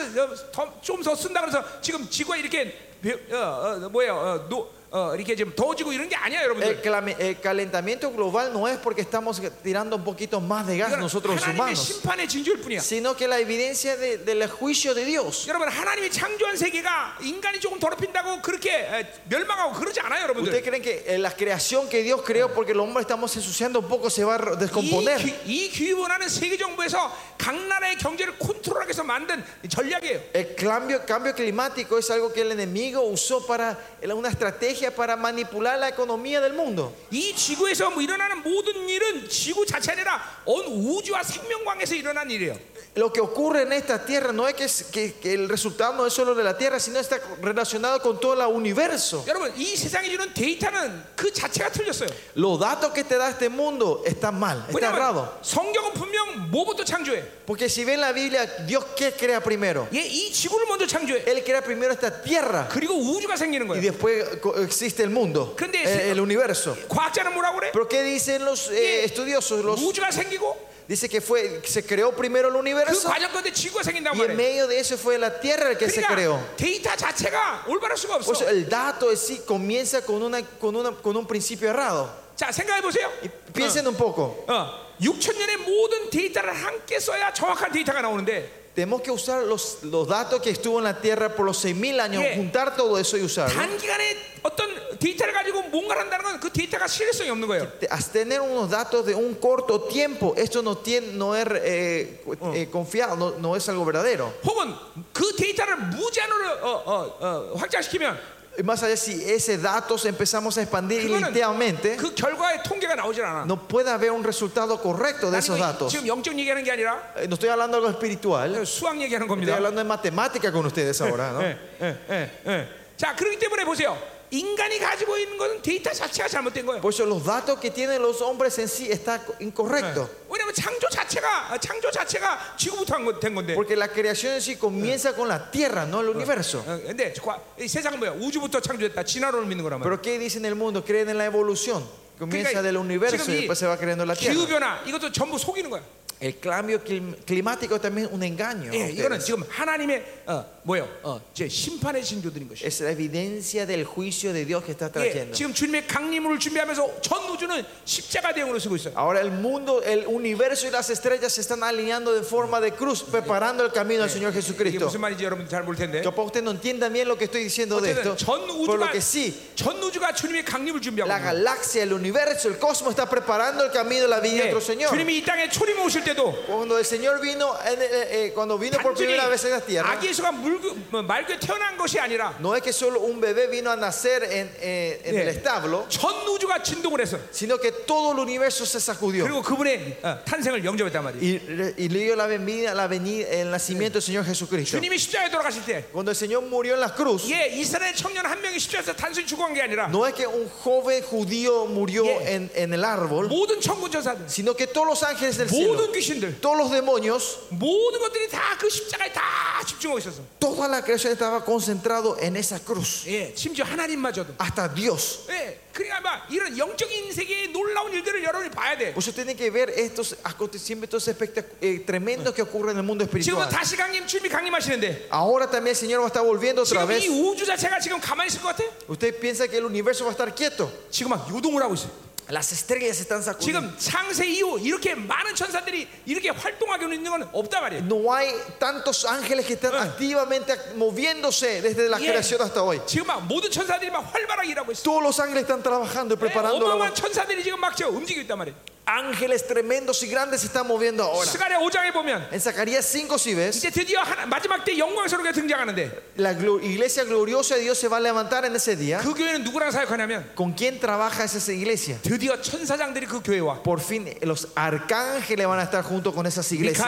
A: 좀 더 쓴다 그래서 지금 지구가 이렇게 배- 어, 어, 뭐예요 어, 노- 어, 이렇게 지금 더워지고 이런 게 아니야
B: El,
A: 여러분들.
B: clame- el calentamiento global no es porque estamos tirando un poquito más de gas
A: 이거는
B: nosotros los
A: 뭐 하나님의
B: humanos,
A: 심판의 징조일 뿐이야.
B: sino que la evidencia de- del juicio de Dios.
A: 여러분 하나님이 창조한 세계가 인간이 조금 더럽힌다고 그렇게 에, 멸망하고 그러지 않아요 여러분들.
B: ¿Ustedes creen que eh, la creación que Dios creó porque el hombre estamos ensuciando un poco se va a re-
A: 이,
B: descomponer?
A: 귀- 이 기후변화는 세계 정부에서 각 나라의 경제를 컨트롤하기 위해서 만든 전략이에요.
B: El cambio, cambio climático es algo que el enemigo usó para una estrategia para manipular la economía del mundo.
A: 이 지구에서 뭐 일어나는 모든 일은 지구 자체 아니라 온 우주와 생명광에서 일어난 일이에요.
B: Lo que ocurre en esta tierra no es que, es- que- que el resultado no es solo de la tierra, sino está relacionado con todo el universo.
A: 여러분 이 세상이 주는 데이터는 그 자체가 틀렸어요.
B: Los datos que te da este mundo están mal, están errados.
A: 왜냐면 성경은 분명 뭐부터 창조해?
B: Porque si ven la Biblia, Dios qué crea primero?
A: 예, 이 지구를 먼저 창조해.
B: Él crea primero esta tierra
A: 그리고 우주가 생기는 거예요.
B: y después co- existe el mundo,
A: Pero-
B: eh, el universo.
A: 과학자는 뭐라고 그래?
B: Pero ¿qué dicen los eh,
A: Yeah.
B: estudiosos? Los,
A: 우주가 생기고
B: dice que fue, se creó primero el
A: 그
B: universo
A: 과정 가운데 지구가 생긴다고
B: y
A: 말해.
B: en medio de eso fue la tierra el que se creó.
A: 그러니까 데이터 자체가 올바를 수가
B: O sea,
A: 없어.
B: el dato en sí comienza con, una, con, una, con un principio errado.
A: 자 생각해 보세요.
B: Y piensen un poco.
A: 어, 6천 년의 모든 데이터를 함께 써야 정확한 데이터가 나오는데
B: Tenemos que usar los, los datos que estuvo en la tierra por los 6.000 años,
A: Yeah.
B: juntar todo eso y usarlo.
A: 단기간에 어떤 데이터를 가지고 뭔가를 한다는 건 그 데이터가 신뢰성이 없는 거예요.
B: Te- As tener unos datos de un corto tiempo, esto no, tiene, no es eh, eh, confiado, no, no es algo verdadero.
A: 혹은 그 데이터를 무제한으로 어, 어, 어, 확장시키면
B: Y más allá, si ese datos empezamos a expandir ilimitadamente,
A: 그 결과의 통계가 나오질 않아.
B: no puede haber un resultado correcto
A: 나는
B: de esos
A: 이거
B: datos.
A: 지금 영적 얘기하는 게 아니라
B: Eh, No estoy hablando de algo espiritual,
A: 수학 얘기하는
B: estoy
A: 겁니다.
B: hablando de matemática con ustedes ahora. ¿no?
A: Eh. 자, 그렇기 때문에 보세요. 인간이 가지고 있는 것은 데이터 자체가 잘못된 거예요.
B: Por eso los datos que tienen los hombres en sí está incorrecto.
A: 왜냐하면 창조 자체가 창조 자체가 지구부터 한 건- 된 건데.
B: Porque la creación en sí comienza con la tierra, no el universo.
A: 어, 근데 과- 이 세상은 뭐야? 우주부터 창조됐다. 진화론을 믿는 거란 말이야.
B: Pero ¿qué dicen el mundo? Creen en la evolución. Comienza del universo y después se va creando la
A: 기후
B: tierra.
A: 변화 이것도 전부 속이는 거야.
B: El cambio clim- climático también es un engaño. a
A: 예, 이거는
B: ustedes.
A: 지금 하나님의 어, 뭐예요? 어, 이제 심판의 신조들인 것이.
B: Es la evidencia del juicio de Dios que está
A: 예,
B: trayendo.
A: 지금 주님의 강림을 준비하면서 전 우주는 십자가 대응으로 쓰고 있어요.
B: Ahora el mundo, el universo y las estrellas se están alineando de forma de cruz, preparando el camino al Señor
A: 이게
B: Jesucristo.
A: 무슨 말인지 여러분 잘 볼 텐데.
B: Capaz ustedes no entiendan bien lo que estoy diciendo de
A: 어쨌든
B: esto,
A: 전
B: por lo
A: 우주가
B: que sí,
A: 전 우주가 주님의 강림을 준비하고
B: la
A: 있는 거예요.
B: galaxia, el universo, el cosmos está preparando el camino a la vida de nuestro
A: 예,
B: Señor.
A: 주님이 이 땅에 초림 오실 때도
B: Cuando el Señor vino, en- eh, eh, cuando vino por
A: 단순히
B: primera vez en la tierra,
A: 아기 예수가 물그- 뭐, 말교에 태어난 것이 아니라
B: no es que solo un bebé vino a nacer en, eh, en
A: 예,
B: el establo,
A: 전 우주가 진동을 해서
B: sino que todo el universo se sacudió.
A: 그리고 그분의 어, 탄생을 영접했단 말이에요.
B: Y, re- y le dio la bienvenida, la venida, el nacimiento del Señor Jesucristo.
A: 주님이 십자가에 돌아가실 때,
B: Cuando el Señor murió en la cruz,
A: 예, 이스라엘 청년 한 명이 십자가에서 단순히 죽어간 게 아니라
B: No es que un joven judío murió
A: Yeah.
B: en, en el árbol,
A: 모든 천군 전사들,
B: sino que todos los ángeles del cielo,
A: 모든 귀신들,
B: todos los demonios,
A: 모든 것들이 다 그 십자가에 다 집중하고 있었어.
B: toda la creación estaba concentrado en esa cruz.
A: 예, 심지어 하나님마저도.
B: Hasta Dios.
A: 예, 그러니까 막 이런 영적인 세계의 놀라운 일들을 여러분이 봐야 돼.
B: Por eso tienen que ver estos acontecimientos espectac- eh, tremendos que ocurren en el mundo
A: 지금은
B: espiritual.
A: 다시 강림 주님이 강림하시는데
B: Ahora también el Señor va a estar volviendo otra
A: 지금 이
B: vez.
A: 우주 자체가 지금 가만히 있을 것 같아?
B: Usted piensa que el universo va a estar quieto.
A: 지금 막 요동을 하고 있어.
B: Las estrellas se están sacudiendo.
A: 지금 창세 이후 이렇게 많은 천사들이 이렇게 활동하고 있는 건 없단 말이에요.
B: No hay tantos ángeles que están activamente ac- moviéndose desde la
A: Yeah.
B: creación hasta hoy.
A: 지금 막 모든 천사들이 막 활발하게 일하고 있어.
B: Todos los ángeles están trabajando y
A: 예,
B: preparando la
A: 어마어마한 천사들이 지금 막 지금 움직이고 있단 말이에요.
B: Ángeles tremendos y grandes se están moviendo ahora.
A: 스가랴 5장에 보면
B: En Zacarías 5 si ves,
A: 이제 드디어 하나- 마지막 때 영광스럽게 등장하는데
B: la glo- iglesia gloriosa de Dios se va a levantar en ese día.
A: 그 교회는 누구랑 사역하냐면
B: ¿Con quién trabaja esa iglesia?
A: 드디어 천사장들이 그 교회에 와.
B: Por fin los arcángeles van a estar junto con esas iglesias.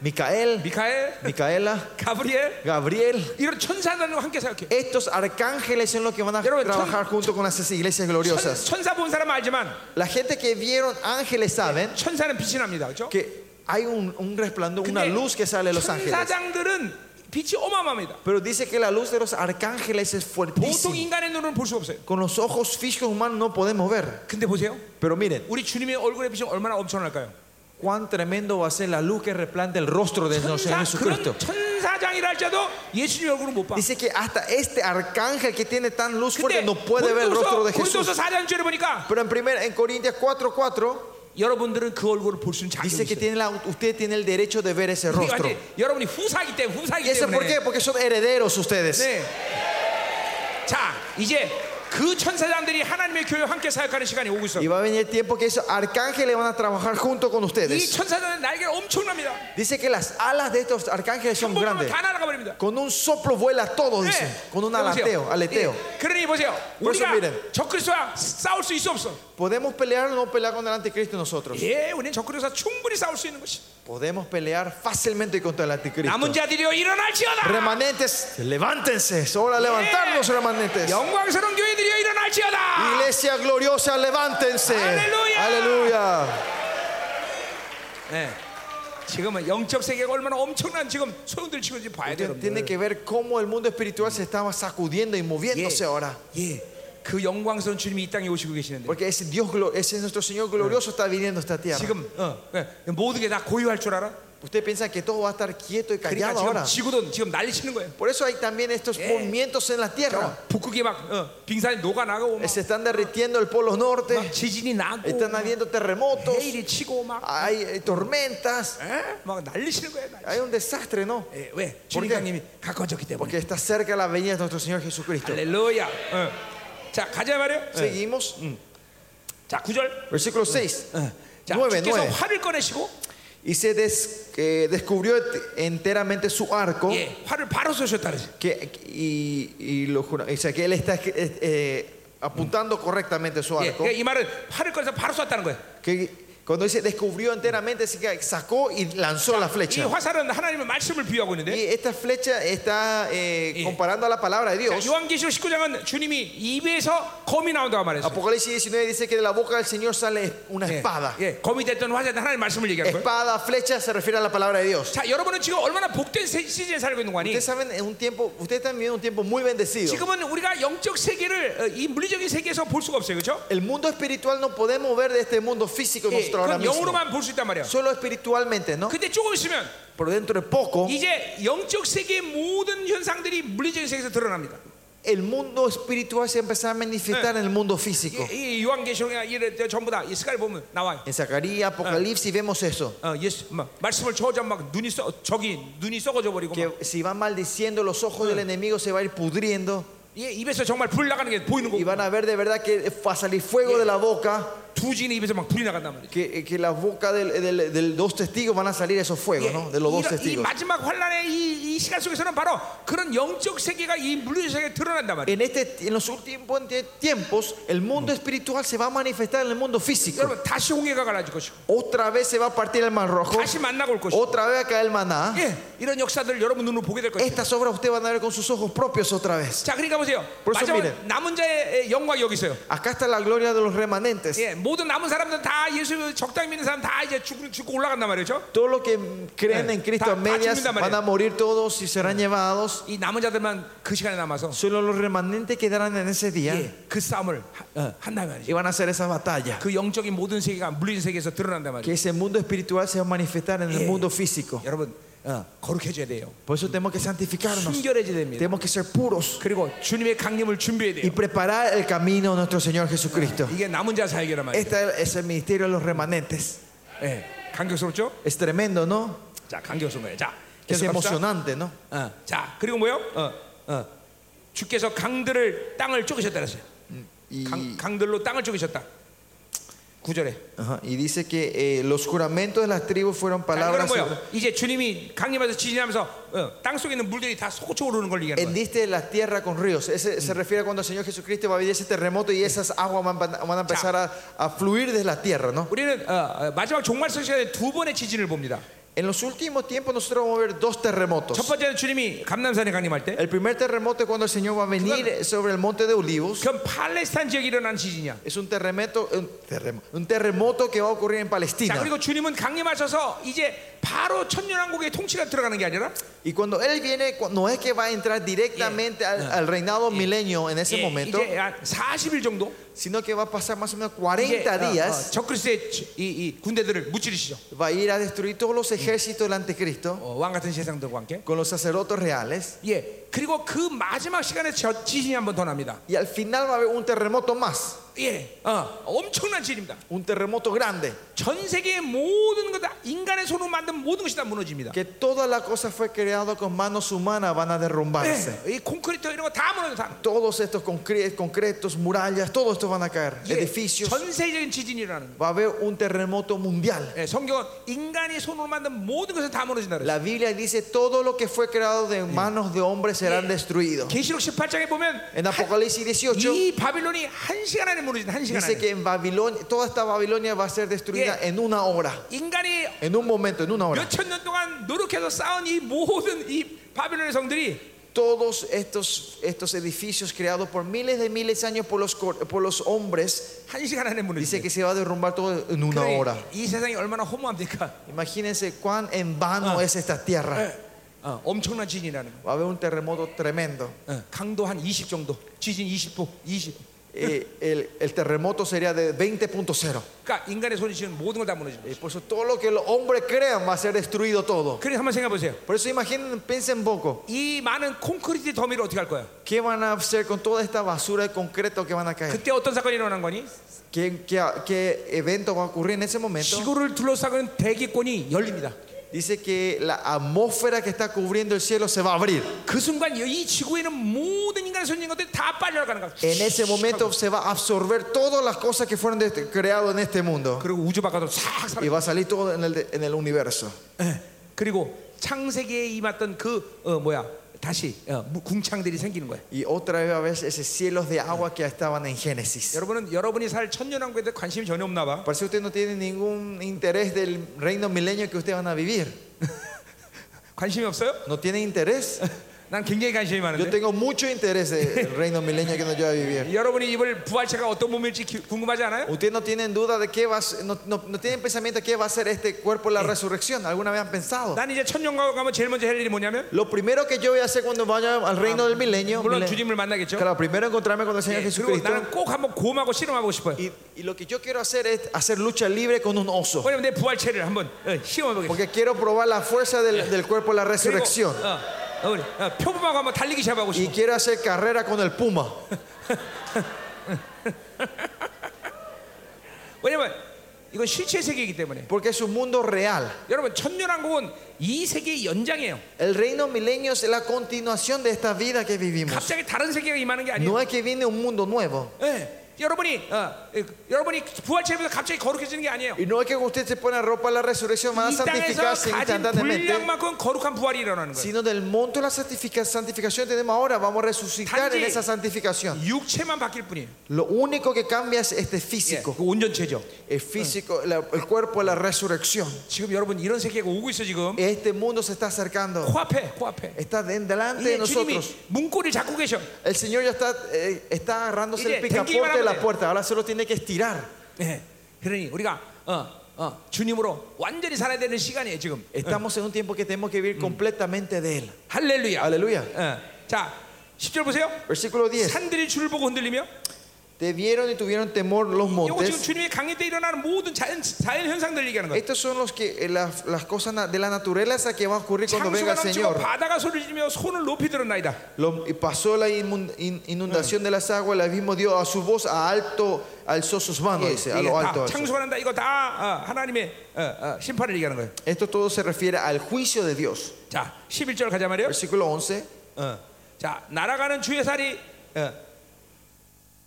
B: Micael,
A: 미카엘,
B: Micaela,
A: 가브리엘
B: Gabriel.
A: 이런 천사들과 함께 사역해.
B: Estos arcángeles son los que van a
A: Pero,
B: trabajar junto con esas iglesias
A: 천,
B: gloriosas.
A: 천사 본 사람은 알지만
B: La gente que vieron ángeles saben
A: 천사는 빛이 납니다. 그렇죠?
B: que hay un, un resplandor, una
A: 근데
B: luz que sale de los ángeles.
A: 천사장들은 빛이 어마어마합니다.
B: Pero dice que la luz de los arcángeles es
A: 보통
B: fuertísima.
A: 인간의 눈으로는 볼 수 없어요.
B: Con los ojos fijos humanos no podemos ver.
A: 근데 보세요.
B: Pero miren,
A: 우리 주님의 얼굴의 빛이 얼마나 엄청날까요?
B: cuán tremendo va a ser la luz que resplandece el rostro de nuestro
A: 천사,
B: Señor Jesucristo.
A: 그런 천사장이라 할지라도 예수님의 얼굴은 못 봐.
B: Dice que hasta este arcángel que tiene tan luz fuerte
A: 근데
B: no puede ver el
A: 고린도서,
B: rostro de
A: 고린도서
B: Jesús.
A: 4장 절에 보니까
B: Pero en primera, en Corintias 4:4
A: 여러분들은 그 얼굴을 볼 수 있는 자격이
B: dice que
A: 있어요. 그러니까
B: tiene la- usted tiene el derecho de ver ese
A: 이게
B: rostro.
A: 완전히 여러분이 후사기 때문에 후사기
B: ¿Y eso por
A: 때문에.
B: qué? Porque son herederos ustedes.
A: 네. 자, 이제 그 천사장들이 하나님의 교회와 함께 사역하는 시간이 오고 있어요.
B: Y va a venir el tiempo que esos arcángeles van a trabajar junto con
A: 이
B: ustedes.
A: 천사장의 날개가 엄청납니다.
B: Dice que las alas de estos arcángeles son
A: 한번
B: grandes.
A: 다 날아가 버립니다.
B: Con un soplo vuela todo,
A: 네.
B: dice. Con un
A: 여보세요.
B: aleteo, aleteo.
A: 예. 그러니 보세요.
B: 벌써
A: 우리가
B: 미래.
A: 적그리스와 싸울 수 있어 없어.
B: ¿Podemos pelear o no pelear con el anticristo nosotros?
A: 예, 우리는 적그리스와 충분히 싸울 수 있는 것이.
B: Podemos pelear fácilmente contra el
A: 남은
B: anticristo.
A: 자들이여 일어날지어다.
B: Remanentes, levántense. Es hora de levantarnos, remanentes.
A: 영광스러운 교회들이여 일어날지어다.
B: Iglesia gloriosa, levántense.
A: Aleluya.
B: Aleluya.
A: 예. 지금은 영적 세계가 얼마나 엄청난 지금 소용들 치고 있는지 봐야 돼요. 여러분들.
B: Tiene que ver cómo el mundo espiritual se estaba sacudiendo y moviéndose ahora.
A: 예. 그 영광스러운 주님이 이 땅에 오시고 계시는데
B: Porque ese Dios, glo- ese nuestro Señor glorioso está viniendo a esta tierra.
A: 지금 어, 예. 모든 게 다 고유할 줄 알아?
B: Usted piensa que todo va a estar quieto y
A: 그러니까
B: callado
A: 지금
B: ahora.
A: 지구도 지금 난리 치는 거예요.
B: Por eso hay también estos movimientos en la tierra.
A: 북극이 막 어, 빙산이 녹아나가고 막,
B: Se están derritiendo el polo
A: 막
B: norte.
A: 지진이 나고
B: Están
A: 막
B: habiendo terremotos.
A: 헤일이 치고 막
B: Hay eh, tormentas.
A: 에? 막 난리치는 거야. 난리.
B: Hay un desastre, ¿no?
A: 예, 왜? 주님
B: Porque-
A: 강님이 가까워졌기 때문에.
B: Porque está cerca la venida de nuestro Señor Jesucristo.
A: 할렐루야. 어. 자, 가자 말이요. 예.
B: Seguimos. Mm.
A: 자, 9절.
B: Versículo 6.
A: 자,
B: 9,
A: 주께서
B: 9.
A: 활을 꺼내시고
B: Y se des- eh, descubrió enteramente su arco.
A: 예, 활을 바로 쏘셨다 그러지.
B: Que, y, y lo jura- o sea, que él está eh, eh, apuntando correctamente su
A: 예,
B: arco.
A: 그러니까 이 말은 활을 꺼내서 바로 쐈다는 거예요.
B: Que cuando dice descubrió enteramente, así que sacó y lanzó la
A: 이
B: flecha.
A: 화살은 하나님의 말씀을 비유하고
B: Y
A: 있는데
B: esta flecha está eh,
A: Yeah.
B: comparando a la palabra de
A: 자,
B: Dios.
A: 요한계시록 19장은 주님이 입에서 검이 나온다고 말했어요.
B: Apocalipsis 19 dice que de la boca del Señor sale una
A: 예,
B: espada.
A: 예, 검이 됐던 화살은 하나님의 말씀을 얘기하는 거예요.
B: Espada, flecha se refiere a la palabra de Dios.
A: 자, 여러분은 지금 얼마나 복된 세- 시즌에 살고 있는 거 아니?
B: Ustedes saben, es un tiempo, ustedes están viviendo un tiempo muy bendecido.
A: 지금은 우리가 영적 세계를 어, 이 물리적인 세계에서 볼 수가 없어요. 그렇죠?
B: El mundo espiritual no podemos ver de este mundo físico
A: 예,
B: nosotros
A: 그건
B: ahora mismo.
A: 영으로만 어? 볼 수 있단 말이에요.
B: Solo espiritualmente, ¿no?
A: 근데 조금 있으면
B: Pero dentro de
A: 어?
B: poco,
A: 이제 영적 세계의 모든 현상들이 물리적인 세계에서 드러납니다.
B: el mundo espiritual se empezará a manifestar en el mundo físico.
A: 이, 이 요한계시록이나 이래 저 전부 다 이스가를 보면 나와요.
B: En Zacarías, Apocalipsis vemos eso.
A: 어, 예수 막 말씀을 저자 막 눈이 썩 저기 눈이 썩어져 버리고 막,
B: Que si van maldiciendo los ojos del enemigo se va a ir pudriendo
A: 예, 입에서 정말 불 나가는 게 보이는
B: y
A: 거고
B: van a ver de verdad que va a salir fuego de la boca,
A: 두 지인의 입에서 막 불이 나간단 말이죠.
B: que, que la boca del- eh, del- de los dos testigos van a salir esos
A: 예,
B: fuegos, ¿no? De los dos
A: 이, 이
B: testigos.
A: 마지막 환란의 이, 이 시간 속에서는 바로 그런 영적 세계가 이 물리적 세계에 드러난단 말이에요.
B: En, este, en los últimos tiempos, el mundo espiritual se va a manifestar en el mundo físico.
A: 여러분 다시 홍해가 갈라질 것이고
B: Otra vez se va a partir el mar rojo,
A: 다시 만나고 올 것이고
B: otra vez va a caer el maná.
A: 예, 이런 역사들 여러분 눈으로 보게 될 것이고
B: Estas obras usted van a ver con sus ojos propios otra vez.
A: 자 그러니까 보세요.
B: 벌써
A: 마지막
B: 미래.
A: 남은 자의 영광이 여기 있어요.
B: Acá está la gloria de los remanentes.
A: 예, 모든 남은 사람들 다 예수 적당히 믿는 사람 다 이제 죽고, 죽고 올라간단 말이죠.
B: Todos los que creen en Cristo a medias van a morir todos y serán llevados.
A: 이 남은 자들만 그 시간에 남아서
B: Solo los remanentes quedarán en ese día
A: 예, 그 싸움을 하- 어, 한다는 말이죠.
B: y van a hacer esa batalla.
A: 그 영적인 모든 세계가 물린 세계에서 드러난단 말이죠.
B: Que ese mundo espiritual se va a manifestar en el mundo físico.
A: 여러분 어, 거룩해져야 돼요.
B: Por eso tenemos que santificarnos.
A: 순결해져야 됩니다.
B: Tenemos que ser puros
A: 그리고 주님의 강림을 준비해야
B: y
A: 돼요.
B: preparar el camino a nuestro Señor Jesucristo.
A: 이게 남은 자 사역이란 말이에요.
B: Este es el ministerio de los remanentes.
A: 예, 감격스럽죠?
B: Es tremendo, ¿no?
A: 자, 감격스러운 거예요. 자,
B: Es
A: 계속 갑시다.
B: emocionante, ¿no?
A: 어, 자, 그리고 뭐요? 어, 어. 주께서 강들을 땅을 쪼개셨다 그랬어요.
B: Y,
A: 강, 강들로 땅을 쪼개셨다. 구절에.
B: ajá, y dice que eh, los juramentos de las tribus fueron
A: 자, 이거는
B: palabras.
A: 뭐요? 이제 주님이 강림하면서 지진하면서 어, 땅 속에 있는 물들이 다 솟구쳐 오르는 걸 얘기하는 거예요.
B: Hendiste la tierra con ríos. Ese, Se refiere a cuando el Señor Jesucristo va a venir ese terremoto y esas aguas van, van a empezar a, a fluir desde la tierra. ¿no?
A: 우리는 어, 어, 마지막 종말 시간에 두 번의 지진을 봅니다.
B: En los últimos tiempos nosotros vamos a ver dos
A: 첫
B: terremotos.
A: 번째는 주님이 감남산에 강림할 때,
B: El primer terremoto es cuando el Señor va a venir sobre el monte de Olivos.
A: 그건 팔레스타인 지역에 일어난 지진이야.
B: Es un terremoto, un terremo- un terremoto que va a ocurrir en
A: 자,
B: Palestina.
A: 그리고 주님은 강림하셔서 이제 바로 천년왕국의 통치가 들어가는 게 아니라
B: Y cuando Él viene, cu- no es que va a entrar directamente al, al reinado milenio en ese
A: 예,
B: momento,
A: 이제 한 40일 정도
B: sino que va a pasar más o menos
A: 이제,
B: 40
A: 어, 어,
B: días.
A: 적그리스의 이, 이 군대들을 무찌르시죠.
B: Va a ir a destruir todos los ejércitos del anticristo
A: 어, 왕 같은 세상들과 함께.
B: con los sacerdotes reales.
A: 예. 그리고 그 마지막 시간에 저 지진이 한 번 더 납니다.
B: Y al final va a haber un terremoto más,
A: 예. 어, 엄청난 지진입니다.
B: un terremoto grande,
A: 전 세계의 모든 거다 인간의 손으로 만든 모든 것이 다 무너집니다.
B: que toda la cosa fue creada con manos humanas van a derrumbarse.
A: 예. 이 콘크리트 이런 거 다 무너져 다.
B: Todos estos concre- concretos, murallas, todo esto van a caer,
A: 예.
B: edificios.
A: 전 세계적인 지진이라는 거.
B: Va a haber un terremoto mundial.
A: 예, 성경은 인간이 손으로 만든 모든 것은 다 무너진다. 그랬어요.
B: La Biblia dice todo lo que fue creado de manos de hombres serán destruido.
A: 계시록 18장에 보면
B: En
A: 한-
B: Apocalipsis 18
A: 이 바빌론이 한 시간 안에 무너진다. 한 시간
B: dice
A: 안에.
B: que en Babilonia, toda esta Babilonia va a ser destruida en una hora,
A: 인간이
B: en un momento, en una hora.
A: 몇 천 년 동안 노력해서 쌓은 이 모든 이 바빌론의 성들이
B: Todos estos, estos edificios creados por miles de miles de años por los, cor- por los hombres,
A: 한 시간 안에
B: dice
A: 무너지게.
B: que se va a derrumbar todo en una hora.
A: 이 세상이 얼마나 허무합니까?
B: Imagínense cuán en vano es esta tierra.
A: 어, 엄청난 지진이라는 거.
B: Va a haber un terremoto tremendo.
A: 어, 강도 한 20 정도, 지진 20도, 20.
B: Eh, el, el terremoto sería de 20.0.
A: 그러니까 인간의 손이 지은 모든 걸 다 무너집니다.
B: Eh, Por eso todo lo que los hombres crean va a ser destruido todo.
A: 그래서 한번 생각해 보세요.
B: Por eso imaginen, piensen un poco,
A: 이 많은 콘크리트 더미를 어떻게 할 거야?
B: ¿qué van a hacer con toda esta basura de concreto que van a caer?
A: 그때 어떤 사건이 일어난 거니?
B: ¿Qué, qué- qué evento va a ocurrir en ese momento?
A: 지구를 둘러싸는 대기권이 열립니다.
B: dice que la atmósfera que está cubriendo el cielo se va a abrir.
A: 그 순간 이 지구에는 모든 인간의 존재인 것들이 다 빨려나가는 거야.
B: En ese momento se va a absorber todas las cosas que fueron de- creadas en este mundo
A: 그리고 우주 바깥으로 싹 사라.
B: y va a salir todo en el, en el universo.
A: 예. 그리고 창세기에 임했던 그 어, 뭐야 다시 어, 무- 궁창들이 생기는 거야.
B: Y otra vez a ver esos cielos de agua que estaban en Génesis.
A: 여러분은 여러분이 살 천년왕국에 대해 관심이 전혀 없나 봐.
B: Parece que usted no tiene ningún interés del reino milenio que ustedes van a vivir.
A: 관심이 없어요?
B: ¿No tiene interés?
A: 난 굉장히 관심이
B: Yo
A: 많은데.
B: tengo mucho interés del reino milenio que nos lleva a vivir.
A: 여러분이 입을 부활체가 어떤 몸일지 기- 궁금하지 않아요?
B: Ustedes no tienen duda de qué va a ser- no, no- no tienen pensamiento de qué va a ser este cuerpo en la resurrección. ¿Alguna vez han pensado?
A: 난 이제 천년왕국 가면 제일 먼저 할 일이 뭐냐면
B: Lo primero que yo voy a hacer cuando vaya al reino del milenio,
A: 물론
B: milen-
A: 주님을 만나겠죠.
B: claro, primero encontrarme con el Señor
A: 예, 그리고
B: Jesucristo.
A: 나는 꼭 한번 고음하고 씨름하고 싶어요.
B: Y, y lo que yo quiero hacer es hacer lucha libre con un oso.
A: 왜냐면 내 부활체를 한번 어, 시험해보겠습니다.
B: Porque quiero probar la fuerza del, del cuerpo en la
A: 그리고
B: resurrección.
A: 어, 어, 우리, 어, 표범하고 한번 달리기 시합하고
B: Y
A: 싶어.
B: quiero hacer carrera con el puma.
A: 왜냐면 이건 실체 세계이기 때문에.
B: Porque es un mundo real.
A: 여러분 천년왕국은 이 세계의 연장이에요.
B: El reino milenio es la continuación de esta vida que vivimos.
A: 갑자기 다른 세계가 임하는 게 아니에요.
B: No es que viene un mundo nuevo.
A: 예, 여러분이 어, 예, 여러분이 부활체보다 갑자기 거룩해지는 게 아니에요.
B: Y no es que usted se pone ropa a la resurrección, van a
A: 이 땅에서
B: santificarse
A: 가진
B: instantáneamente.
A: 분량만큼 거룩한 부활이 일어나는 거예요.
B: Sino del monto de la santifica- santificación que tenemos ahora, vamos a resucitar en
A: Tanji.
B: esa santificación.
A: 육체만 바뀔 뿐이에요.
B: Lo único que cambia es este
A: 예,
B: físico.
A: 그 온전체죠.
B: El físico, la- el cuerpo de la resurrección.
A: 지금 여러분 이런 세계가 오고 있어 지금.
B: Este mundo se está acercando.
A: 코앞에 예. 코앞에.
B: Está de- delante de
A: 이제 주님이
B: nosotros.
A: 문고리를 잡고 계셔.
B: El Señor ya está, eh, está agarrándose el
A: Ije, tenki
B: picaporte
A: barabate.
B: de la puerta. Ahora solo tiene que estirar.
A: 예, 그러니 우리가 어, 어, 주님으로 완전히 살아야 되는 시간이에요 지금.
B: Estamos en un tiempo que tenemos que vivir completamente de Él.
A: 할렐루야.
B: Aleluya.
A: 예. 자, 10절 보세요.
B: Versículo 10.
A: 산들이 주를 보고 흔들리며
B: Te vieron y tuvieron temor los
A: 이거 지금
B: montes.
A: 주님의 강림 때 일어나는 모든 자연 자연 현상들 얘기하는 거예요.
B: Estos son los que, eh, las, las cosas na- de la naturaleza que van a ocurrir cuando venga
A: 장수가 넘치고
B: el Señor.
A: 바다가 소리 지르며 손을 높이 들었나이다.
B: Lo- y pasó la inmun- in- inundación de las aguas, el abismo dio a su voz a alto, alzó sus manos, dice, a
A: 이게
B: lo
A: 다
B: alto. alzó.
A: 창수가 난다. 이거 다 어, 하나님의 어, 어, 심판을 얘기하는 거예요.
B: Esto todo se refiere al juicio de Dios.
A: 자, 11절 가자 말이요.
B: Versículo 11.
A: 어. 자, 날아가는 주의 살이 어,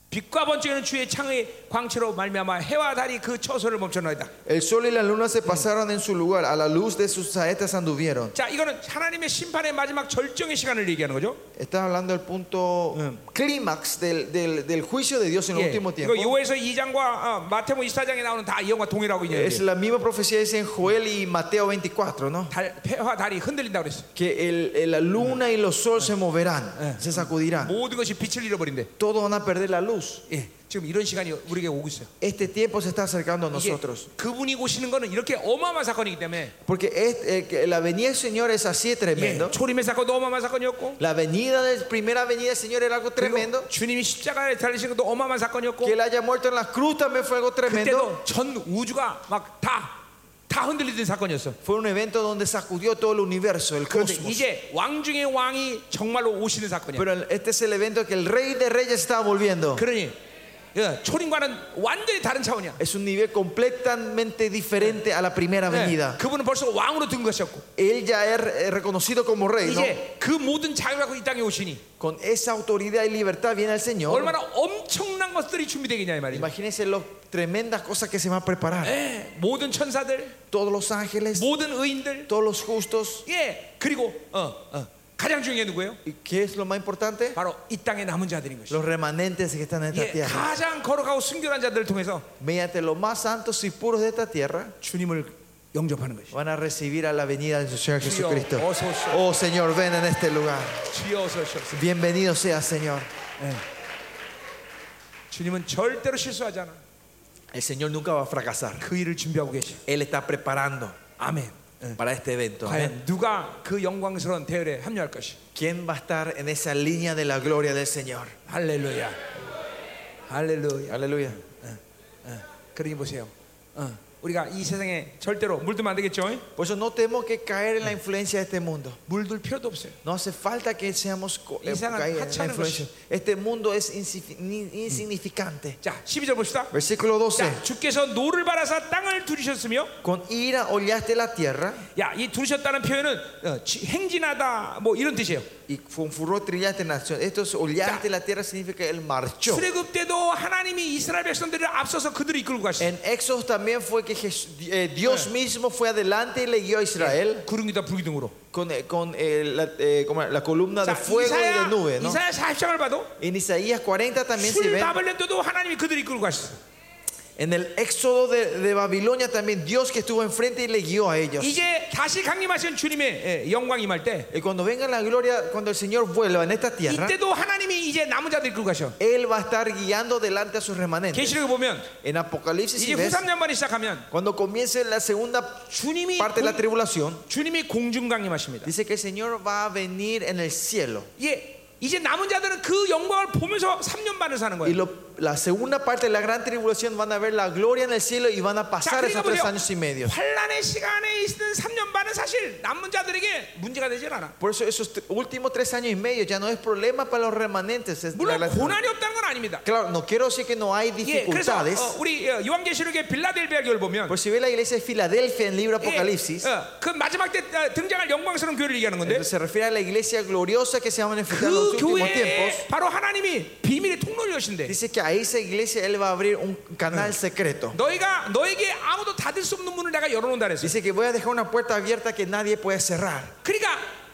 A: 빛과 번쩍이는 주의 창의 광채로 말미암아 해와 달이 그 처소를 멈춰놓이다.
B: El sol y la luna se pasaron en su lugar, a la luz de sus saetas anduvieron.
A: 자, 이거는 하나님의 심판의 마지막 절정의 시간을 얘기하는 거죠.
B: Está hablando del punto clímax del, del- del juicio de Dios en el
A: 예.
B: último
A: 이거
B: tiempo.
A: 요에서 2장과 어, 마태복 24장에 나오는 그 다 이형과 동일하고 있냐.
B: Es la misma profecía dice en Joel y Mateo 24, ¿no?
A: 달, 해와 달이 흔들린다 그랬어.
B: Que el- el- la luna y los sol se moverán, se sacudirán.
A: 모든 것이 빛을 잃어버린대.
B: Todos van a perder la luz.
A: 예. 지금 이런 시간이 우리에게 오고 있어요.
B: Este tiempo se está acercando a
A: 이게
B: nosotros.
A: 그분이 오시는 거는 이렇게 어마어마한 사건이기 때문에
B: Porque este- eh, que la venida del Señor es así de
A: 예,
B: tremendo.
A: 초림의 사건도 어마어마한 사건이었고
B: La venida del primera venida del Señor era algo tremendo.
A: 그리고 주님이 십자가에 달리신 것도 어마어마한 사건이었고
B: Que él haya muerto en la cruz también fue algo tremendo.
A: 그때도 전 우주가 막 다 다 흔들리던 사건이었어.
B: Fue un evento donde sacudió todo el universo, el
A: 그런데
B: cosmos.
A: 이제 왕 중의 왕이 정말로 오시는 사건이야.
B: Pero el- este es el evento que el Rey de Reyes está volviendo.
A: 그러니 예, 초림과는 완전히 다른 차원이야.
B: Es un nivel completamente diferente a la primera
A: 예,
B: venida.
A: 그분은 벌써 왕으로 든 것이었고
B: Él ya es eh, reconocido como rey, ¿no?
A: 이제 그 모든 자유를 갖고 이 땅에 오시니
B: Con esa autoridad y libertad viene el Señor.
A: 얼마나 엄청난 것들이 준비되겠냐 이 말이죠.
B: Imagínense las tremendas cosas que se van a preparar.
A: 예, 모든 천사들,
B: Todos los ángeles,
A: 모든 의인들,
B: todos los justos.
A: 예 그리고 어, 어, 가장 중요한 게 누구예요?
B: ¿Y qué es lo más importante?
A: 바로 이 땅의 남은 자들인 것이죠.
B: Los remanentes que están en esta
A: 예,
B: tierra.
A: 가장 거룩하고 순결한 자들을 통해서
B: Mediante los más santos y puros de esta tierra
A: 주님을 영접하는 것이죠.
B: van a recibir a la venida del Señor Jesucristo.
A: oh, so- so-
B: Oh Señor, ven en este lugar.
A: 주여 어서 오시옵소서.
B: Bienvenido sea Señor.
A: 주님은 절대로 실수하지 않아.
B: El Señor nunca va a fracasar.
A: 그 일을 준비하고 계셔.
B: Él está preparando
A: 아멘.
B: para este evento. Amén.
A: 과연 누가 그 영광스러운 대열에 합류할 것이?
B: ¿Quién va a estar en esa línea de la gloria del Señor?
A: 할렐루야. 할렐루야.
B: Aleluya.
A: 그러니 보세요. 어, 우리가 이 세상에 절대로 물들면 안 되겠죠.
B: Por eso no tenemos que caer en la influencia de este mundo.
A: 물들 필요도 없어요.
B: No hace falta que seamos co- eh,
A: 이상한
B: caídos en la
A: 하찮은
B: influencia. Este mundo es insi- ni- insignificante.
A: 자, 12절 봅시다.
B: Versículo 12.
A: 자, 주께서 노를 바라사 땅을 두리셨으며
B: Con ira hollaste la tierra
A: 야, 이 두리셨다는 표현은 어, 지- 행진하다 뭐 이런 뜻이에요.
B: y con furor trillaste nación. Esto es hollaste la tierra significa el marchó.
A: 출애굽 때도 하나님이 이스라엘 백성들을 앞서서 그들을 이끌고 가시죠.
B: En Éxodo también fue que Jes- eh, Dios mismo fue adelante y le guió a Israel
A: 구름기다 불기둥으로.
B: con, eh, con, eh, la, eh, como la columna
A: 자,
B: de fuego y de
A: 이사야,
B: nube. ¿no?
A: 이사야 40장을 봐도
B: En Isaías 40 también se
A: 술
B: ve.
A: 바벨론 때도 하나님이 그들을 이끌고 가셨어.
B: En el Éxodo de, de Babilonia también Dios que estuvo enfrente y le guió a ellos.
A: 이제 다시 강림하신 주님의 예, 영광 임할 때
B: Y cuando venga la gloria, cuando el Señor vuelva en esta tierra,
A: 이때도 하나님이 이제 남은 자들 이끌고 가셔.
B: Él va a estar guiando delante a sus remanentes.
A: 계시록에 보면
B: En Apocalipsis,
A: 이제
B: si
A: 후
B: ves,
A: 3년만에 시작하면
B: cuando comience la segunda
A: 주님이
B: parte de la
A: 공,
B: tribulación,
A: 주님이 공중 강림하십니다.
B: dice que el Señor va a venir en el cielo.
A: 예, 이제 남은 자들은 그 영광을 보면서 3년 반을 사는
B: Y
A: 거예요.
B: lo- la segunda parte de la gran tribulación van a ver la gloria en el cielo y van a
A: 자,
B: pasar
A: 그러니까
B: esos tres
A: 보세요.
B: años y medio.
A: 환란의 시간에 있는 3년 반은 사실 남은 자들에게 문제가 되질 않아.
B: Por eso esos tre- últimos tres años y medio ya no es problema para los remanentes. es
A: 물론
B: la-
A: 고난이 없다는 건 아닙니다.
B: Claro, no quiero decir que no hay
A: 예, 그래서
B: dificultades.
A: 어, 우리 어, 요한계시록의 빌라델비아 교를 보면
B: Por si ve la iglesia de Filadelfia en el libro
A: Eh,
B: Apocalipsis,
A: 예, 어, 그 마지막 때 어, 등장할 영광스러운 교회를 얘기하는 건데
B: se refiere a la iglesia gloriosa que se va a manifestar en los
A: 그
B: últimos tiempos.
A: 교회에 바로 하나님이 비밀의 통로를 여신데
B: Dice que a esa iglesia él va a abrir un canal secreto.
A: 너희가 너에게 아무도 닫을 수 없는 문을 내가 열어놓는다 그랬어.
B: Dice que voy a dejar una puerta abierta que nadie puede cerrar.
A: 그러니까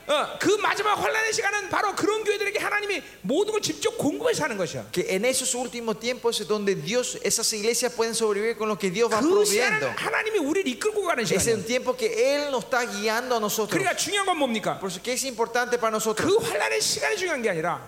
A: 어, 그 마지막 환란의 시간은 바로 그런 교회들에게 하나님이 모든 걸 직접 공급해 사는 것이야.
B: Que en esos últimos tiempos es donde Dios, esas iglesias pueden sobrevivir con lo que Dios va
A: 그 시간은
B: proveyendo.
A: 하나님이 우리를 이끌고 가는
B: Es
A: 시간이야.
B: un tiempo que Él nos está guiando a nosotros.
A: 그러니까 중요한 건 뭡니까?
B: Por eso que es importante para nosotros.
A: 그 환란의 시간이 중요한 게 아니라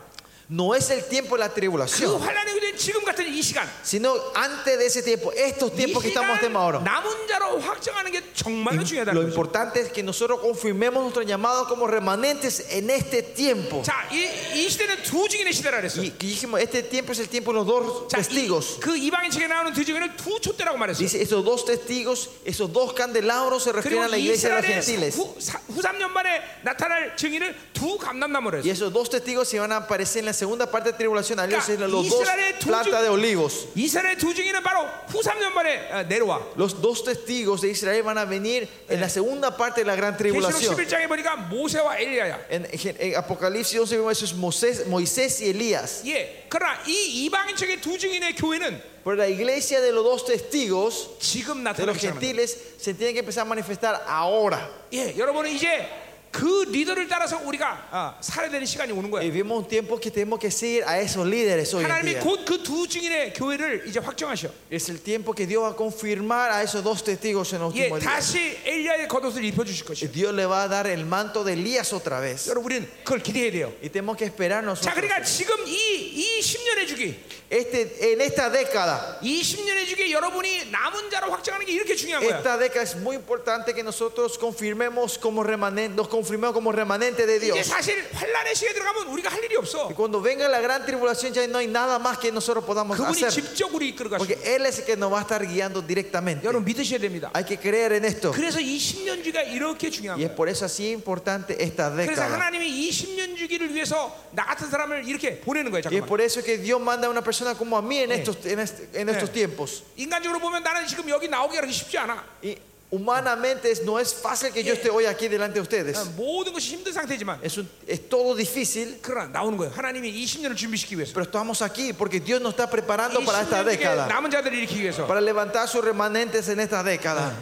B: No es el tiempo de la
A: 그
B: tribulación,
A: 환란의 그전 지금 같은 이 시간
B: sino antes de ese tiempo, estos
A: 이
B: tiempos que estamos
A: 시간
B: teniendo ahora.
A: 남은 자로 확정하는 게 정말로
B: Lo
A: 중요하다는 거죠.
B: importante es que nosotros confirmemos nuestro llamado como remanentes en este tiempo.
A: 자, 이, 이 시대는 두 증인의 시대라 그랬어.
B: Y, y dijimos, este tiempo es el tiempo de los dos
A: 자, 이,
B: testigos.
A: 그 이방인 책에 나오는 두 증인을 두 촛대라고 말했어.
B: Dice, estos dos testigos, esos dos candelabros se refieren
A: 그리고
B: a la iglesia de los
A: 이스라엘의
B: gentiles.
A: 후, 사, 후 3년 만에 나타날 증인을 두 감람나무로
B: Y
A: 했어.
B: esos dos testigos se van a aparecer en la segunda parte de la tribulación. A
A: Claro,
B: ellos es los dos
A: Israel, tú-
B: plantas de olivos.
A: 이스라엘의 두 증인은 바로 후 3년 만에 어, 내려와.
B: Los dos testigos de Israel van a venir en la segunda parte de la gran
A: 계시록
B: tribulación.
A: 11장에 보니까 모세와 엘리야야.
B: En, en- en Apocalipsis 11 vemos esos Moisés, Moisés y Elías.
A: 예. 그러나 이 이방인 측의 두 증인의 교회는
B: Pero la iglesia de los dos testigos
A: 지금
B: de
A: 나타나기
B: los
A: 시작합니다.
B: gentiles se tiene que empezar a manifestar ahora.
A: 예, 여러분은 이제 그 리더를 따라서 우리가 아, 살아되는 시간이 오는
B: Y
A: 거예요.
B: vivimos un tiempo que tenemos que seguir a esos líderes hoy en
A: 하나님이
B: día.
A: 곧 그 두 증인의 교회를 이제 확정하셔.
B: Es el tiempo que Dios va a confirmar a esos dos testigos en los
A: 예,
B: últimos días.
A: 다시 엘리야의 겉옷을 입혀주실 것이요.
B: Dios le va a dar el manto de Elías otra vez.
A: 여러분, 우리는 그걸 기대해야 돼요.
B: Y tenemos que esperar
A: 자,
B: nosotros.
A: 그러니까 지금 이, 이 10년의 주기,
B: Este, en esta década,
A: 이 10년의 주기 여러분이 남은 자로 확정하는 게 이렇게 중요한 거야.
B: esta década es muy importante que nosotros confirmemos como remanente, nos confirmemos como remanente de
A: 이제
B: Dios.
A: 사실 환란의 시기에 들어가면 우리가 할 일이 없어.
B: Y cuando venga la gran tribulación ya no hay nada más que nosotros podamos
A: 그분이
B: hacer.
A: 직접 우리 이끌어 가시고
B: Porque Él es el que nos va a estar guiando directamente.
A: 여러분 믿으셔야 됩니다.
B: Hay que creer en esto.
A: 그래서 이 10년 주기가 이렇게 중요한
B: Y es
A: 거예요. 그러니까.
B: por eso así importante esta
A: 그래서
B: década.
A: 하나님이 이 10년 주기를 위해서 나 같은 사람을 이렇게 보내는 거예요.
B: Y es
A: 잠깐만.
B: por eso que Dios manda a una persona como a mí en estos, en est- en estos
A: Sí.
B: tiempos.
A: 인간적으로 보면 나는 지금 여기 나오기 그렇게 쉽지 않아.
B: Y humanamente es- no es fácil que yo
A: Sí.
B: esté hoy aquí delante de ustedes.
A: 모든 것이 힘든 상태지만
B: Es, un- es todo difícil,
A: 그러나 나오는 거예요. 하나님이 이 10년을 준비시키기 위해서.
B: pero estamos aquí porque Dios nos está
A: 이
B: preparando para esta
A: 10년 중에
B: década.
A: 남은 자들을 일으키기 위해서.
B: Para levantar sus remanentes en esta
A: Ah.
B: década.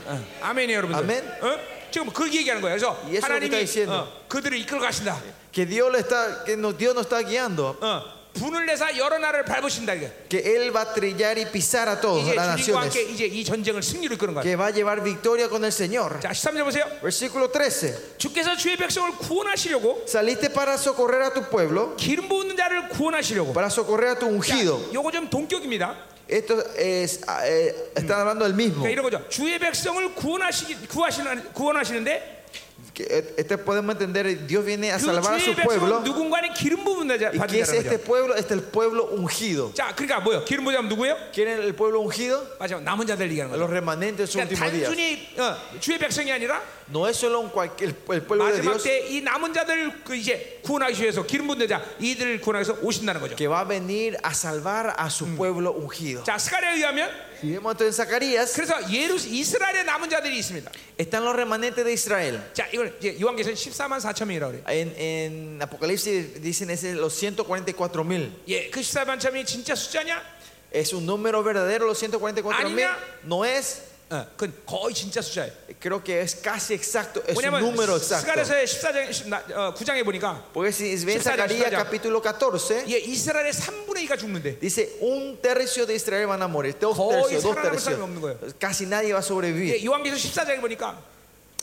A: 아멘이에요, 여러분들.
B: 아멘.
A: 어? 지금 그 얘기하는 거예요.
B: Y
A: 그래서
B: eso es lo que está
A: 하나님이
B: diciendo.
A: 어, 그들을 이끌어 가신다.
B: Que Dios, le está, que nos, Dios nos está guiando.
A: 어, 분을 내사 여러 나라를 밟으신다 이게.
B: Que Él va a trillar y pisar a todos,
A: 이제
B: a las
A: 주님과 함께
B: naciones.
A: 이제 이 전쟁을 승리로 이끄는 어, 거예요.
B: Que va a llevar victoria con el Señor.
A: 자, 13절 보세요.
B: Versículo 13.
A: 주께서 주의 백성을 구원하시려고
B: Saliste para socorrer a tu pueblo,
A: 기름 부은 자를 구원하시려고.
B: para socorrer a tu ungido.
A: 요거 좀 동격입니다. 그러니까
B: Esto es, ah,
A: 뭐.
B: eh, están hablando del mismo.
A: 그러니까 이런 거죠. 주의 백성을 구원하시기 구하시는 구원하시는데
B: que, eh, este podemos entender, Dios viene a
A: 그
B: salvar a su
A: 주의 백성은
B: pueblo.
A: 누군가는 기름 부은 자
B: ¿Y qué es
A: 받는다는
B: este
A: 거죠.
B: pueblo? Este es el pueblo ungido.
A: 자, 그러니까 뭐요? 기름 부은 자면 누구예요?
B: ¿Quién es el pueblo ungido?
A: 맞아요. 남은 자들 얘기하는
B: Los
A: 거죠.
B: remanentes de sus
A: 그러니까
B: últimos días.
A: 단순히 어, 주의 백성이 아니라
B: No es solo un cualquier, el pueblo
A: 마지막
B: de Dios
A: 때 이 남은 자들 그 이제 구원하기 위해서 기름 부은 자 이들을 구원하기 위해서 오신다는 거죠.
B: que va a venir a salvar a su pueblo ungido.
A: 자, 스가랴에 의하면
B: Si vemos entonces en Zacarías,
A: 그래서 예루 이스라엘의 남은 자들이 있습니다.
B: están los remanentes de Israel.
A: 자, 이걸 이제 요한계시록 14만 4천 명이라고 그래요.
B: En, en Apocalipsis dicen es los 144 mil.
A: 예, 그 14만 4천 명이 진짜 숫자냐?
B: ¿Es un número verdadero los 144 mil?
A: Aña.
B: No es,
A: 어, 그건 거의 진짜 숫자예요.
B: creo que es casi exacto, es un
A: 왜냐면
B: número exacto.
A: 스가랴서의 14장 어, 9장에 보니까
B: Porque si ven
A: Sexta,
B: Zacarías
A: sexta.
B: capítulo 14,
A: 예, 이스라엘의 3분의 2가 죽는데
B: dice un tercio de Israel van a morir, dos
A: Hoy
B: tercios, dos
A: 살아남을 사람이 없는
B: tercios. Casi nadie va a sobrevivir.
A: 예, 요한계시록 14장에 보니까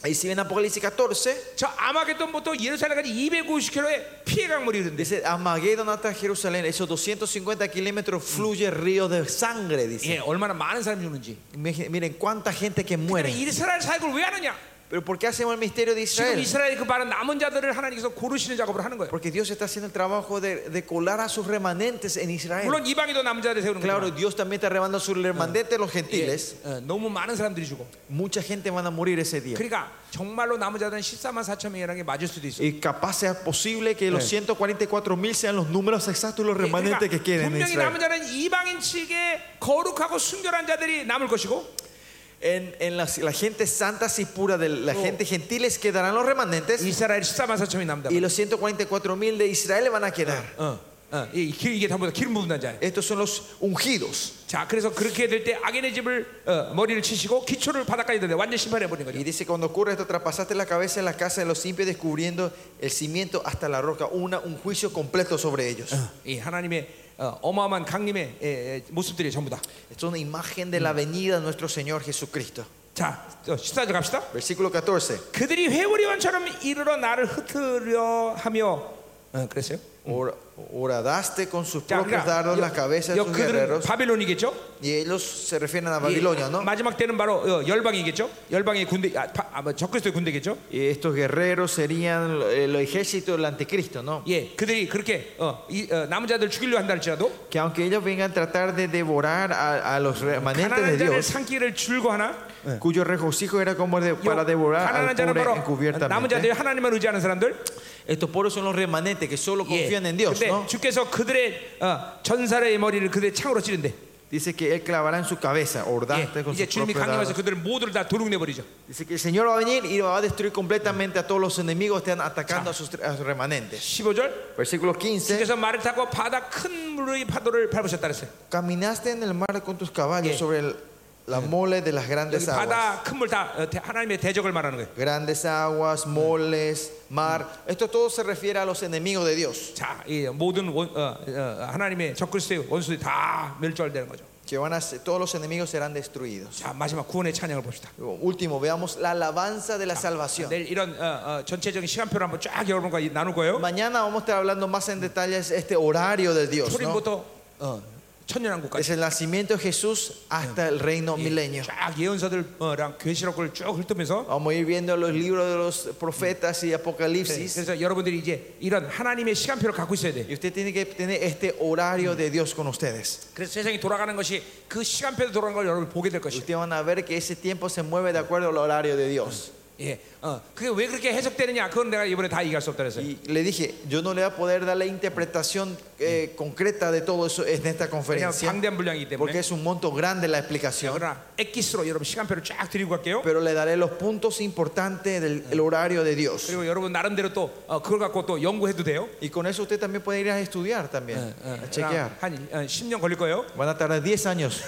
B: Y si ven Apocalipsis 14,
A: 저 아마겟돈부터 예루살렘까지 250km의 피해 강물이 흐른대.
B: dice Amagedón hasta Jerusalén, esos 250 kilómetros fluye río de sangre, dice.
A: 예, 얼마나 많은 사람이 죽는지.
B: Imagi- Miren cuánta gente que
A: 근데
B: muere.
A: 이스라엘 사역을 왜 하느냐?
B: Pero ¿por qué hacemos el misterio
A: 지금
B: de Israel?
A: 이스라엘 그 많은 남은 자들을 하나님께서 고르시는 작업을 하는 거예요.
B: Porque Dios está haciendo el trabajo de, de colar a sus remanentes en Israel.
A: 물론 이방인도 남은 자들 세우는
B: Claro,
A: 거예요.
B: Dios también está remando a sus remanentes los gentiles.
A: 너무 많은 사람들이 죽어.
B: Mucha gente van a morir ese día.
A: 그러니까 정말로 남은 자들은 14만 4천 명이라는 게 맞을 수도 있어. 요
B: Y capaz sea posible que los 144 mil sean los números exactos los remanentes que queden
A: 예, 그러니까
B: en
A: 분명히 남은
B: Israel.
A: 자는 이방인 측에 거룩하고 순결한 자들이 남을 것이고
B: En, en las- la gente santa y pura de la gente gentiles quedarán los remanentes.
A: 이스라엘 14만 4천이 남다.
B: Y los 144 mil de Israel van a quedar.
A: 어, 어, 이- 이- 이게 전부 다 기름 부은 자예요.
B: Estos son los ungidos.
A: 자, 그래서 그렇게 될 때 악인의 집을 어, 머리를 치시고 기초를 바닥까지 들어 완전 심판해 버린 거죠.
B: Y dice, cuando ocurre esto, traspasaste la cabeza en la casa de los impios, descubriendo el cimiento hasta la roca, una, un juicio completo sobre ellos.
A: 이 하나님의 어, 마어마한 강림의 예, 예, 모습들이 전부 다.
B: Esto es una imagen de la venida de nuestro Señor Jesucristo.
A: 자, 14절 갑시다.
B: Versículo 14.
A: 그들이 회오리원처럼 이르러 나를 흩으려 하며 어, 그랬어요?
B: Hor- Horadaste con sus
A: 자,
B: propios
A: 그러니까
B: dardos las cabezas de
A: 여-
B: sus
A: 그들은
B: guerreros.
A: 바빌론이겠죠?
B: Y ellos se refieren a
A: 예,
B: Babilonia, ¿no?
A: 마지막 때는 바로 어, 열방이겠죠? 열방의 군대, 아, 바- 아, 뭐, 적그리스도의 군대겠죠?
B: Y estos guerreros serían el ejército del anticristo, ¿no?
A: 예, 그들이 그렇게 어, 이, 어, 남은 자들 죽이려 한다 할지라도
B: Que aunque ellos vengan a tratar de devorar a, a los remanentes de
A: 가난한 자를
B: Dios, eh,
A: 산길을 줄고 하나
B: cuyo regocijo era como de- para devorar
A: 가난한
B: al
A: 자는
B: pobre
A: 바로 남은 자들이
B: encubiertamente. 어,
A: 하나님만 의지하는 사람들
B: Estos pobres son los remanentes que solo
A: 예.
B: confían en Dios,
A: 근데
B: ¿no?
A: 주께서 그들의 어, 전사의 머리를 그들의 창으로 찌른대
B: Dice que él clavará en su cabeza, hordaste
A: 예.
B: con
A: 이제
B: sus
A: 주님이
B: propios
A: 강림해서
B: dardos.
A: 그들을 모두를 다 도륙내버리죠
B: Dice que el Señor va a venir y va a destruir completamente a todos los enemigos que están atacando a sus, a sus remanentes.
A: 15절
B: Versículo 15.
A: 주께서 말을 타고 바다 큰 물의 파도를 밟으셨다 그랬어요
B: Caminaste en el mar con tus caballos
A: Sí.
B: sobre el- la mole de las
A: 여기
B: grandes aguas.
A: 바다 큰 물 다 하나님의 대적을 말하는 거예요
B: Grandes aguas, moles, mar. Esto todo se refiere a los enemigos de Dios,
A: 자, 이 모든 원, 어, 어, 하나님의 적그리스도의 원수들이 다 멸절되는 거죠
B: que van a ser- todos los enemigos serán destruidos.
A: 자, 마지막 구원의 찬양을 봅시다
B: Último, veamos la alabanza de la salvación.
A: 내일 이런 어, 어, 전체적인 시간표를 한번 쫙 여러분과 이- na눌 거예요
B: Mañana vamos a estar hablando más en detalles este horario de Dios, ¿no?
A: 초림부터
B: 그렇죠?
A: 어, 천년왕국까지
B: Desde el nacimiento de Jesús hasta el reino milenio.
A: 쫙 예언서들랑 계시록을 쭉 훑으면서
B: Vamos a ir viendo los libros de los profetas y Apocalipsis.
A: 어, 예, 그래서 여러분들이 이제 이런 하나님의 시간표를 갖고 있어야 돼.
B: Y usted tiene que tener este horario de Dios con ustedes.
A: 그래서 세상이 돌아가는 것이 그 시간표로 돌아가는 걸 여러분 보게 될 것이에요.
B: Ustedes van a ver que ese tiempo se mueve de acuerdo al horario de Dios.
A: 예, 어, 그게 왜 그렇게 해석되느냐? 그건 내가 이번에 다 얘기할 수 없다 그랬어요.
B: Y le dije, yo no le voy a poder dar la interpretación eh, concreta de todo eso en esta
A: 그냥
B: conferencia,
A: 방대한 분량이기 때문에.
B: porque es un monto grande la explicación,
A: 그러나 엑기스로 여러분 시간표를 쫙 드리고 갈게요.
B: pero le daré los puntos importantes del el horario de Dios.
A: 그리고 여러분 나름대로 또 어, 그걸 갖고 또 연구해도 돼요.
B: Y con eso usted también puede ir a estudiar también,
A: 어,
B: a chequear.
A: 한 어, 10년 걸릴 거예요.
B: Van a tardar 10 años.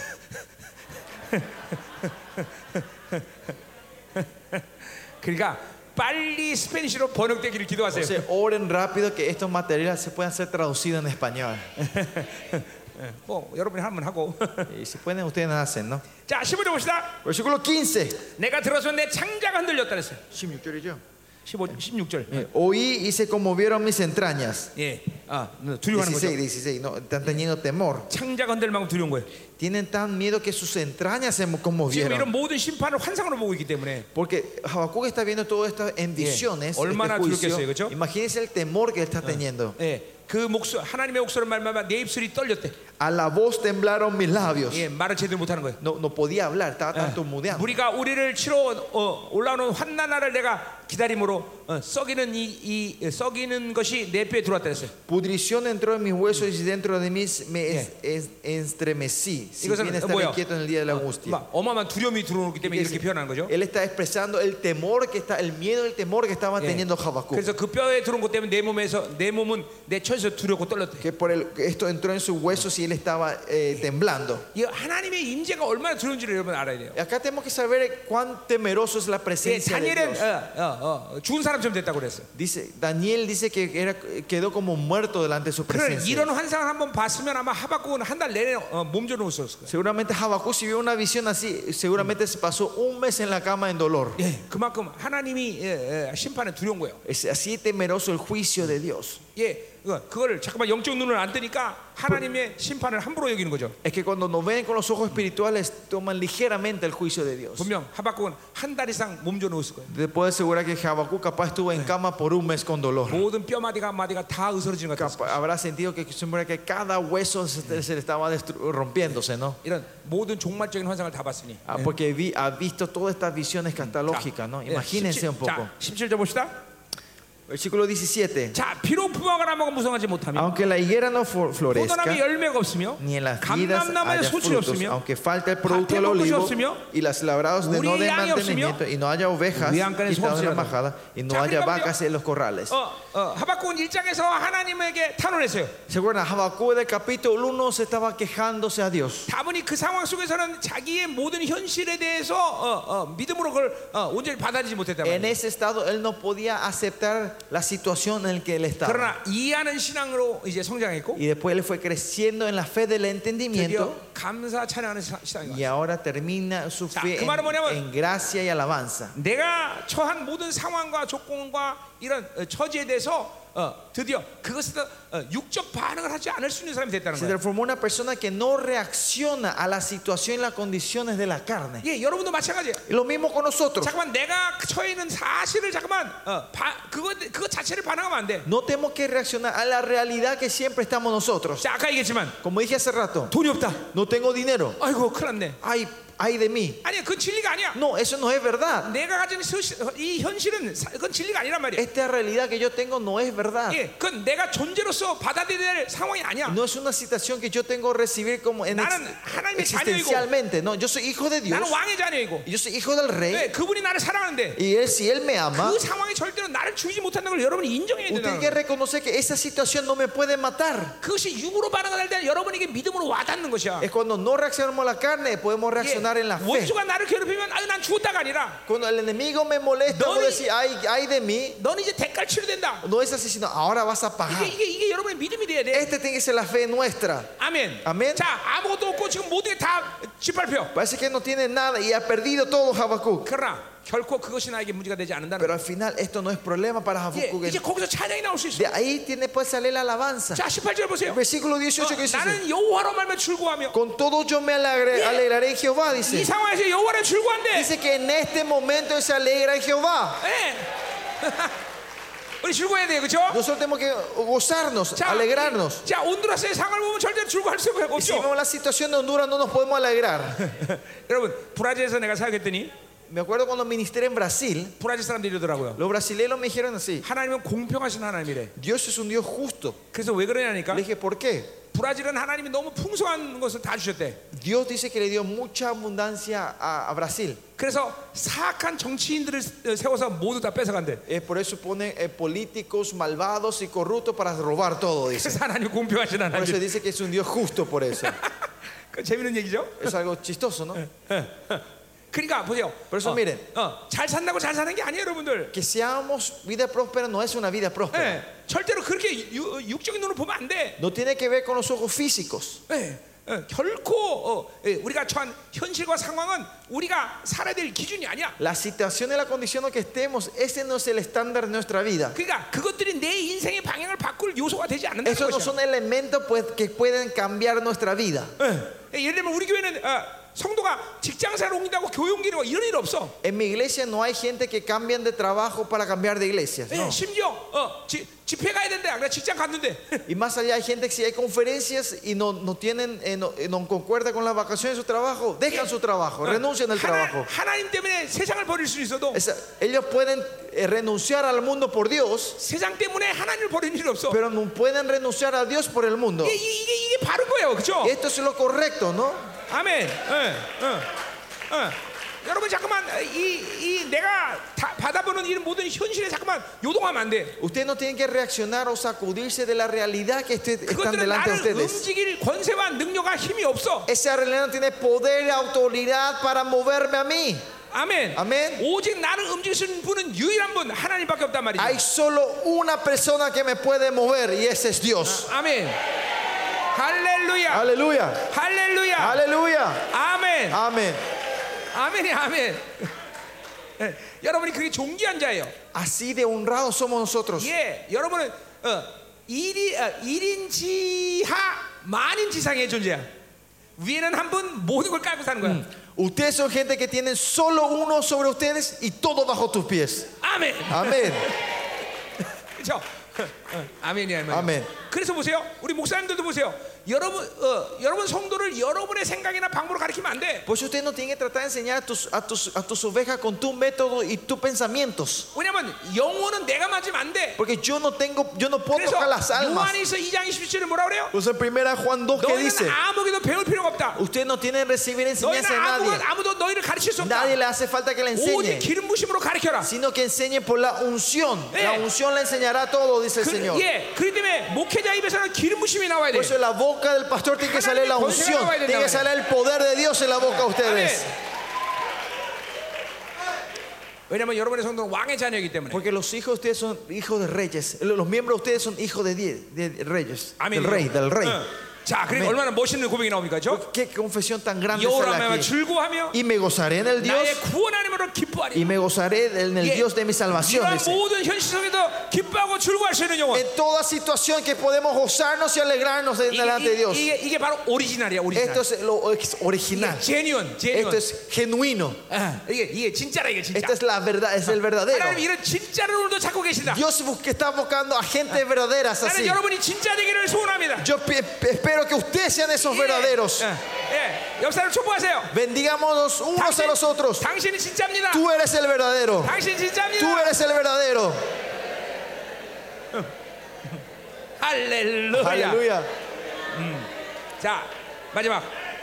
A: 그러니까 빨리 스페니쉬로 번역되기를 기도하세요.
B: Entonces, oren rápido que estos materiales se puedan ser traducidos en español.
A: 뭐 여러분이 하면 하고.
B: Y si pueden, ustedes hacen, ¿no?
A: 자, 15절 봅시다.
B: Versículo 15.
A: 내가 들어서 내 창자가 흔들렸다 그랬어요.
B: Sí, mi querido.
A: 15, 16절.
B: Eh, Oí y se conmovieron mis entrañas.
A: 예, 아 두려워하는 거죠.
B: 16, 16, no, están teniendo temor.
A: 창자 건들 만큼 두려운 거예요.
B: Tienen tan miedo que sus entrañas se
A: 지금 이런
B: conmovieron.
A: 모든 심판을 환상으로 보고 있기 때문에
B: Porque Habacuc está viendo todo esto en visiones. este
A: 얼마나
B: juicio.
A: 두렵겠어요, 그죠?
B: Imagínense el temor que él está teniendo.
A: 예, 그 목소 하나님의 목소리를 말하면 내 입술이 떨렸대.
B: A la voz temblaron mis labios.
A: 예, 말을 제대로 못하는 거예요. 예.
B: No, no podía hablar, estaba
A: 아,
B: tan turmudeando.
A: 우리가 우리를 치러 어, 올라오는 환난 날을 내가 기다림으로 어, 썩이는 이, 이 썩이는 것이 내 뼈에 들어왔다 했어요.
B: Pudrición entró en mis huesos y dentro de mí me es- es- estremecí. Si
A: Digo,
B: bien
A: ¿sabes?
B: estar
A: Voy a-
B: inquieto en el día de la angustia.
A: 막 어마어마한 두려움이 들어오기 때문에
B: Quiere
A: 이렇게
B: decir,
A: 표현하는 거죠.
B: Él está expresando el temor que está, el miedo, el temor que estaba teniendo Habacuc.
A: 그래서 그 뼈에 들어온 것 때문에 내 몸에서 내 몸은 내 처에서 두렵고 떨렸대.
B: Que por el- que esto entró en sus huesos y él estaba eh, temblando.
A: 이 하나님의 임재가 얼마나 두려운지를 여러분 알아야 돼요.
B: Acá tenemos que saber cuán temeroso es la
A: 예,
B: presencia de
A: 다니엘은
B: Dios.
A: 어, 어, 어, 죽은 사람처럼 됐다고 그랬어요.
B: Dice, Daniel dice que era, quedó como muerto delante de su
A: 그런
B: presencia.
A: 이런 환상을 한번 봤으면 아마 하박국은 한 달 내내 어, 몸조는 없었을 거예요.
B: Seguramente Habacuc si vio una visión así, seguramente se pasó un mes en la cama en dolor.
A: 예, 그만큼 하나님이 예, 예, 심판에 두려운 거예요.
B: Es así temeroso el juicio de Dios.
A: 예, 그거- 그거를 잠깐만 영적 눈을 안 뜨니까 하나님의 심판을 함부로 여기는 거죠.
B: Es que cuando nos ven con los ojos espirituales, toman ligeramente el juicio de Dios.
A: 분명 하박국은 한 달 이상 몸져 놓았을 거예요.
B: Te puedo asegurar que Habacuc capaz estuvo en cama por un mes con dolor.
A: 모든 뼈마디가 한 마디가 다 으스러지는 것 같아요.
B: Capaz- habrá sentido que, siempre que cada hueso se, se le estaba destru- rompiéndose, ¿no?
A: 이런 모든 종말적인 환상을 다 봤으니.
B: Ah, porque vi- ha visto todas estas visiones
A: 자,
B: catalógicas, ¿no?
A: 예,
B: Imagínense
A: 17
B: un poco.
A: 자, 17절 봅시다.
B: Versículo 17.
A: 자, 비록 부화가 나무가 무성하지 못하며
B: Aunque la higuera no flor- florezca,
A: 포도나무에 열매가 없으며
B: ni en las vidas
A: 감람나무에
B: haya
A: 소출이
B: frutos,
A: 없으며
B: aunque falte el producto del
A: 밭에 먹을 것이
B: olivo
A: 없으며,
B: y las labrados de no
A: 우리
B: de
A: 양이
B: mantenimiento y no haya ovejas
A: 우리 양간에
B: quitadas de
A: 소수자들.
B: la majada y no
A: 자,
B: haya
A: 그러니까
B: vacas en los corrales.
A: 어, 어, 하박국은 1장에서 하나님에게 탄원했어요.
B: ¿Se acuerdan? Habacuc del capítulo 1 se estaba quejándose a Dios.
A: 다분히 그 상황 속에서는 자기의 모든 현실에 대해서 어, 어, 믿음으로 그걸 어, 온전히 받아들이지 못했다
B: En
A: 말이에요.
B: ese estado él no podía aceptar la situación en la que él estaba.
A: 그러나 이해하는 신앙으로 이제 성장했고
B: Y después él fue creciendo en la fe del entendimiento
A: 드디어 감사 찬양하는 사- 신앙이
B: y
A: 왔어요.
B: ahora termina su
A: 자,
B: fe
A: 그 말은
B: en-
A: 뭐냐면-
B: en gracia y alabanza.
A: 내가 처한 모든 상황과 조건과 이런 어, 처지에 대해서 어, 드디어 그것에 대한 어, 육적 반응을 하지 않을 수 있는 사람이 됐다는
B: Se
A: 거예요.
B: transformó en una persona que no reacciona a la situación y las condiciones de la carne.
A: 예, 여러분도 마찬가지예요.
B: Y lo mismo con nosotros.
A: 잠깐만 내가 처해 있는 사실을 잠깐만 어, 바- 그거 그거 자체를 반응하면 안 돼.
B: No tenemos que reaccionar a la realidad que siempre estamos nosotros.
A: 자, 아까 얘기했지만
B: Como dije hace rato,
A: 돈이 없다.
B: no tengo dinero.
A: 아이고, 큰일 났네.
B: Ay, ay de mí.
A: 아니야, 그 진리가 아니야.
B: No, eso no es verdad.
A: 내가 가진 소시- 이 현실은 사- 그건 진리가 아니란 말이야.
B: Esta realidad que yo tengo no es verdad.
A: 예, 그건 내가 존재로서 받아들여야 될 상황이 아니야.
B: No es una situación que yo tengo que recibir como en ex-
A: 나는 하나님의
B: existencialmente. No, yo soy hijo de Dios.
A: 나는 왕의 자녀이고,
B: y Yo soy hijo del rey.
A: 네, 그분이 나를 사랑하는데
B: Y él, si él me ama,
A: 그 상황이 절대로 나를 죽이지 못한다는 걸 여러분이 인정해야
B: usted tiene
A: 된다는
B: que
A: 거예요.
B: reconocer que esa situación no me puede matar.
A: 그것이 육으로 반응할 때 여러분에게 믿음으로 와닿는 것이야.
B: Es cuando no reaccionamos a la carne, podemos
A: 예,
B: reaccionar en la fe.
A: 원수가 나를 괴롭히면 아유 난 죽었다가 아니라
B: Cuando el enemigo me molesta,
A: No
B: voy a
A: di-
B: decir, ay, ay de mí.
A: 넌 이제 대가를 치러야 된다.
B: No es así, sino ahora vas a
A: 이게
B: pagar.
A: 이게 이게 여러분의 믿음이 돼야 돼.
B: Este tiene que ser la fe nuestra.
A: 아멘.
B: 아멘.
A: 자 아무것도 없고 지금 모든 게 다 짓밟혀.
B: Parece que no tiene nada y ha perdido todo Habacuc.
A: 그러나 결코 그것이 나에게 문제가 되지 않는다는
B: Pero al final esto no es problema para
A: 예,
B: Habacuc.
A: 이제 거기서 찬양이 나올 수 있어.
B: De ahí tiene pues salir la alabanza.
A: 자, 18절 보세요.
B: Versículo 18
A: 어,
B: que dice,
A: 나는 여호와로 말면 출구하며
B: con todo yo me alegre- alegraré en Jehová,
A: 이
B: dice.
A: 상황에서 여호와를 출구한대.
B: Dice que en este momento él se alegra en Jehová.
A: 예. 우리 출구해야 돼요, 그렇죠?
B: Nosotros tenemos que gozarnos, alegrarnos.
A: 자, 온두라스의 상을 보면 절대 출구할 수가
B: Si
A: 없죠.
B: vemos la situación de Honduras no nos podemos alegrar.
A: 여러분, 브라질에서 내가 사역했더니
B: Me acuerdo cuando ministré en Brasil,
A: 브라질 사람들이 이러더라고요.
B: los brasileños me dijeron así,
A: 하나님은 공평하신 하나님이래.
B: Dios es un Dios justo.
A: 그래서 왜 그러냐니까
B: Le dije, ¿por qué?
A: 브라질은 하나님이 너무 풍성한 것을 다 주셨대.
B: Dios dice que le dio mucha abundancia a, a Brasil.
A: 그래서 사악한 정치인들을 세워서 모두 다 뺏어간대.
B: Eh, por eso pone eh, políticos malvados y corruptos para robar todo, dice.
A: 그래서 하나님 공평하신
B: Por eso
A: 하나님.
B: dice que es un Dios justo por eso.
A: 그 재밌는 얘기죠?
B: Es algo chistoso, ¿no?
A: 그러니까 보세요.
B: 그래서
A: 어,
B: miren.
A: 어, 잘 산다고 잘 사는 게 아니에요, 여러분들.
B: Que seamos vida próspera no es una vida
A: Eh.
B: próspera.
A: 예, 절대로 그렇게 유- 육적인 눈으로 보면 안 돼.
B: No tiene que ver con los ojos físicos.
A: 예, 어, 결코 어, 예, 우리가 처한 현실과 상황은 우리가 살아야 될 기준이 아니야.
B: La situación y la condición en que estemos, ese no es el estándar de nuestra vida.
A: 그러니까 그것들이 내 인생의 방향을 바꿀 요소가 되지 않는다는
B: Esos no
A: 것이야.
B: son elementos pues, que pueden cambiar nuestra vida.
A: 예, 예를 들면 우리 교회는 어, 성도가 직장사를 옮긴다고 교회 옮기는 이런 일 없어.
B: En mi iglesia no hay gente que cambian de trabajo para cambiar de iglesias.
A: 예,
B: no.
A: 심지어 어, 지- 집회 가야 된대. 그래 직장 갔는데
B: Y más allá hay gente que si hay conferencias y no, no tienen, eh, no, eh, no concuerda con las vacaciones de su trabajo, dejan su
A: 뭐
B: trabajo, renuncian al trabajo.
A: 하나, 님 때문에 세상을 버릴 수 있어도
B: Es- ellos pueden eh, renunciar al mundo por Dios,
A: 세상 때문에 하나님을 버리는 일 없어.
B: pero no pueden renunciar a Dios por el mundo.
A: 이게, 이게, 이게- 이게 바른 거예요, 그렇죠?
B: Y esto es lo correcto, ¿no?
A: 아멘. 예, 예, 예. 여러분 잠깐만 이, 이 내가 다 받아보는 이 모든 현실에 잠깐만 요동하면 안 돼.
B: Ustedes no tienen que reaccionar o sacudirse de la realidad que esté- están
A: 그것들은
B: delante
A: 나를
B: de ustedes.
A: 움직일 권세와 능력과 힘이 없어.
B: Esa realidad no tiene poder y autoridad para moverme a mí.
A: 아멘.
B: 아멘.
A: 오직 나를 움직일 수 있는 분은 유일한 분 하나님밖에 없단 말이죠.
B: Hay solo una persona que me puede mover y ese es Dios.
A: 아멘. 할렐루야.
B: Aleluya.
A: 할렐루야.
B: Aleluya.
A: 아, 네. 아멘.
B: Amén.
A: 아멘이 아멘. 예, 여러분이 그게 존귀한 자예요.
B: Así de honrados somos nosotros.
A: 예, 여러분은 어, 일이 어, 일인지하 만인지상의 존재야. 위에는 한 분 모든 걸 깔고 사는 거야.
B: Ustedes son gente que tienen solo uno sobre ustedes y todo bajo tus pies.
A: 아멘.
B: Amén.
A: 그렇죠. 아멘이 아멘.
B: 아멘.
A: 그래서 보세요. 우리 목사님들도 보세요. 여러분 어, 여러분 성도를 여러분의 생각이나 방법으로 가르치면 안 돼.
B: Por eso ustedes no tienen que tratar de enseñar a tus, a tus, a tus ovejas con tu método y tus pensamientos.
A: 왜냐면 영혼은 내가 맞으면 안 돼.
B: Porque yo no tengo, yo no puedo
A: 그래서
B: tocar las almas.
A: 요한에서 2장 27은 뭐라 그래요?
B: Pues en primera Juan 2 que dice,
A: 너희는 아무에게도 어, 배울 필요가 없다.
B: ustedes no tienen que recibir
A: 너희는 예.
B: enseñanza de nadie.
A: 아무도 아무도 너희를 가르칠 수 없다.
B: Nadie le hace falta que le
A: 오직
B: enseñe,
A: 기름 부심으로 가르쳐라.
B: sino que enseñe por la unción.
A: Eh.
B: La unción le enseñará todo, dice el
A: 그,
B: Señor.
A: 예, 그렇기 때문에 목회자 입에서는 기름 부심이 나와야 돼.
B: Por eso de la boca del pastor tiene que salir la
A: Haganle consejo
B: unción,
A: a Biden,
B: tiene
A: Biden.
B: que salir el poder de Dios en la boca de ustedes.
A: 왜냐면 여러분의 성도는 왕의 자녀이기 때문에.
B: Porque los hijos de ustedes son hijos de reyes. Los miembros de ustedes son hijos de, die- de reyes.
A: 아멘.
B: Del rey, del rey.
A: 응. 자, 그리고 얼마나 멋있는 고백이 나옵니까, 죠?
B: Qué confesión tan grande sale
A: 여호라며
B: aquí.
A: 즐거하며
B: Y me gozaré en el Dios
A: 나의 구원 안으로 기뻐하리.
B: y me gozaré en el
A: Yeah.
B: Dios de mi salvación.
A: 이러한
B: dice.
A: 모든 현실 속에도 기뻐하고 즐거워할 수 있는 영혼.
B: En toda situación que podemos gozarnos y alegrarnos
A: 이,
B: delante de Dios.
A: 게 이게 바로 오리지널이야, 오리지널.
B: Esto es lo ex- original.
A: 이게 제니언, 제니언.
B: Esto es genuino.
A: 아, 이게 이게 진짜라 이게 진짜.
B: Esta es la verdad, es el verdadero.
A: 하나님 이런 진짜를 오늘도 찾고 계신다.
B: Dios busca- está buscando a gente verdaderas
A: 나는
B: así.
A: 여러분이 진짜 되기를 소원합니다.
B: Yo pe- pe- espero que ustedes sean esos verdaderos.
A: 예, 예, 예. 옆 사람 축복하세요.
B: Bendigámonos unos a los otros.
A: 당신이 진짜입니다.
B: Tú eres el verdadero.
A: 당신 진짜입니다.
B: Tú eres el verdadero.
A: 할렐루야.
B: Aleluya.
A: 자, 마지막.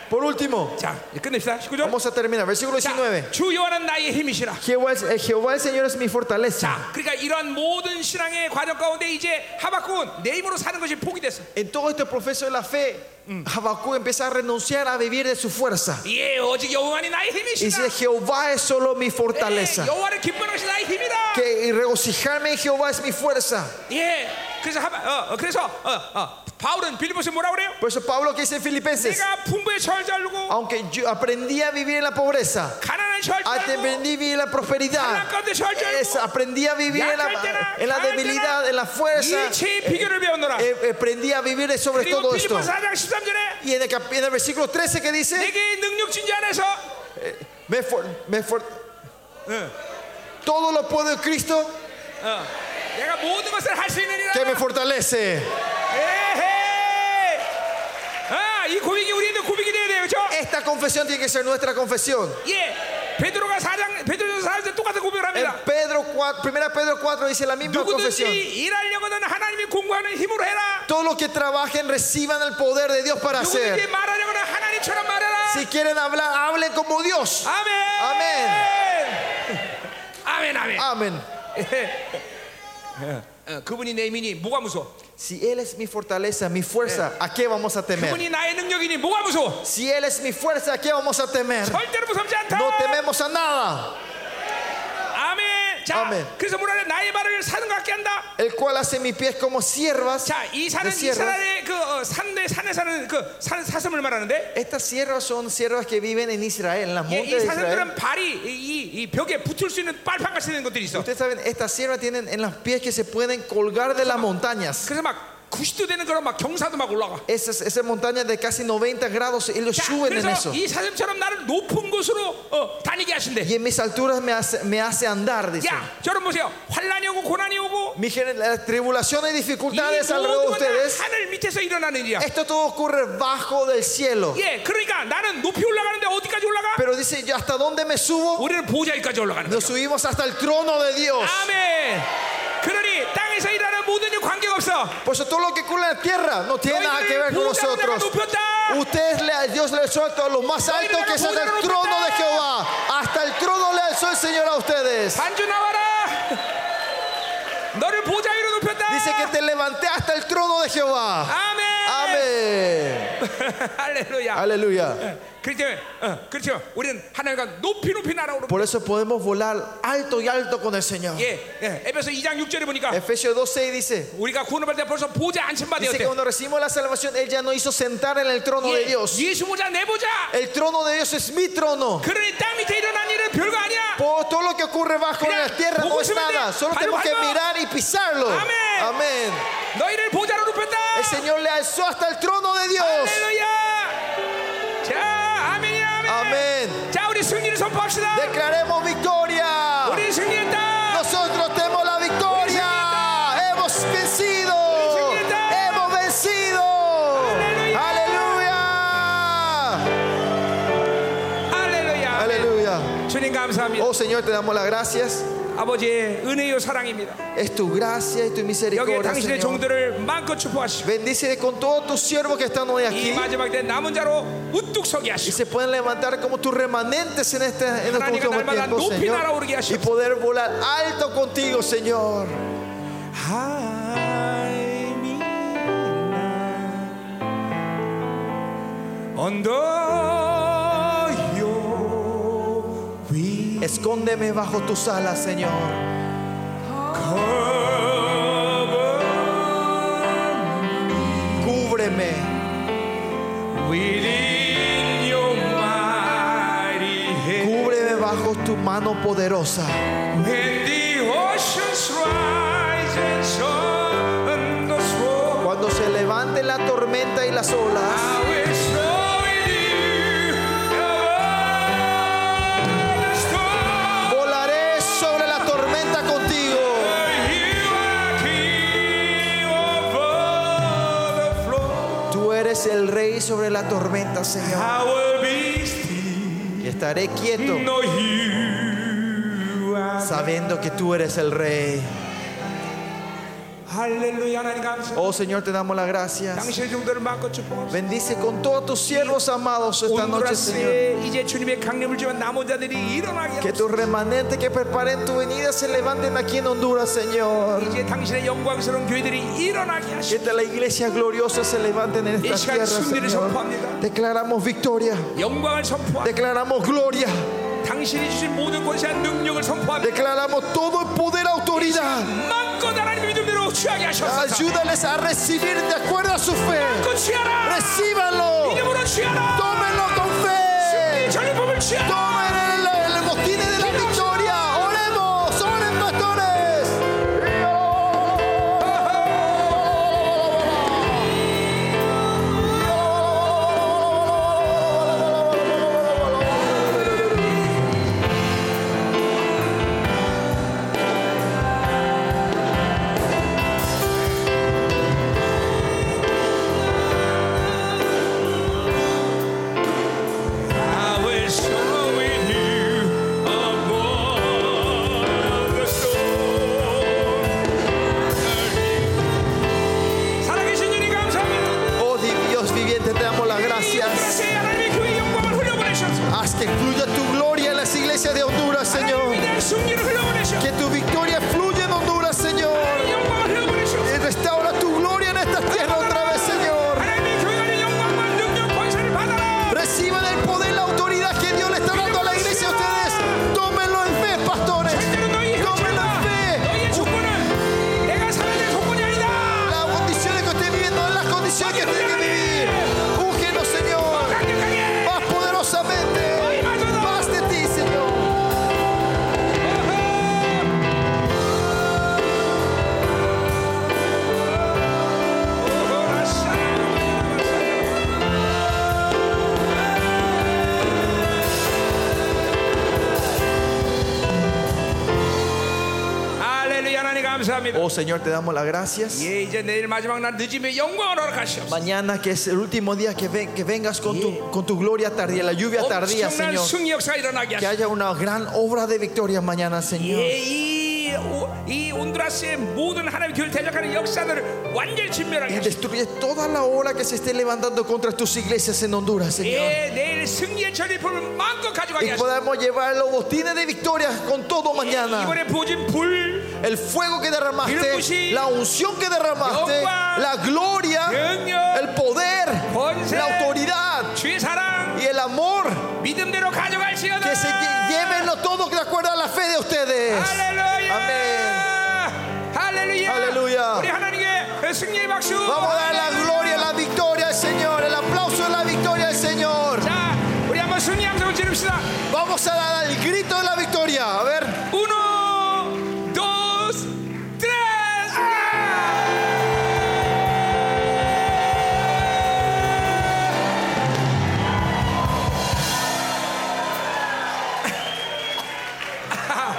B: Por último,
A: 자, 이제 끝냅시다. 19절.
B: vamos a terminar. Versículo 19.
A: 자, 주 여호와는 나의 힘이시라.
B: Jehová, es- eh, Jehová el Señor es mi fortaleza.
A: 자, 그러니까 이러한 모든 신앙의 과정 가운데 이제 하박국은 내 힘으로 사는 것이 포기됐어.
B: En todo este profeso de la fe, Habacuc empieza a renunciar a vivir de su fuerza.
A: 예, 오직 여호와만이 나의
B: Y
A: 힘이시다.
B: dice, Jehová es solo mi
A: 예,
B: fortaleza.
A: 여호와를 기뻐하는 것이 나의 힘이다.
B: Que y regocijarme en Jehová es mi fuerza.
A: 예. 그래서 하바, 어, 어, 그래서 어, 어, 바울은 빌립보서 뭐라 그래요?
B: Por eso Pablo que dice en Filipenses,
A: 내가 풍부에 처할 줄 알고
B: aunque yo aprendí a vivir en la pobreza,
A: 가난한 처할 줄
B: 아,
A: 알고
B: aprendí a vivir en la prosperidad,
A: 가난 가운데 처할 줄
B: es-
A: 알고
B: aprendí a vivir en la, en la debilidad, en la fuerza,
A: 일체의 비결을 배웠노라.
B: Eh, aprendí a vivir sobre
A: 그리고
B: todo esto.
A: 빌립보서 4장 13절에
B: Y en el, cap- en el versículo 13 que dice,
A: 내게 능력진 자 안에서
B: me for- me for- Eh. todo lo puedo en Cristo
A: 어, 내가 모든 것을 할 수 있느니라.
B: que me fortalece.
A: 에헤이! 아, 이 고백이 우리의 고백이 돼야 돼요. 그렇죠?
B: Esta confesión tiene que ser nuestra confesión.
A: 예. 베드로가 4장 베드로서 4장 똑같은 고백을
B: En
A: 합니다.
B: Pedro 4, 1 Pedro 4 dice la misma confesión.
A: 누구든지 일하려거든 하나님이 공부하는 힘으로 해라.
B: Todos los que trabajen reciban el poder de Dios para
A: 누구든지
B: hacer.
A: 말하려거든 하나님처럼 말해라.
B: Si quieren hablar, hablen como Dios.
A: 아멘. 아멘. 아멘. 아멘.
B: Amén.
A: 어, 그분이 내 힘이니 뭐가 무서워?
B: Si Él es mi fortaleza, mi fuerza, ¿a Eh. qué vamos a temer?
A: 그분이 나의 능력이니 뭐가 무서워?
B: Si Él es mi fuerza, ¿a qué vamos a temer?
A: 절대로 무섭지 않다.
B: No tememos a nada.
A: 아멘. 자,
B: 아멘.
A: 그래서 뭐라 그래? 나의 발을 사는 것 같게 한다.
B: El cual hace mis pies como siervas
A: 자, 이
B: de
A: 산은
B: siervas.
A: 이스라엘의 그 어, 산에 산에 사는 그 산, 사슴을 말하는데
B: Estas siervas son siervas que viven en Israel, en las
A: 예, 이
B: montes de Israel.
A: 사슴들은 발이 이, 이- 이 벽에 붙을 수 있는 빨판 같이 되는 것들이 있어.
B: Ustedes saben, estas siervas tienen en los pies que se pueden colgar de las montañas.
A: 그래서 막 90도 되는 그런 막 경사도 막 올라가.
B: Esas, esas montañas de casi 90 grados, ellos
A: 자,
B: suben en
A: 그래서
B: eso.
A: 이 사슴처럼 나를 높은 곳으로 어, 다니게 하신대.
B: Y en mis alturas me hace, me hace andar, dice.
A: 야, 저런 보세요. 환란이 오고 고난이 오고
B: Mi gener- las tribulaciones y
A: 이
B: dificultades alrededor de
A: 모든 건
B: ustedes,
A: 다 하늘 밑에서 일어나는 일이야.
B: esto todo ocurre bajo del cielo.
A: 예, 그러니까 나는 높이 올라가는데 어디까지 올라가?
B: Pero dice, ¿yo ¿hasta dónde me subo?
A: 우리는 보좌에까지 올라가는 거야.
B: Nos subimos hasta el trono de Dios.
A: 아멘. 그러니 땅에서 일하는 모든 일 관계가 없어.
B: Por eso Pues todo lo que ocurre en la tierra no
A: 예,
B: tiene nada que ver
A: 너희들을
B: con
A: 보좌로 내가
B: nosotros.
A: 높였다.
B: Ustedes le, Dios le exaltó a lo más alto que es hasta el trono de Jehová. Hasta el trono le alzó el Señor a ustedes.
A: 반주 나와라. 너를 보좌 위로 높였다.
B: Dice que te levanté hasta el trono de Jehová.
A: 아멘.
B: Amén.
A: 할렐루야.
B: Aleluya.
A: 그렇기 때문에 어, 그렇죠. 우리는 하나님과 높이 높이 날아오르.
B: Por eso podemos volar alto y alto con el Señor.
A: 예, 예. 에베소 2장 6절에 보니까
B: Efesios 12 dice,
A: 우리가 구원받을 때 벌써 보좌 안심
B: dice
A: 받았대.
B: que cuando recibimos la salvación, Él ya nos hizo sentar en el trono de Dios.
A: 예수 보좌 내 보좌.
B: El trono de Dios es mi trono.
A: 그러니 땅 밑에 일어난 일은 별거 아니야.
B: Por todo lo que ocurre bajo
A: Mira,
B: la tierra no
A: ¿cómo
B: es
A: se mete?
B: nada. Solo
A: Palo,
B: tenemos que
A: palo.
B: mirar y pisarlo.
A: Amén.
B: Amén.
A: 너희를 보좌로 높였다.
B: El Señor le alzó hasta el trono de Dios.
A: 할렐루야. 자, 아멘이야, 아멘. 네.
B: Amén.
A: 자, 우리 승리를 선포합시다.
B: Declaremos victoria.
A: 우리 승리했다.
B: Nosotros tenemos la victoria. Hemos vencido. Hemos vencido. Aleluya.
A: 할렐루야. 어.
B: Aleluya.
A: 주님 감사합니다.
B: Oh Señor, te damos las gracias.
A: 아버지 은혜요 사랑입니다.
B: Es tu gracia y tu
A: 여기
B: misericordia.
A: 당신의
B: Señor.
A: 종들을 마음껏 축복하시고
B: Bendice con todos tus siervos que están hoy
A: 이
B: aquí.
A: 마지막 때 남은 자로 우뚝 서게
B: y
A: 하시고
B: se pueden levantar como tus remanentes en este, en este
A: 하나님의
B: último
A: 날마다
B: tiempo,
A: 높이
B: Señor,
A: 날아오르게
B: y
A: 하시고
B: poder volar alto contigo, Señor.
A: 하이미나 언더요 위
B: Escóndeme bajo tus alas, Señor.
A: cover
B: Cúbreme
A: within your mighty hand.
B: Cúbreme bajo tu mano poderosa.
A: When the oceans rise and thunders roar,
B: Cuando se levante la tormenta y las olas,
A: I will soar with you above the storm.
B: volaré sobre la tormenta contigo.
A: For you are king over the flood.
B: Tú eres el rey sobre la tormenta, Señor.
A: I will be still,
B: Y estaré quieto
A: know you are
B: sabiendo que tú eres el rey.
A: 할렐루야 하나님 감사.
B: Oh Señor, te damos las gracias.
A: 당신의 종들을 마음껏 축복합시다.
B: Bendice con todos tus siervos amados esta noche, Señor.
A: 온두라스에 이제 주님의 강림을 주면 남은 자들이 일어나게
B: Que
A: 하소서.
B: tus remanentes que preparen tu venida se levanten aquí en Honduras, Señor.
A: 이제 당신의 영광스러운 교회들이 일어나게 하시고
B: Que la iglesia gloriosa se levanten en
A: 이
B: esta
A: 시간
B: tierra,
A: 승리를
B: Señor.
A: 선포합니다.
B: Declaramos victoria,
A: 영광을
B: 네.
A: 선포합니다.
B: declaramos gloria,
A: 당신이 주신 모든 권세한 능력을 선포합니다.
B: declaramos todo el poder, autoridad.
A: 마음껏 하나님의 믿음대로 취하게 하셨소서.
B: Ayúdales a recibir de acuerdo a su fe.
A: 그 취하라.
B: Recíbanlo,
A: 믿음으로 취하라.
B: tómenlo con fe.
A: 전리품을 취하라.
B: Tomen el, el botín de la victoria. Oremos, oren, pastores.
A: I will soar with you above the storm. 살아계신 주님 감사합니다.
B: Oh di- Dios viviente, te damos las gracias.
A: 그러세요. 하나님의 교회 영광을 흘려보내셨소.
B: Haz que fluya tu gloria en las iglesias de Honduras, Señor.
A: 하나님의 위대한 승리를 흘려보내셨소.
B: Que tu victoria fluya en Honduras, Señor.
A: 영광을 흘려보내셨소.
B: Y restaura tu gloria en esta tierra otra vez, Señor.
A: 하나님의 교회 안에 영광만 능력 권세를 받아라.
B: Reciban el poder, la autoridad que Dios le está dando a la iglesia a ustedes. Tómenlo en fe, pastores.
A: 절대로 너희
B: Tómenlo en
A: 형제와
B: fe.
A: 너희의 조건은 내가 사는 데 감사합니다.
B: Oh Señor, te damos las gracias.
A: 예, 이제 내일 마지막 날 늦음에 영광을 허락하시옵소서.
B: Mañana que es el último día que, ven- que vengas con tu, con tu gloria tardía, la lluvia tardía,
A: 엄청난
B: Señor.
A: 승리 역사가 일어나게
B: Que
A: 하소서.
B: haya una gran obra de victoria mañana, Señor.
A: 예, 이, 오- 이 온두라스의 모든 하나님의 교회를 대적하는 역사들을 완전히 진멸하게
B: Y
A: 하소서.
B: destruye toda la obra que se esté levantando contra tus iglesias en Honduras, Señor.
A: 예, 내일 승리의 전리품을 마음껏 가져가게
B: Y
A: 하소서.
B: podamos llevar los botines de victoria con todo mañana.
A: 이번에 부어진 불,
B: El fuego que derramaste, la unción que derramaste, la
A: Eh.
B: gloria, el poder, la autoridad
A: 주의 사랑,
B: y el amor.
A: 믿음대로 가져갈지어다.
B: Que se lle- llévenlo todo que de acuerdo a la fe de ustedes.
A: 할렐루야. 할렐루야.
B: 할렐루야.
A: 우리 하나님께 승리의 박수.
B: Vamos a dar la gloria, la victoria al Señor, el aplauso de la victoria al Señor.
A: 자, 우리 한번 승리 함성을 지릅시다.
B: Vamos a dar el grito de la victoria. A ver.
A: Uno, dos, tres. ¡Ah!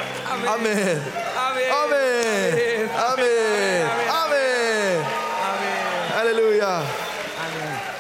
B: Amén.
A: 아멘.
B: Amén. Amén. Amén.
A: 아멘.
B: Aleluya.
A: 아멘.